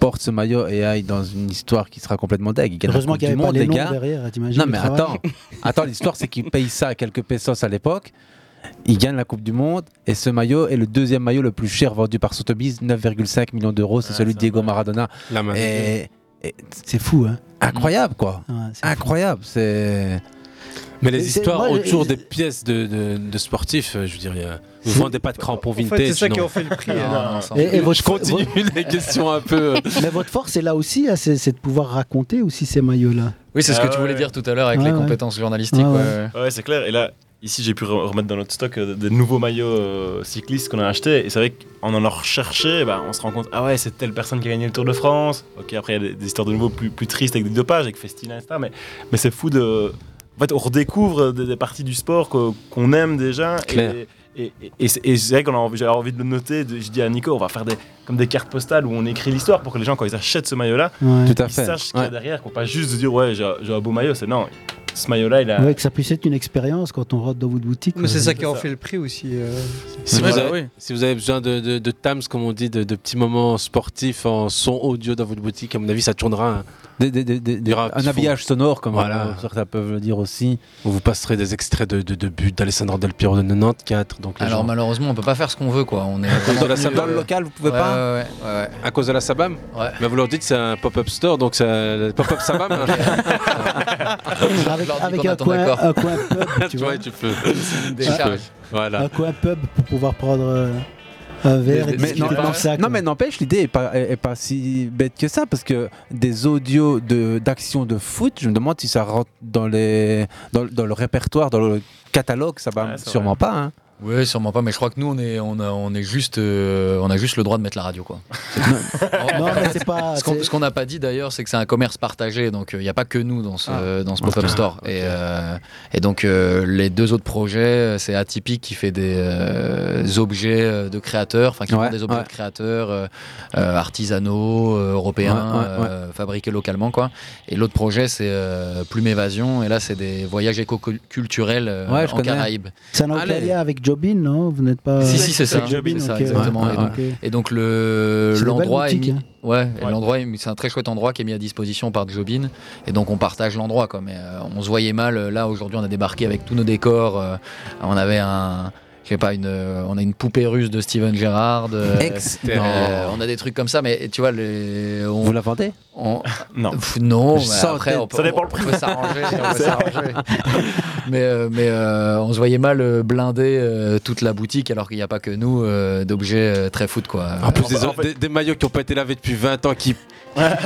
Speaker 8: portent ce maillot et aillent dans une histoire qui sera complètement dingue. Ils gagnent la
Speaker 11: Heureusement
Speaker 8: Coupe
Speaker 11: qu'il y avait
Speaker 8: du
Speaker 11: pas
Speaker 8: Monde,
Speaker 11: les
Speaker 8: les
Speaker 11: noms
Speaker 8: gars.
Speaker 11: derrière, t'imagines
Speaker 8: Non
Speaker 11: le
Speaker 8: mais
Speaker 11: travail
Speaker 8: attends, Attends, l'histoire, c'est qu'ils payent ça à quelques pesos à l'époque. Ils gagnent la Coupe du Monde et ce maillot est le deuxième maillot le plus cher vendu par Sotheby's, 9,5 millions d'euros. C'est celui de Diego Maradona.
Speaker 9: Ah, La main.
Speaker 8: Et- et
Speaker 11: c'est fou, hein
Speaker 8: Incroyable, quoi. incroyable, c'est.
Speaker 9: Mais les
Speaker 8: Et c'est-
Speaker 9: histoires
Speaker 8: moi,
Speaker 9: autour
Speaker 8: je-
Speaker 9: des pièces de, de- de sportifs, euh, je veux dire, il y a- vous
Speaker 8: C'est-
Speaker 9: vendez pas de crampons
Speaker 8: fait,
Speaker 9: vintage.
Speaker 8: c'est ça qui
Speaker 9: non.
Speaker 8: en fait le prix,
Speaker 9: Non,
Speaker 8: hein.
Speaker 9: non, non,
Speaker 11: Et- et
Speaker 9: je
Speaker 11: votre-
Speaker 9: continue [laughs]
Speaker 11: votre-
Speaker 9: les questions un peu. euh,
Speaker 11: [laughs] Mais votre force est là aussi, hein, c'est c'est de pouvoir raconter aussi ces maillots-là.
Speaker 18: Oui, c'est ce
Speaker 16: Ah
Speaker 18: que tu voulais
Speaker 16: ouais.
Speaker 18: dire tout à l'heure avec les
Speaker 11: Ouais, ouais.
Speaker 18: compétences journalistiques.
Speaker 11: Ouais,
Speaker 18: ouais,
Speaker 11: ouais.
Speaker 18: ouais.
Speaker 16: Ouais, c'est clair. Et là, ici, j'ai pu re- remettre dans notre stock euh, des nouveaux maillots euh, cyclistes qu'on a achetés. Et c'est vrai qu'en en recherchant, bah, on se rend compte, ah ouais, c'est telle personne qui a gagné le Tour de France. Ok, après, il y a des, des histoires de nouveau plus, plus tristes avec du dopage, avec Festina, etc. Mais, mais c'est fou de. En fait, on redécouvre des, des parties du sport que- qu'on aime déjà.
Speaker 9: Clair.
Speaker 16: Et, et, et c'est- et c'est vrai qu'on a envie, j'avais envie de le noter. de- je dis à Nico, on va faire des, comme des cartes postales où on écrit l'histoire pour que les gens, quand ils achètent ce maillot-là,
Speaker 11: Ouais. Tout à
Speaker 16: ils
Speaker 11: fait.
Speaker 16: sachent ce qu'il y a derrière, qu'on pas juste se dire, ouais, j'ai j'ai un beau maillot. C'est non, ce maillot-là, il a.
Speaker 11: Ouais, que ça puisse être une expérience quand on rentre dans votre boutique. euh,
Speaker 2: Mais c'est
Speaker 11: quoi.
Speaker 2: ça qui en fait le prix aussi. euh.
Speaker 9: Si,
Speaker 2: Ouais,
Speaker 9: vous
Speaker 2: bah
Speaker 9: avez, si vous avez besoin de, de, de tams, comme on dit, de, de petits moments sportifs en son audio dans votre boutique, à mon avis, ça tournera.
Speaker 8: Des- des- des- des-
Speaker 9: Il y aura un
Speaker 8: un
Speaker 9: petit
Speaker 8: habillage sonore, comme
Speaker 9: Voilà.
Speaker 8: euh, certains peuvent le dire aussi.
Speaker 9: On vous passerait des extraits de, de, de buts d'Alessandro Del Piero de 94. Donc les
Speaker 18: Alors
Speaker 9: gens-
Speaker 18: malheureusement, on peut pas faire ce qu'on veut, quoi. On est
Speaker 9: Dans la
Speaker 18: salle
Speaker 9: Sabam locale, vous pouvez pas
Speaker 18: Ouais, ouais, ouais.
Speaker 9: À cause de la Sabam Mais vous leur dites c'est un pop-up store, donc c'est un pop-up
Speaker 18: [laughs]
Speaker 9: Sabam. hein.
Speaker 11: Avec, avec
Speaker 9: qu'on
Speaker 11: un,
Speaker 9: attend
Speaker 11: coin,
Speaker 9: d'accord.
Speaker 11: un coin
Speaker 9: [laughs]
Speaker 11: pub, tu
Speaker 9: Tu
Speaker 11: vois.
Speaker 9: vois, tu peux.
Speaker 11: Une
Speaker 9: Tu
Speaker 11: décharge.
Speaker 9: peux. Voilà.
Speaker 11: Un coin pub pour pouvoir prendre euh, un verre et
Speaker 8: mais,
Speaker 11: discuter
Speaker 8: non, euh,
Speaker 11: comme ça.
Speaker 8: non, mais n'empêche, l'idée est pas, est- est pas si bête que ça parce que des audios de d'action de foot, je me demande si ça rentre dans les dans, le- dans le répertoire, dans le catalogue, ça va sûrement pas. hein.
Speaker 18: Ouais, sûrement pas, mais je crois que nous, on, est, on, a, on, est juste, euh, on a juste le droit de mettre la radio. Quoi.
Speaker 11: [laughs] Non, mais c'est pas.
Speaker 18: Ce qu'on
Speaker 11: c'est-
Speaker 18: ce qu'on n'a pas dit d'ailleurs, c'est que c'est un commerce partagé, donc il n'y a pas que nous dans ce,
Speaker 11: Ah.
Speaker 18: dans ce pop-up store. Et, euh, et donc euh, les deux autres projets, euh, c'est Atypique qui fait des euh, objets euh, de créateurs, enfin qui
Speaker 8: Ouais,
Speaker 18: vend des objets
Speaker 8: ouais.
Speaker 18: de créateurs euh, euh, artisanaux, euh, européens,
Speaker 8: Ouais, ouais, ouais.
Speaker 18: euh, fabriqués localement. quoi. Et l'autre projet, c'est euh, Plume Évasion, et là c'est des voyages éco-culturels euh,
Speaker 11: Ouais, je
Speaker 18: en
Speaker 11: connais.
Speaker 18: Caraïbes.
Speaker 11: Ça n'a aucun lien avec Jobin, non Vous n'êtes pas.
Speaker 18: Si, si, c'est ça.
Speaker 11: Jobin,
Speaker 18: C'est ça,
Speaker 11: ok.
Speaker 18: exactement.
Speaker 11: Ouais,
Speaker 18: et, donc,
Speaker 11: ok.
Speaker 18: et donc, le
Speaker 11: C'est des
Speaker 18: l'endroit
Speaker 11: belles
Speaker 18: est mis.
Speaker 11: boutiques, hein.
Speaker 18: Ouais, et l'endroit est mis- c'est un très chouette endroit qui est mis à disposition par Jobin. Et donc on partage l'endroit, quoi. Mais euh, on se voyait mal. Là aujourd'hui, on a débarqué avec tous nos décors. euh, on avait un. Je sais pas, une, euh, on a une poupée russe de Steven Gerrard. euh,
Speaker 8: Ex-
Speaker 18: euh,
Speaker 8: Non.
Speaker 18: on a des trucs comme ça, mais tu vois, les, on,
Speaker 8: Vous la vendez
Speaker 16: Non.
Speaker 18: non,
Speaker 8: Je
Speaker 18: mais
Speaker 8: sens
Speaker 18: après,
Speaker 8: que-
Speaker 18: on peut,
Speaker 8: Ça dépend
Speaker 18: on
Speaker 8: le prix.
Speaker 18: peut s'arranger. on peut s'arranger. mais euh, mais euh, on se voyait mal euh, blinder euh, toute la boutique alors qu'il n'y a pas que nous euh, d'objets euh, très foot quoi.
Speaker 9: En plus, des, des- des maillots qui n'ont pas été lavés depuis 20 ans, qui.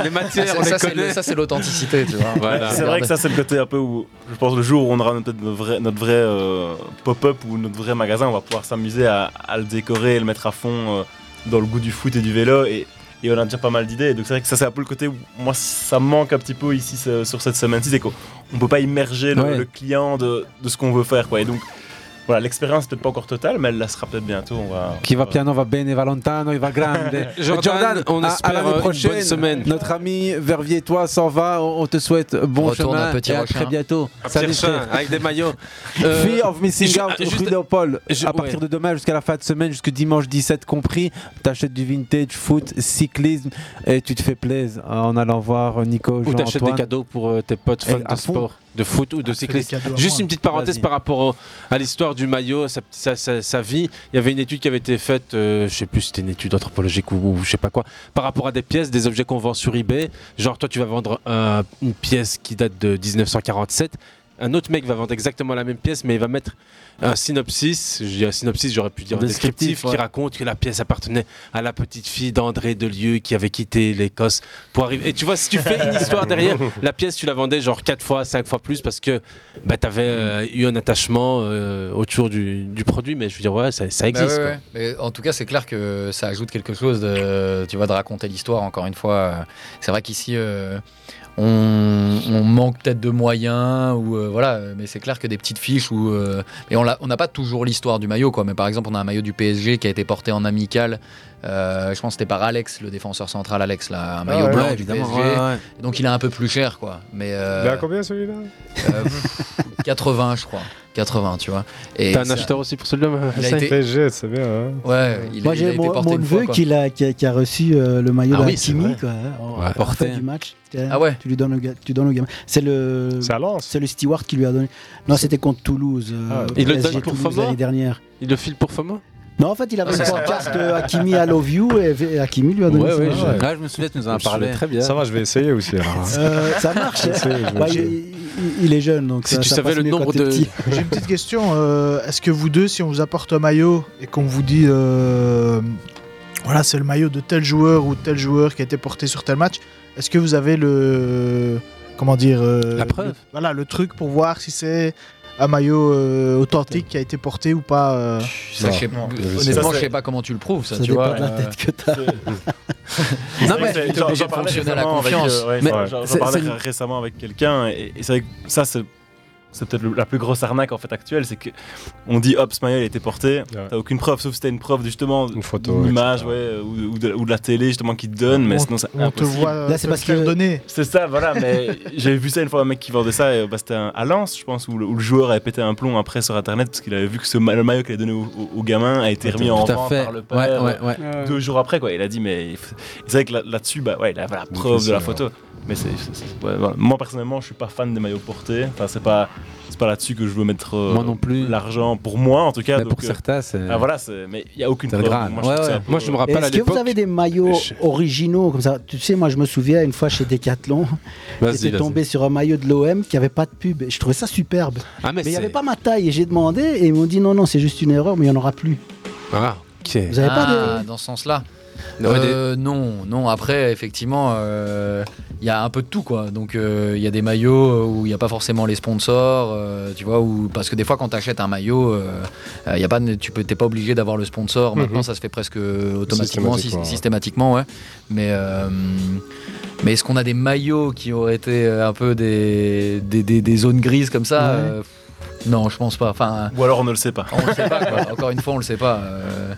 Speaker 9: les matières,
Speaker 18: Ça,
Speaker 9: on les
Speaker 18: ça, c'est
Speaker 9: connaît.
Speaker 18: le- ça, c'est l'authenticité, tu vois.
Speaker 8: [laughs]
Speaker 9: Voilà.
Speaker 16: C'est vrai que ça, c'est le côté un peu où je pense le jour où on aura peut-être notre vrai, notre vrai euh, pop-up ou notre vrai magasin, on va pouvoir s'amuser à, à le décorer et le mettre à fond euh, dans le goût du foot et du vélo. Et, et on a déjà pas mal d'idées. Donc c'est vrai que ça, c'est un peu le côté où moi, ça me manque un petit peu ici ce- sur cette semaine-ci. C'est qu'on on peut pas immerger le,
Speaker 8: Ouais.
Speaker 16: le client de, de ce qu'on veut faire. Quoi. Et donc, voilà, l'expérience n'est peut-être pas encore totale, mais elle la sera peut-être bientôt. On va,
Speaker 8: Qui va piano, va bene, Valentano, il
Speaker 9: [laughs]
Speaker 8: va grande.
Speaker 16: Jordan,
Speaker 9: on
Speaker 8: à-
Speaker 9: espère,
Speaker 8: à l'année
Speaker 9: euh, une bonne
Speaker 8: prochaine.
Speaker 9: semaine.
Speaker 8: Notre ami Verviers, toi, s'en va. On on te souhaite bon
Speaker 9: Retourne
Speaker 8: chemin
Speaker 9: à Petit
Speaker 8: et à
Speaker 9: Rochin.
Speaker 8: très bientôt.
Speaker 9: À Petit
Speaker 8: Salut,
Speaker 9: Rochin,
Speaker 8: frère.
Speaker 9: avec des maillots. Euh,
Speaker 8: Fear of Missing
Speaker 9: je-
Speaker 8: Out,
Speaker 9: juste-
Speaker 8: rue Léopold.
Speaker 9: je-
Speaker 8: à partir
Speaker 9: ouais.
Speaker 8: de demain jusqu'à la fin de semaine, jusque dimanche 17 compris. T'achètes du vintage, foot, cyclisme et tu te fais plaisir hein, en allant voir euh, Nico.
Speaker 9: Ou t'achètes des
Speaker 8: Jean-Antoine.
Speaker 9: cadeaux pour euh, tes potes fans
Speaker 8: Et à
Speaker 9: de
Speaker 8: fond.
Speaker 9: sport, de foot ou de cyclisme.
Speaker 8: cadeaux à
Speaker 9: Juste
Speaker 8: moi.
Speaker 9: une petite parenthèse
Speaker 8: Vas-y.
Speaker 9: par rapport au- à l'histoire du maillot, sa, sa- sa- sa vie. Il y avait une étude qui avait été faite, euh, je sais plus, c'était une étude anthropologique ou, ou je sais pas quoi, par rapport à des pièces, des objets qu'on vend sur eBay. Genre, toi, tu vas vendre un- une pièce qui date de 1947. Un autre mec va vendre exactement la même pièce, mais il va mettre un synopsis. Je dis un synopsis, j'aurais pu dire un
Speaker 8: Descriptif,
Speaker 9: descriptif,
Speaker 8: ouais.
Speaker 9: qui raconte que la pièce appartenait à la petite fille d'André Delieu qui avait quitté l'Écosse pour arriver. Et tu vois, si tu fais une histoire [laughs] derrière, la pièce, tu la vendais genre 4 fois, 5 fois plus parce que bah, tu avais eu un attachement euh, autour du, du produit. Mais je veux dire, ouais, ça, ça
Speaker 18: Bah
Speaker 9: existe.
Speaker 18: ouais, ouais. Mais en tout cas, c'est clair que ça ajoute quelque chose de, tu vois, de raconter l'histoire, encore une fois. Euh, C'est vrai qu'ici, euh, on, on manque peut-être de moyens, ou, euh, voilà, mais c'est clair que des petites fiches. Où, euh, et on l'a- on n'a pas toujours l'histoire du maillot, quoi. Mais par exemple, on a un maillot du PSG qui a été porté en amical. euh, je pense que c'était par Alex, le défenseur central Alex, là, un maillot
Speaker 9: Ah ouais,
Speaker 18: blanc
Speaker 9: ouais,
Speaker 18: du
Speaker 9: évidemment,
Speaker 18: PSG.
Speaker 9: ouais, ouais.
Speaker 18: Donc il est un peu plus cher, quoi. Mais euh,
Speaker 14: Il est à combien celui-là
Speaker 18: euh, pff, 80, je crois. 80, tu vois. Et
Speaker 9: T'as un
Speaker 18: ça-
Speaker 9: acheteur aussi pour celui-là
Speaker 18: Il a été-
Speaker 14: PSG, c'est bien. hein.
Speaker 18: Ouais, il,
Speaker 11: Euh, Moi,
Speaker 18: a, il a
Speaker 11: j'ai
Speaker 18: été
Speaker 11: mon,
Speaker 18: porté
Speaker 11: mon
Speaker 18: une fois,
Speaker 11: neveu
Speaker 18: quoi.
Speaker 11: qui, l'a- qui a, qui a reçu euh, le maillot
Speaker 18: Ah
Speaker 11: de
Speaker 18: oui,
Speaker 11: d'Hakimi
Speaker 18: c'est vrai.
Speaker 11: quoi, hein, en-
Speaker 18: Ouais.
Speaker 11: à la
Speaker 18: Porté.
Speaker 11: fin du match.
Speaker 18: Ah ouais.
Speaker 11: Tu lui donnes le, ga- tu donnes au gamin. C'est le c'est le steward qui lui a donné. Non, c'était contre Toulouse. euh,
Speaker 9: Ah, Il le
Speaker 11: PSG
Speaker 9: donne pour
Speaker 11: Toulouse
Speaker 9: Foma
Speaker 11: l'année dernière.
Speaker 9: Il le file pour Foma
Speaker 11: Non, en fait, il avait
Speaker 9: Ah,
Speaker 11: une
Speaker 9: ça,
Speaker 11: pancarte
Speaker 9: ça.
Speaker 11: euh, Hakimi I love you et et Hakimi lui a donné.
Speaker 9: Ouais,
Speaker 11: ça.
Speaker 9: ouais, je-
Speaker 8: Ah, je me souviens, tu nous en as
Speaker 14: Je
Speaker 8: parlé.
Speaker 14: sais, Ça va, je vais essayer aussi. alors.
Speaker 11: Euh, ça
Speaker 12: [laughs]
Speaker 11: marche.
Speaker 14: Je sais, je vais
Speaker 11: Bah, il,
Speaker 14: essayer.
Speaker 11: il- il est jeune, donc
Speaker 14: Si
Speaker 11: ça-
Speaker 14: tu
Speaker 11: ça
Speaker 14: savais
Speaker 11: passe
Speaker 14: le
Speaker 11: mieux quand
Speaker 14: nombre
Speaker 11: t'es
Speaker 14: de-
Speaker 11: petit.
Speaker 12: J'ai une petite question. euh, Est-ce que vous deux, si on vous apporte un maillot et qu'on vous dit, euh, voilà, c'est le maillot de tel joueur ou tel joueur qui a été porté sur tel match, est-ce que vous avez le, comment dire, euh,
Speaker 9: La preuve.
Speaker 12: le- voilà, le truc pour voir si c'est un maillot euh, authentique qui a été porté ou pas. euh
Speaker 18: Ça, je sais- honnêtement, je sais pas comment tu le prouves, ça,
Speaker 12: Ça
Speaker 18: tu
Speaker 12: dépend
Speaker 18: vois.
Speaker 12: de la
Speaker 18: euh,
Speaker 12: tête que
Speaker 18: [laughs]
Speaker 12: [laughs]
Speaker 18: Non,
Speaker 16: C'est vrai
Speaker 18: mais
Speaker 16: que
Speaker 18: t'es
Speaker 16: j'en-
Speaker 18: obligé
Speaker 16: j'en
Speaker 18: de
Speaker 16: parlais
Speaker 18: fonctionner à la
Speaker 16: récemment avec,
Speaker 18: confiance.
Speaker 16: euh, ouais,
Speaker 18: Mais
Speaker 16: j'en- j'en
Speaker 18: c'est-
Speaker 16: parlais
Speaker 18: c'est-
Speaker 16: ré- récemment avec quelqu'un et, et c'est vrai que ça c'est c'est peut-être le- la plus grosse arnaque en fait actuelle, c'est que on dit hop, ce maillot a été porté, t'as aucune preuve, sauf si t'as une preuve justement, une
Speaker 14: photo,
Speaker 16: image ouais, ou, ou de, ou de la télé justement qui te donne, mais
Speaker 12: On
Speaker 16: sinon
Speaker 12: te-
Speaker 16: c'est
Speaker 12: on te
Speaker 16: impossible.
Speaker 12: voit, euh, Là, c'est te parce le faire que- donner.
Speaker 16: C'est ça, voilà, mais
Speaker 12: [laughs]
Speaker 16: j'avais vu ça une fois un mec qui vendait ça, et, bah, c'était un- à Lens je pense, où le, où le joueur avait pété un plomb après sur internet parce qu'il avait vu que ce ma- le maillot qu'il a donné au, au- au gamin a été
Speaker 8: Tout
Speaker 16: remis en
Speaker 8: à
Speaker 16: vente
Speaker 8: fait.
Speaker 16: par le
Speaker 8: Ouais,
Speaker 16: père
Speaker 8: ouais, ouais.
Speaker 16: euh, deux jours après quoi. Il a dit mais il faut- et c'est vrai que là- là-dessus bah ouais il avait la preuve de
Speaker 9: Difficile,
Speaker 16: la photo. Mais c'est c'est- c'est- ouais, voilà. moi personnellement je suis pas fan des maillots portés. Enfin c'est pas c'est pas là-dessus que je veux mettre euh,
Speaker 9: Moi non plus.
Speaker 16: l'argent pour moi en tout cas.
Speaker 9: Mais
Speaker 16: donc,
Speaker 9: pour
Speaker 16: euh,
Speaker 9: certains, c'est-
Speaker 16: ah, voilà c'est- mais il y a aucune
Speaker 9: C'est le
Speaker 16: preuve.
Speaker 9: Graal.
Speaker 16: Moi, je trouve
Speaker 9: Ouais,
Speaker 16: que c'est
Speaker 9: ouais.
Speaker 16: un peu-
Speaker 9: Moi, je me rappelle à
Speaker 11: Est-ce que vous
Speaker 9: l'époque-
Speaker 11: avez des maillots originaux comme ça Tu sais, moi je me souviens une fois chez Decathlon,
Speaker 9: Vas-y,
Speaker 11: j'étais
Speaker 9: vas-y.
Speaker 11: tombé sur un maillot de l'OM qui avait pas de pub. Et je trouvais ça superbe.
Speaker 9: Ah, mais
Speaker 11: il n'y
Speaker 9: c'est-
Speaker 11: avait pas ma taille et j'ai demandé et ils m'ont dit non non c'est juste une erreur mais il n'y en aura plus.
Speaker 9: Ah, ok.
Speaker 11: Vous avez pas de-
Speaker 18: Ah, dans ce sens-là
Speaker 9: Ouais,
Speaker 18: Euh, Non, non. Après, effectivement, euh, il y a un peu de tout, quoi. Donc, euh, il y a des maillots où il n'y a pas forcément les sponsors, euh, tu vois, ou parce que des fois, quand tu achètes un maillot, euh, euh, il y a pas, de- tu peux, t'es pas obligé d'avoir le sponsor. Maintenant,
Speaker 9: Mhm.
Speaker 18: ça se fait presque automatiquement,
Speaker 9: Systématiquement,
Speaker 18: sy-
Speaker 9: ouais.
Speaker 18: systématiquement, ouais. Mais euh, mais est-ce qu'on a des maillots qui auraient été euh, un peu des, des, des- des zones grises comme ça
Speaker 16: Ouais.
Speaker 18: Euh, Non, je pense pas. Enfin,
Speaker 16: Ou alors on ne le sait pas.
Speaker 18: on le sait pas,
Speaker 16: [laughs]
Speaker 18: quoi. Encore une fois, on le sait pas. euh,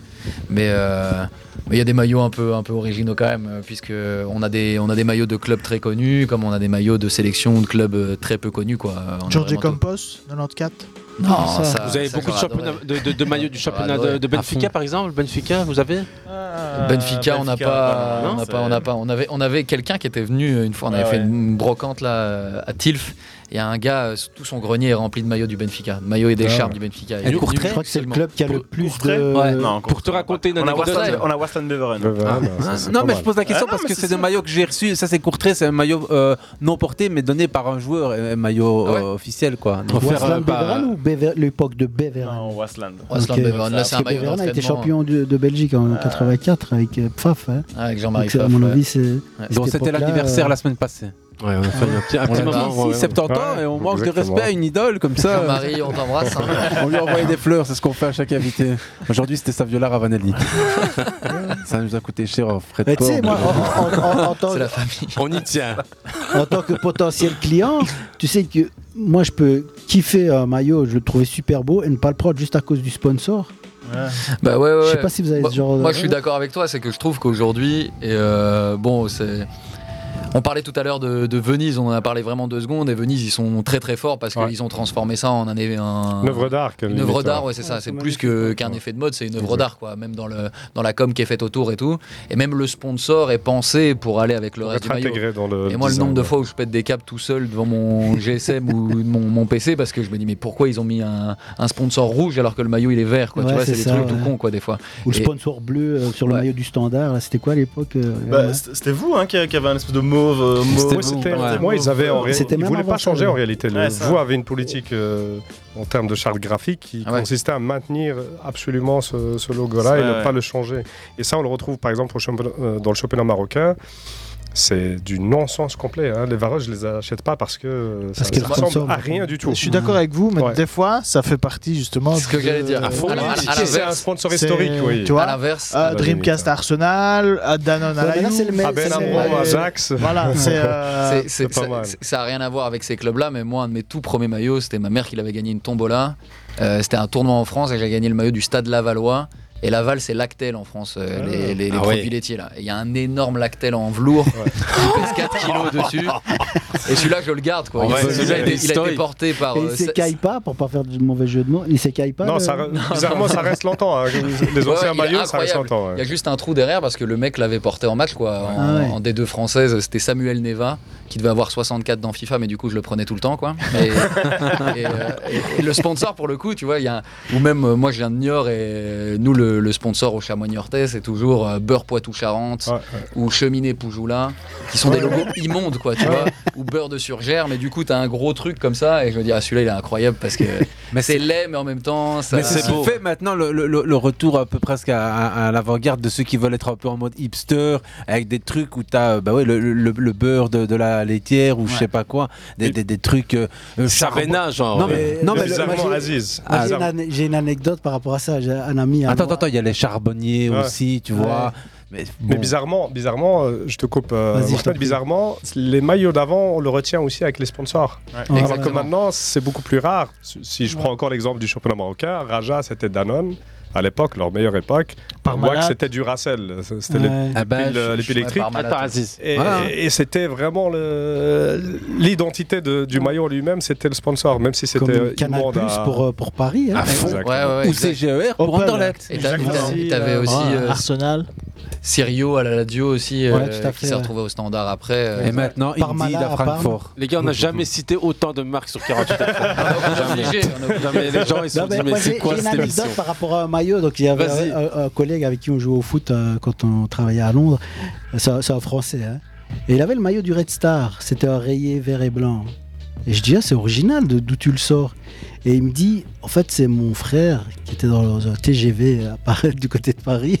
Speaker 18: mais euh, mais il y a des maillots un peu, un peu originaux quand même, euh, puisque on a, des, on a des maillots de clubs très connus, comme on a des maillots de sélection de clubs euh, très peu connus. Quoi. Euh, on a
Speaker 12: George
Speaker 18: vraiment tout.
Speaker 12: Campos, 94.
Speaker 18: Non, ça,
Speaker 9: vous avez
Speaker 18: ça,
Speaker 9: beaucoup de,
Speaker 18: j'aurais
Speaker 9: championnats-
Speaker 18: adoré.
Speaker 9: de, de- de maillots du championnat de, de
Speaker 18: adoré. Ah, À
Speaker 9: Benfica,
Speaker 18: fond.
Speaker 9: par exemple. Benfica, vous avez
Speaker 8: Euh,
Speaker 18: Benfica, on n'a pas,
Speaker 9: voilà.
Speaker 18: on
Speaker 9: Non,
Speaker 18: n'a
Speaker 9: c'est-
Speaker 18: pas, on n'a pas, on avait, on avait quelqu'un qui était venu euh, une fois, on avait
Speaker 11: Ah
Speaker 9: Ouais,
Speaker 18: fait
Speaker 9: ouais.
Speaker 18: une brocante là euh, à Tilf. Il y a un gars, euh, tout son grenier est rempli de maillots du Benfica, de maillots et
Speaker 11: Ah
Speaker 18: d'écharpes du Benfica. Il est venu
Speaker 11: Je crois que c'est le
Speaker 18: seulement.
Speaker 11: club qui a le plus de.
Speaker 18: Ouais.
Speaker 9: Pour te raconter une
Speaker 16: On a
Speaker 9: anecdote.
Speaker 16: Waslan- on a Waslan Beveren.
Speaker 8: Ah, ah, non, mais je pose la question
Speaker 16: Ah, non,
Speaker 8: parce
Speaker 16: mais
Speaker 8: que
Speaker 16: c'est
Speaker 8: c'est
Speaker 16: ça.
Speaker 8: un maillot que j'ai reçu. Ça, c'est courtrait, c'est un maillot euh, non porté, mais donné par un joueur, euh, un maillot euh, officiel, quoi. Donc,
Speaker 11: Wasland
Speaker 8: faire, euh, par-
Speaker 11: Beveren ou Bever- l'époque de Beveren
Speaker 16: Non, Wasland.
Speaker 11: Ok.
Speaker 18: Beveren, là, c'est un
Speaker 11: Parce
Speaker 18: maillot
Speaker 11: que Beveren a été
Speaker 18: d'entraînement.
Speaker 11: champion de, de Belgique en 84 avec euh, Pfaff. hein.
Speaker 18: Ah, avec Jean-Marie
Speaker 11: Donc, c'est- À
Speaker 18: Pfaff,
Speaker 11: mon
Speaker 18: ouais.
Speaker 11: avis, c'est. euh,
Speaker 18: Ouais.
Speaker 8: Donc, c'était l'anniversaire la semaine passée.
Speaker 9: Ouais, on a fait un petit, un
Speaker 8: On
Speaker 9: petit
Speaker 8: l'a
Speaker 9: moment.
Speaker 8: dit ici,
Speaker 9: ouais, ouais.
Speaker 8: 70 ans, et on manque de
Speaker 9: exactement.
Speaker 8: respect à une idole comme ça.
Speaker 18: Jean-Marie, on t'embrasse, hein.
Speaker 11: [laughs]
Speaker 8: on lui envoie des fleurs, c'est ce qu'on fait à chaque invité. Aujourd'hui, c'était Saviola Ravanelli. ça nous a coûté cher euh, en frais de
Speaker 11: Mais tu sais,
Speaker 8: port,
Speaker 11: moi,
Speaker 8: mais-
Speaker 11: en- en- en- en tant- C'est la
Speaker 18: famille.
Speaker 9: On y tient.
Speaker 11: en tant que potentiel client, tu sais que moi je peux kiffé un maillot, je le trouvais super beau, et ne pas le prendre juste à cause du sponsor.
Speaker 18: Bah ouais, ouais,
Speaker 11: Je sais
Speaker 18: ouais.
Speaker 11: pas si vous avez
Speaker 18: Moi-
Speaker 11: ce genre de-
Speaker 18: Moi, je suis d'accord avec toi. C'est que je trouve qu'aujourd'hui, et euh, bon, c'est. On parlait tout à l'heure de, de Venise, on en a parlé vraiment deux secondes, et Venise, ils sont très très forts parce qu'ils ont transformé ça en un, é- un-
Speaker 14: Une œuvre d'art,
Speaker 18: Une
Speaker 14: limite,
Speaker 18: œuvre d'art,
Speaker 14: ouais.
Speaker 18: ouais, c'est ça.
Speaker 14: Ouais,
Speaker 18: C'est
Speaker 14: c'est
Speaker 18: plus que- qu'un effet de mode, c'est une œuvre d'art, quoi. Même dans, le, dans la com qui est faite autour et tout. Et même le sponsor est pensé pour aller avec le
Speaker 14: Pour
Speaker 18: reste du
Speaker 14: être
Speaker 18: maillot.
Speaker 14: intégré dans le
Speaker 18: et moi, le
Speaker 14: design,
Speaker 18: nombre de
Speaker 14: ouais.
Speaker 18: fois où je pète des câbles tout seul devant
Speaker 11: [laughs]
Speaker 18: mon GSM ou mon, mon PC parce que je me dis, mais pourquoi ils ont mis un, un sponsor rouge alors que le maillot il est vert, quoi.
Speaker 11: Ouais,
Speaker 18: tu vois,
Speaker 11: c'est
Speaker 18: c'est des
Speaker 11: ça,
Speaker 18: trucs
Speaker 11: ouais.
Speaker 18: tout cons, quoi, des fois.
Speaker 11: Ou le
Speaker 18: Et-
Speaker 11: sponsor bleu euh, sur le maillot du standard, là, c'était quoi à l'époque euh,
Speaker 16: Bah,
Speaker 11: ouais.
Speaker 16: c- C'était vous hein, qui, qui avait un espèce de mauve. euh,
Speaker 14: C'était
Speaker 16: mauve
Speaker 14: vous, c'était-
Speaker 16: mauve,
Speaker 14: moi, ils avaient en réalité,
Speaker 16: C'était
Speaker 14: ils
Speaker 16: même
Speaker 14: voulaient
Speaker 16: avant
Speaker 14: pas
Speaker 16: ça,
Speaker 14: changer
Speaker 16: ouais.
Speaker 14: en réalité. Le
Speaker 16: Ouais, ça.
Speaker 14: Vous avez une politique euh, en termes de charte graphique qui consistait à maintenir absolument ce, ce
Speaker 16: C'est
Speaker 14: logo-là et
Speaker 16: vrai,
Speaker 14: ne
Speaker 16: Ah ouais.
Speaker 14: pas le changer. Et ça, on le retrouve par exemple au championnat- euh, dans le championnat marocain. C'est du non-sens complet. hein. Les Varoches, je les achète pas parce que euh, ça
Speaker 12: qu'il
Speaker 14: ne ressemble à rien du tout.
Speaker 12: Je suis d'accord avec vous, mais
Speaker 14: Ouais.
Speaker 12: des fois, ça fait partie justement.
Speaker 18: ce que
Speaker 12: de-
Speaker 18: j'allais dire.
Speaker 14: Ah, faut-
Speaker 18: Alors, à- à
Speaker 14: c'est-
Speaker 18: l'inverse-
Speaker 14: c'est un sponsor
Speaker 12: C'est-
Speaker 14: historique, oui. Ah,
Speaker 12: Tu vois,
Speaker 14: À l'inverse,
Speaker 12: euh,
Speaker 14: à la
Speaker 12: Dreamcast Arsenal, euh, Danone
Speaker 14: Ouais, mais là,
Speaker 12: Alain.
Speaker 14: c'est le même- Ah, ben, c'est le Lambron, même- Ajax.
Speaker 12: Voilà,
Speaker 14: [laughs]
Speaker 12: c'est. euh,
Speaker 18: [laughs] C'est- c'est- ça- c'est- Ça n'a rien à voir avec ces clubs-là, mais moi, un de mes tout premiers maillots, c'était ma mère qui l'avait gagné une tombola. Euh, c'était un tournoi en France et j'ai gagné le maillot du stade Lavallois. Et Laval, c'est Lactel en France, euh, les, les- les
Speaker 8: Ah
Speaker 18: produits
Speaker 8: ouais.
Speaker 18: laitiers. là. Et Il y a un énorme Lactel en velours, [laughs] il pèse 4 kilos dessus. Et celui-là, je le garde. Quoi.
Speaker 8: En
Speaker 18: Il-
Speaker 8: vrai,
Speaker 18: celui-là,
Speaker 8: c'est
Speaker 18: il, a été- il a été
Speaker 8: historique.
Speaker 18: porté par.
Speaker 11: Et
Speaker 18: euh,
Speaker 11: il
Speaker 18: sept-
Speaker 11: s'écaille pas pour pas faire du mauvais jeu de mots. Il s'écaille pas. euh,
Speaker 14: Non,
Speaker 11: le-
Speaker 14: ça re- bizarrement, ça reste longtemps. hein. Les
Speaker 18: Ouais,
Speaker 14: anciens
Speaker 18: ouais, il est
Speaker 14: maillots, ça reste
Speaker 18: incroyable.
Speaker 14: longtemps. ouais.
Speaker 18: Il y a juste un trou derrière parce que le mec l'avait porté en match quoi. En,
Speaker 11: Ah ouais.
Speaker 18: en D2 française, c'était Samuel Neva qui devait avoir 64 dans FIFA, mais du coup je le prenais tout le temps quoi. Et,
Speaker 11: [laughs]
Speaker 18: et, euh, et- et le sponsor pour le coup, tu vois, il y a un- ou même euh, moi je viens de Niort et euh, nous le, le sponsor au chamois hortais c'est toujours euh, beurre Poitou Charente ou cheminée Poujoula qui sont des logos immondes quoi, tu vois, ou beurre de Surgère, mais du coup t'as un gros truc comme ça et je me dis ah celui-là il est incroyable parce que c'est laid mais en même temps ça
Speaker 8: Mais c'est ce qui fait maintenant le, le- le- le retour un peu presque à, à- à l'avant-garde de ceux qui veulent être un peu en mode hipster, avec des trucs où t'as euh, bah ouais, le, le- le beurre de, de la laitière ou je sais pas quoi, des, des- des trucs euh, euh,
Speaker 11: Chavena,
Speaker 8: charbon-
Speaker 11: genre,
Speaker 8: Non
Speaker 11: euh,
Speaker 8: mais, non,
Speaker 11: le
Speaker 8: mais
Speaker 11: bizarrement
Speaker 8: moi, j'ai-
Speaker 14: Aziz.
Speaker 11: Moi,
Speaker 8: Ah,
Speaker 11: j'ai, une ane- j'ai une anecdote par rapport à ça. J'ai un ami. à moi-
Speaker 8: Attends, attends, attends, il y a les charbonniers
Speaker 14: Ouais.
Speaker 8: aussi, tu vois.
Speaker 14: Ouais.
Speaker 8: Mais,
Speaker 14: Mais
Speaker 8: bon.
Speaker 14: bizarrement, bizarrement, euh, je te coupe. euh,
Speaker 8: Vas-y, je
Speaker 14: Mohamed,
Speaker 8: t'en prie.
Speaker 14: bizarrement, les maillots d'avant, on le retient aussi avec les sponsors.
Speaker 8: Ouais.
Speaker 14: Alors que
Speaker 8: Exactement.
Speaker 14: maintenant, c'est beaucoup plus rare. Si- Si je prends encore l'exemple du championnat marocain, Raja, c'était Danone. À l'époque, leur meilleure époque. Wack,
Speaker 8: Parmalat.
Speaker 14: c'était du Racel. C'était les-
Speaker 8: Ouais.
Speaker 14: les,
Speaker 8: Ah bah,
Speaker 14: piles, euh,
Speaker 8: je-
Speaker 14: les
Speaker 8: je-
Speaker 14: piles
Speaker 8: ouais,
Speaker 14: électriques.
Speaker 8: Parmalat. Attends, Aziz.
Speaker 14: Et,
Speaker 8: Voilà. [laughs]
Speaker 14: et- et c'était vraiment le- l'identité de- du maillot lui-même, c'était le sponsor, même si c'était
Speaker 11: Comme
Speaker 14: euh,
Speaker 11: Canal
Speaker 14: immonde à-
Speaker 11: Plus pour, euh, pour Paris. hein.
Speaker 18: ouais,
Speaker 8: Ou
Speaker 18: exact.
Speaker 8: CGER pour
Speaker 11: Opel. Ah,
Speaker 8: Anderlecht.
Speaker 18: Et t'as- et t'as- et
Speaker 8: Ah,
Speaker 18: t'avais aussi euh,
Speaker 12: Arsenal.
Speaker 18: Sirio à la Lazio aussi,
Speaker 8: Ouais,
Speaker 18: euh,
Speaker 8: tout à
Speaker 18: qui
Speaker 8: fait,
Speaker 18: s'est
Speaker 8: ouais.
Speaker 18: retrouvé au standard après. euh,
Speaker 8: Et maintenant, il dit à Francfort.
Speaker 10: Les gars, on n'a jamais cité autant de marques sur
Speaker 8: [laughs]
Speaker 10: 48
Speaker 18: obligé, on est
Speaker 10: Non, mais les gens, ils se
Speaker 11: Non,
Speaker 10: sont dit,
Speaker 11: mais
Speaker 10: mais
Speaker 11: moi,
Speaker 10: c'est
Speaker 11: j'ai-
Speaker 10: quoi
Speaker 11: j'ai
Speaker 10: cette
Speaker 11: une anecdote
Speaker 10: émission
Speaker 11: par rapport à un maillot. Donc, il y avait
Speaker 10: Vas-y.
Speaker 11: un, un- un collègue avec qui on jouait au foot euh, quand on travaillait à Londres. C'est un, c'est un Français. hein. Et il avait le maillot du Red Star. C'était un rayé vert et blanc. Et je dis, ah, c'est original, de- d'où tu le sors Et il me dit, en fait, c'est mon frère qui était dans un TGV euh, à Paris, [laughs] du côté de Paris,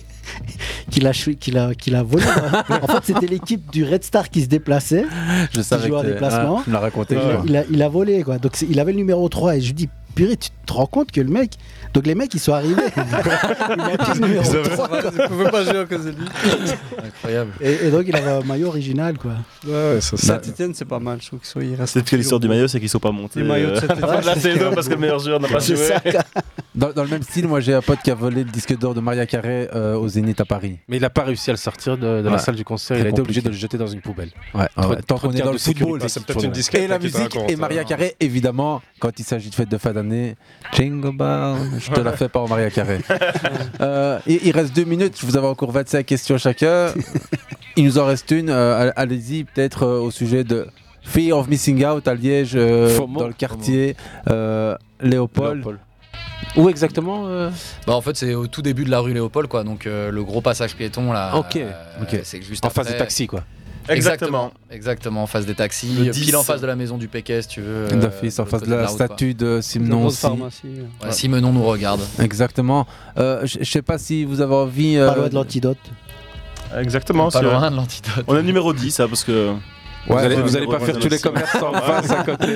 Speaker 11: qui l'a chou- qui l'a- qui l'a
Speaker 10: [laughs]
Speaker 11: volé. en fait, c'était l'équipe du Red Star qui se déplaçait.
Speaker 8: [laughs] Je savais
Speaker 11: qui jouait en
Speaker 8: que t'es-
Speaker 11: déplacement.
Speaker 8: ah, tu me l'as raconté,
Speaker 11: Et
Speaker 8: je vois.
Speaker 11: il- il a, il a volé quoi. Donc c'est- il avait le numéro 3 et je lui dis purée tu te rends compte que le mec donc les mecs ils sont
Speaker 8: [laughs]
Speaker 11: arrivés ils ont pris le numéro 3
Speaker 8: pas jouer à cause de lui.
Speaker 18: Incroyable.
Speaker 11: et, et donc il avait un maillot original quoi.
Speaker 14: Ah
Speaker 2: Saint-Etienne, c'est pas mal. Je trouve que soit il reste
Speaker 16: C'est que
Speaker 2: toujours
Speaker 16: l'histoire du
Speaker 2: bon.
Speaker 16: maillot, c'est qu'ils sont pas montés.
Speaker 2: Les maillots de
Speaker 16: [laughs] euh,
Speaker 2: cette
Speaker 16: Là, c'est énorme parce que le meilleur joueur n'a pas joué.
Speaker 8: Dans, dans le même style, moi j'ai un pote qui a volé le disque d'or de Maria Carré euh, au Zénith à Paris.
Speaker 10: Mais il n'a pas réussi à le sortir de, de la
Speaker 8: Ouais.
Speaker 10: salle du concert.
Speaker 8: Très
Speaker 10: il a été
Speaker 8: compliqué.
Speaker 10: obligé de le jeter dans une poubelle.
Speaker 8: Ouais,
Speaker 10: Trop-
Speaker 8: ouais. Tant
Speaker 10: trop
Speaker 8: qu'on
Speaker 10: de
Speaker 8: est
Speaker 10: gardes
Speaker 8: dans le
Speaker 10: de sécurité.
Speaker 8: football,
Speaker 10: Ah,
Speaker 8: c'est
Speaker 10: c'est peut-être
Speaker 8: toujours
Speaker 10: une
Speaker 8: là.
Speaker 10: disquette
Speaker 8: Et la
Speaker 10: qui te
Speaker 8: musique
Speaker 10: raconte,
Speaker 8: et
Speaker 10: hein.
Speaker 8: Maria Carré, évidemment, quand il s'agit de fête de fin d'année, Jingle Bell, je te la fais pas en Maria
Speaker 10: [laughs]
Speaker 8: Carré. Euh, il, il reste deux minutes, je vous avais encore 25 questions chacun. Il nous en reste une, euh, a- allez-y peut-être euh, au sujet de Fear of Missing Out à Liège, euh,
Speaker 10: FOMO.
Speaker 8: dans le quartier euh, Léopold.
Speaker 10: Léopold. Où exactement euh
Speaker 18: Bah, en fait, c'est au tout début de la rue Léopold, quoi. Donc, euh, le gros passage piéton, là.
Speaker 10: Ok,
Speaker 18: euh,
Speaker 10: ok.
Speaker 18: C'est juste
Speaker 10: En
Speaker 18: après.
Speaker 10: face des taxis, quoi.
Speaker 18: Exactement. Exactement, en face des taxis.
Speaker 8: Le
Speaker 18: Pile
Speaker 8: 10.
Speaker 18: en face de la maison du Péquet, si tu veux. euh,
Speaker 8: D'office, en
Speaker 18: l'autre
Speaker 8: face
Speaker 18: côté
Speaker 8: de la
Speaker 18: route, quoi.
Speaker 8: statue de Simenon. si-
Speaker 18: Ouais, Simenon nous regarde.
Speaker 8: Exactement. Euh, je je sais pas si vous avez envie. euh,
Speaker 11: Pas loin de l'antidote.
Speaker 16: Exactement.
Speaker 8: Pas
Speaker 16: si,
Speaker 8: loin
Speaker 16: ouais.
Speaker 8: de l'antidote.
Speaker 16: On est numéro 10, hein, parce que.
Speaker 8: Ouais, vous
Speaker 16: numéro
Speaker 8: allez pas faire
Speaker 16: 10,
Speaker 8: tous les
Speaker 16: ouais.
Speaker 8: commerçants en face, à
Speaker 16: [laughs]
Speaker 8: côté.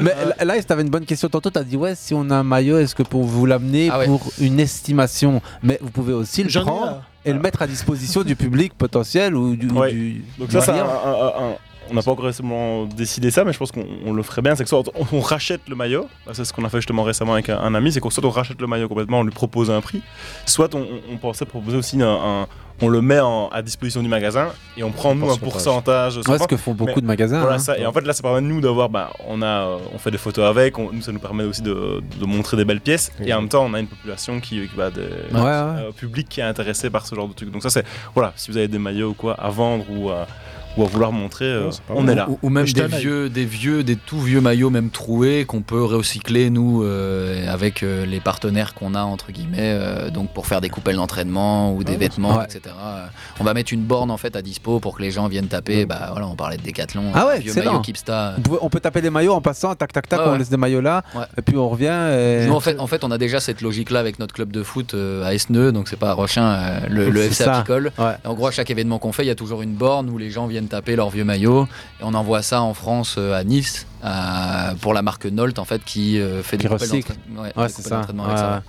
Speaker 8: Mais là, là, t'avais une bonne question tantôt. T'as dit ouais, si on a un maillot, est-ce que pour vous l'amener
Speaker 18: Ah
Speaker 8: pour une estimation Mais vous pouvez aussi le
Speaker 16: J'en ai
Speaker 8: prendre
Speaker 16: un.
Speaker 8: et le mettre à disposition du public potentiel ou du. ou du-
Speaker 16: Donc ça,
Speaker 8: du
Speaker 16: c'est un,
Speaker 8: client.
Speaker 16: un- un- un- on n'a pas encore récemment décidé ça, mais je pense qu'on on le ferait bien. C'est que soit on, on rachète le maillot, bah, c'est ce qu'on a fait justement récemment avec un, un ami, c'est qu'on soit on rachète le maillot complètement, on lui propose un prix, soit on, on- on pensait proposer aussi un, un- on le met en- à disposition du magasin et on prend
Speaker 8: Un
Speaker 16: nous un
Speaker 8: pourcentage.
Speaker 16: pourcentage.
Speaker 8: Ouais,
Speaker 16: sur
Speaker 8: ce que
Speaker 16: vente.
Speaker 8: font beaucoup
Speaker 16: Mais
Speaker 8: de magasins,
Speaker 16: Voilà
Speaker 8: hein.
Speaker 16: ça. Et en fait là, ça permet de nous d'avoir, bah, on a, euh, on fait des photos avec, on- nous ça nous permet aussi de, de montrer des belles pièces et en même temps on a une population qui, qui va des-
Speaker 8: Ouais, ouais.
Speaker 16: euh, public qui est intéressé par ce genre de truc. Donc ça c'est, voilà, si vous avez des maillots ou quoi à vendre ou à, ou à vouloir montrer, euh, on est là.
Speaker 18: Ou, ou même des vieux, des vieux, des tout vieux maillots, même troués, qu'on peut recycler, nous, euh, avec euh, les partenaires qu'on a, entre guillemets, euh, donc pour faire des coupelles d'entraînement ou des
Speaker 8: Ah,
Speaker 18: vêtements,
Speaker 8: ouais.
Speaker 18: etc. Euh, On va mettre une borne, en fait, à dispo pour que les gens viennent taper. Bah voilà, on parlait de Decathlon.
Speaker 8: Ah ouais,
Speaker 18: vieux
Speaker 8: excellent.
Speaker 18: maillot Kipsta.
Speaker 8: On, peut, on peut taper des maillots en passant, tac tac tac,
Speaker 18: Ouais,
Speaker 8: on
Speaker 18: ouais.
Speaker 8: laisse des maillots là, et puis on revient. et-
Speaker 18: Nous, en fait, en fait, on a déjà cette logique-là avec notre club de foot euh, à Esneux, donc c'est pas à Rochin, euh, le, le
Speaker 8: C'est
Speaker 18: FC
Speaker 8: ça,
Speaker 18: Apicole. Et En gros, à chaque événement qu'on fait, il y a toujours une borne où les gens viennent taper leur vieux maillot. Et on envoie ça en France, euh, à Nice, à- pour la marque Nolt, en fait, qui euh, fait
Speaker 8: Qui
Speaker 18: des coupelles
Speaker 8: recycle.
Speaker 18: d'entraînement. Ouais,
Speaker 8: Ouais,
Speaker 18: des
Speaker 8: c'est
Speaker 18: coupelles
Speaker 8: ça.
Speaker 18: d'entraînement avec
Speaker 8: Ouais.
Speaker 18: ça.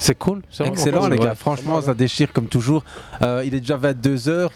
Speaker 8: C'est cool,
Speaker 18: c'est vraiment
Speaker 8: excellent
Speaker 18: cool,
Speaker 8: les gars.
Speaker 18: ouais.
Speaker 8: Franchement, ça déchire comme toujours. Euh, il est déjà 22 h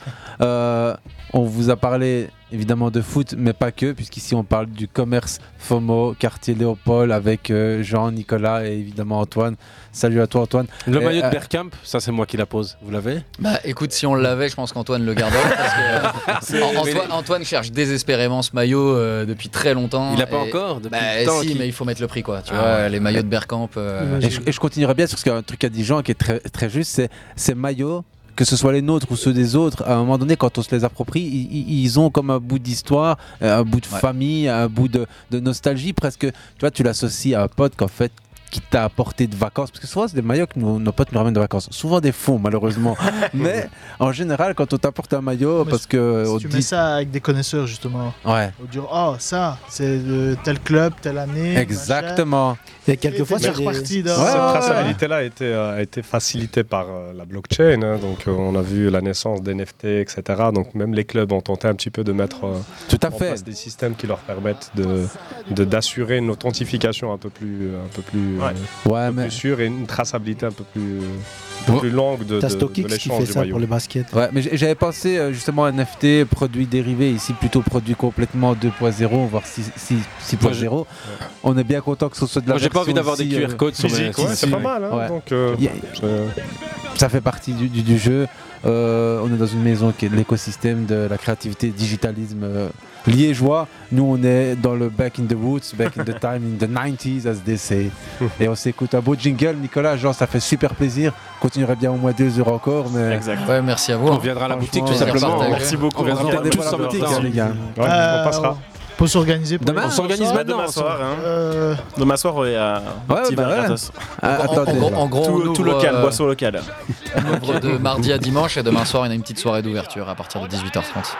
Speaker 8: on vous a parlé évidemment de foot, mais pas que, puisqu'ici on parle du commerce FOMO quartier Léopold avec euh, Jean, Nicolas et évidemment Antoine. Salut à toi Antoine.
Speaker 9: Le
Speaker 8: Et,
Speaker 9: maillot de
Speaker 8: euh,
Speaker 9: Bergkamp, ça c'est moi qui la pose. Vous l'avez
Speaker 18: Bah écoute, si on l'avait, je pense qu'Antoine le garderait.
Speaker 9: [laughs]
Speaker 18: parce que, euh, An- Antoine, Antoine cherche désespérément ce maillot euh, depuis très longtemps.
Speaker 8: Il l'a pas
Speaker 18: Et-
Speaker 8: encore, depuis
Speaker 18: Bah
Speaker 8: le temps
Speaker 18: si,
Speaker 8: qu'il-
Speaker 18: mais il faut mettre le prix quoi. Tu
Speaker 8: Ah
Speaker 18: vois,
Speaker 8: ouais.
Speaker 18: les maillots de Bergkamp. euh,
Speaker 8: Et, je, et je continuerai bien sur ce qu'un truc qu'a dit Jean qui est très, très juste, c'est ces maillots, que ce soit les nôtres ou ceux des autres, à un moment donné, quand on se les approprie, i- i- ils, ont comme un bout d'histoire, euh, un bout de
Speaker 18: Ouais.
Speaker 8: famille, un bout de, de nostalgie presque. Tu vois, tu l'associes à un pote qu'en fait qui t'a apporté de vacances, parce que souvent c'est des maillots que nos, nos potes nous ramènent de vacances, souvent des faux
Speaker 18: [laughs]
Speaker 8: malheureusement, mais en général quand on t'apporte un maillot, parce que on
Speaker 12: tu
Speaker 8: te
Speaker 12: mets
Speaker 8: dit-
Speaker 12: ça avec des connaisseurs justement.
Speaker 8: Ouais.
Speaker 12: On dit oh ça c'est de tel club telle année.
Speaker 8: Exactement.
Speaker 12: Et quelquefois c'est reparti. dans-
Speaker 14: Cette traçabilité-là a, été, euh, a été facilitée par euh, la blockchain. hein. donc, euh, on a vu la naissance des NFT, etc. Donc, même les clubs ont tenté un petit peu de mettre euh,
Speaker 8: à
Speaker 14: en
Speaker 8: fait.
Speaker 14: place des systèmes qui leur permettent de de- d'assurer une authentification un peu plus, un peu plus, euh,
Speaker 8: un
Speaker 14: peu plus sûre et une traçabilité un peu plus, un peu plus longue de, de,
Speaker 8: T'as
Speaker 14: de l'échange du maillot.
Speaker 11: basket.
Speaker 8: Ouais, mais j- j'avais pensé euh, justement à NFT, produit dérivé, ici plutôt produit complètement 2.0, voire 6.0.
Speaker 9: Moi, j'ai-
Speaker 8: On est bien content que ce soit de la
Speaker 9: Moi, j'ai pas
Speaker 8: version euh,
Speaker 9: envie d'avoir des
Speaker 8: ici,
Speaker 9: QR codes sur mes- Physique, ouais,
Speaker 8: ici,
Speaker 9: c'est pas
Speaker 8: ouais.
Speaker 9: mal, hein,
Speaker 8: Ouais.
Speaker 9: donc, euh,
Speaker 8: Y- Ça fait partie du, du- du jeu. Euh, on est dans une maison qui est de l'écosystème de la créativité, digitalisme euh, liégeois. Nous, on est dans le back in the roots,
Speaker 9: [laughs]
Speaker 8: back in the time, in the 90s, as they say. Et on s'écoute un beau jingle. Nicolas, Jean, ça fait super plaisir. Continuerait bien au moins deux heures encore. Mais...
Speaker 16: Exact.
Speaker 18: Ouais, merci à vous.
Speaker 9: On viendra à la boutique tout simplement. Merci beaucoup.
Speaker 8: On viendra
Speaker 9: Merci à
Speaker 8: tous
Speaker 9: tous hein,
Speaker 8: à la boutique,
Speaker 9: ensemble.
Speaker 8: les gars.
Speaker 9: Ouais,
Speaker 12: Euh,
Speaker 9: on passera.
Speaker 12: Faut s'organiser. pour- Euh,
Speaker 16: on s'organise maintenant. Demain soir, hein. demain soir, ouais, à petit
Speaker 8: bah
Speaker 16: verre
Speaker 8: ouais.
Speaker 16: gratos.
Speaker 8: Ah,
Speaker 18: En- en- attendez, en- en gros,
Speaker 16: tout,
Speaker 18: on
Speaker 16: tout
Speaker 18: ouvre,
Speaker 16: local,
Speaker 18: euh,
Speaker 16: boisson locale.
Speaker 18: On ouvre de mardi à dimanche et demain soir, on a une petite soirée d'ouverture à partir de 18h30.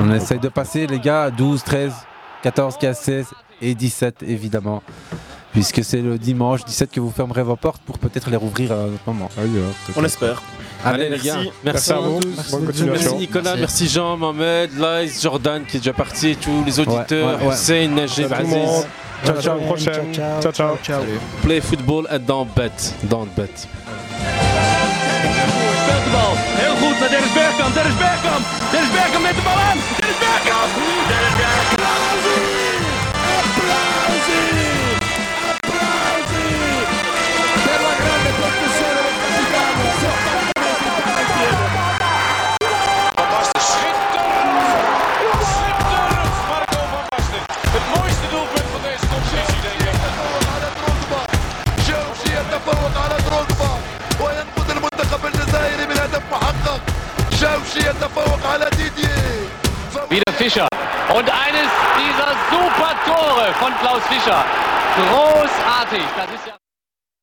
Speaker 8: On essaye de passer, les gars, 12, 13, 14, 15, 16 et 17, évidemment. Puisque c'est le dimanche 17 que vous fermerez vos portes pour peut-être les rouvrir à un autre moment.
Speaker 16: On espère.
Speaker 8: euh, Allez,
Speaker 9: Allez,
Speaker 8: les gars.
Speaker 9: merci. Merci à vous. Merci Nicolas, merci Jean, Mohamed, Lais, Jordan qui est déjà parti, tous les auditeurs,
Speaker 8: ouais, ouais.
Speaker 9: Hussein, Najib,
Speaker 8: Ciao tout le monde.
Speaker 9: Aziz.
Speaker 8: Ciao, ciao, à la prochaine. Ciao, ciao. Salut.
Speaker 9: Play football and don't bet. Don't bet.
Speaker 4: Buitenbal. Heel goed naar Dennis Bergkamp. Dennis Bergkamp. Dennis Bergkamp met de bal aan. Dennis Bergkamp. Dennis Bergkamp. Applausi. Per la grande professione del capitano. Van Basten schitterend. Schitterend, Marco van Basten. Het mooiste doelpunt van deze competitie, denk ik.
Speaker 6: شاوشي يتفوق على دروجبا وينقذ المنتخب الجزائري من هدف محقق شاوشي يتفوق على ديدي
Speaker 7: Wieder Fischer. Und eines dieser super Tore von Klaus Fischer. Großartig. Das ist ja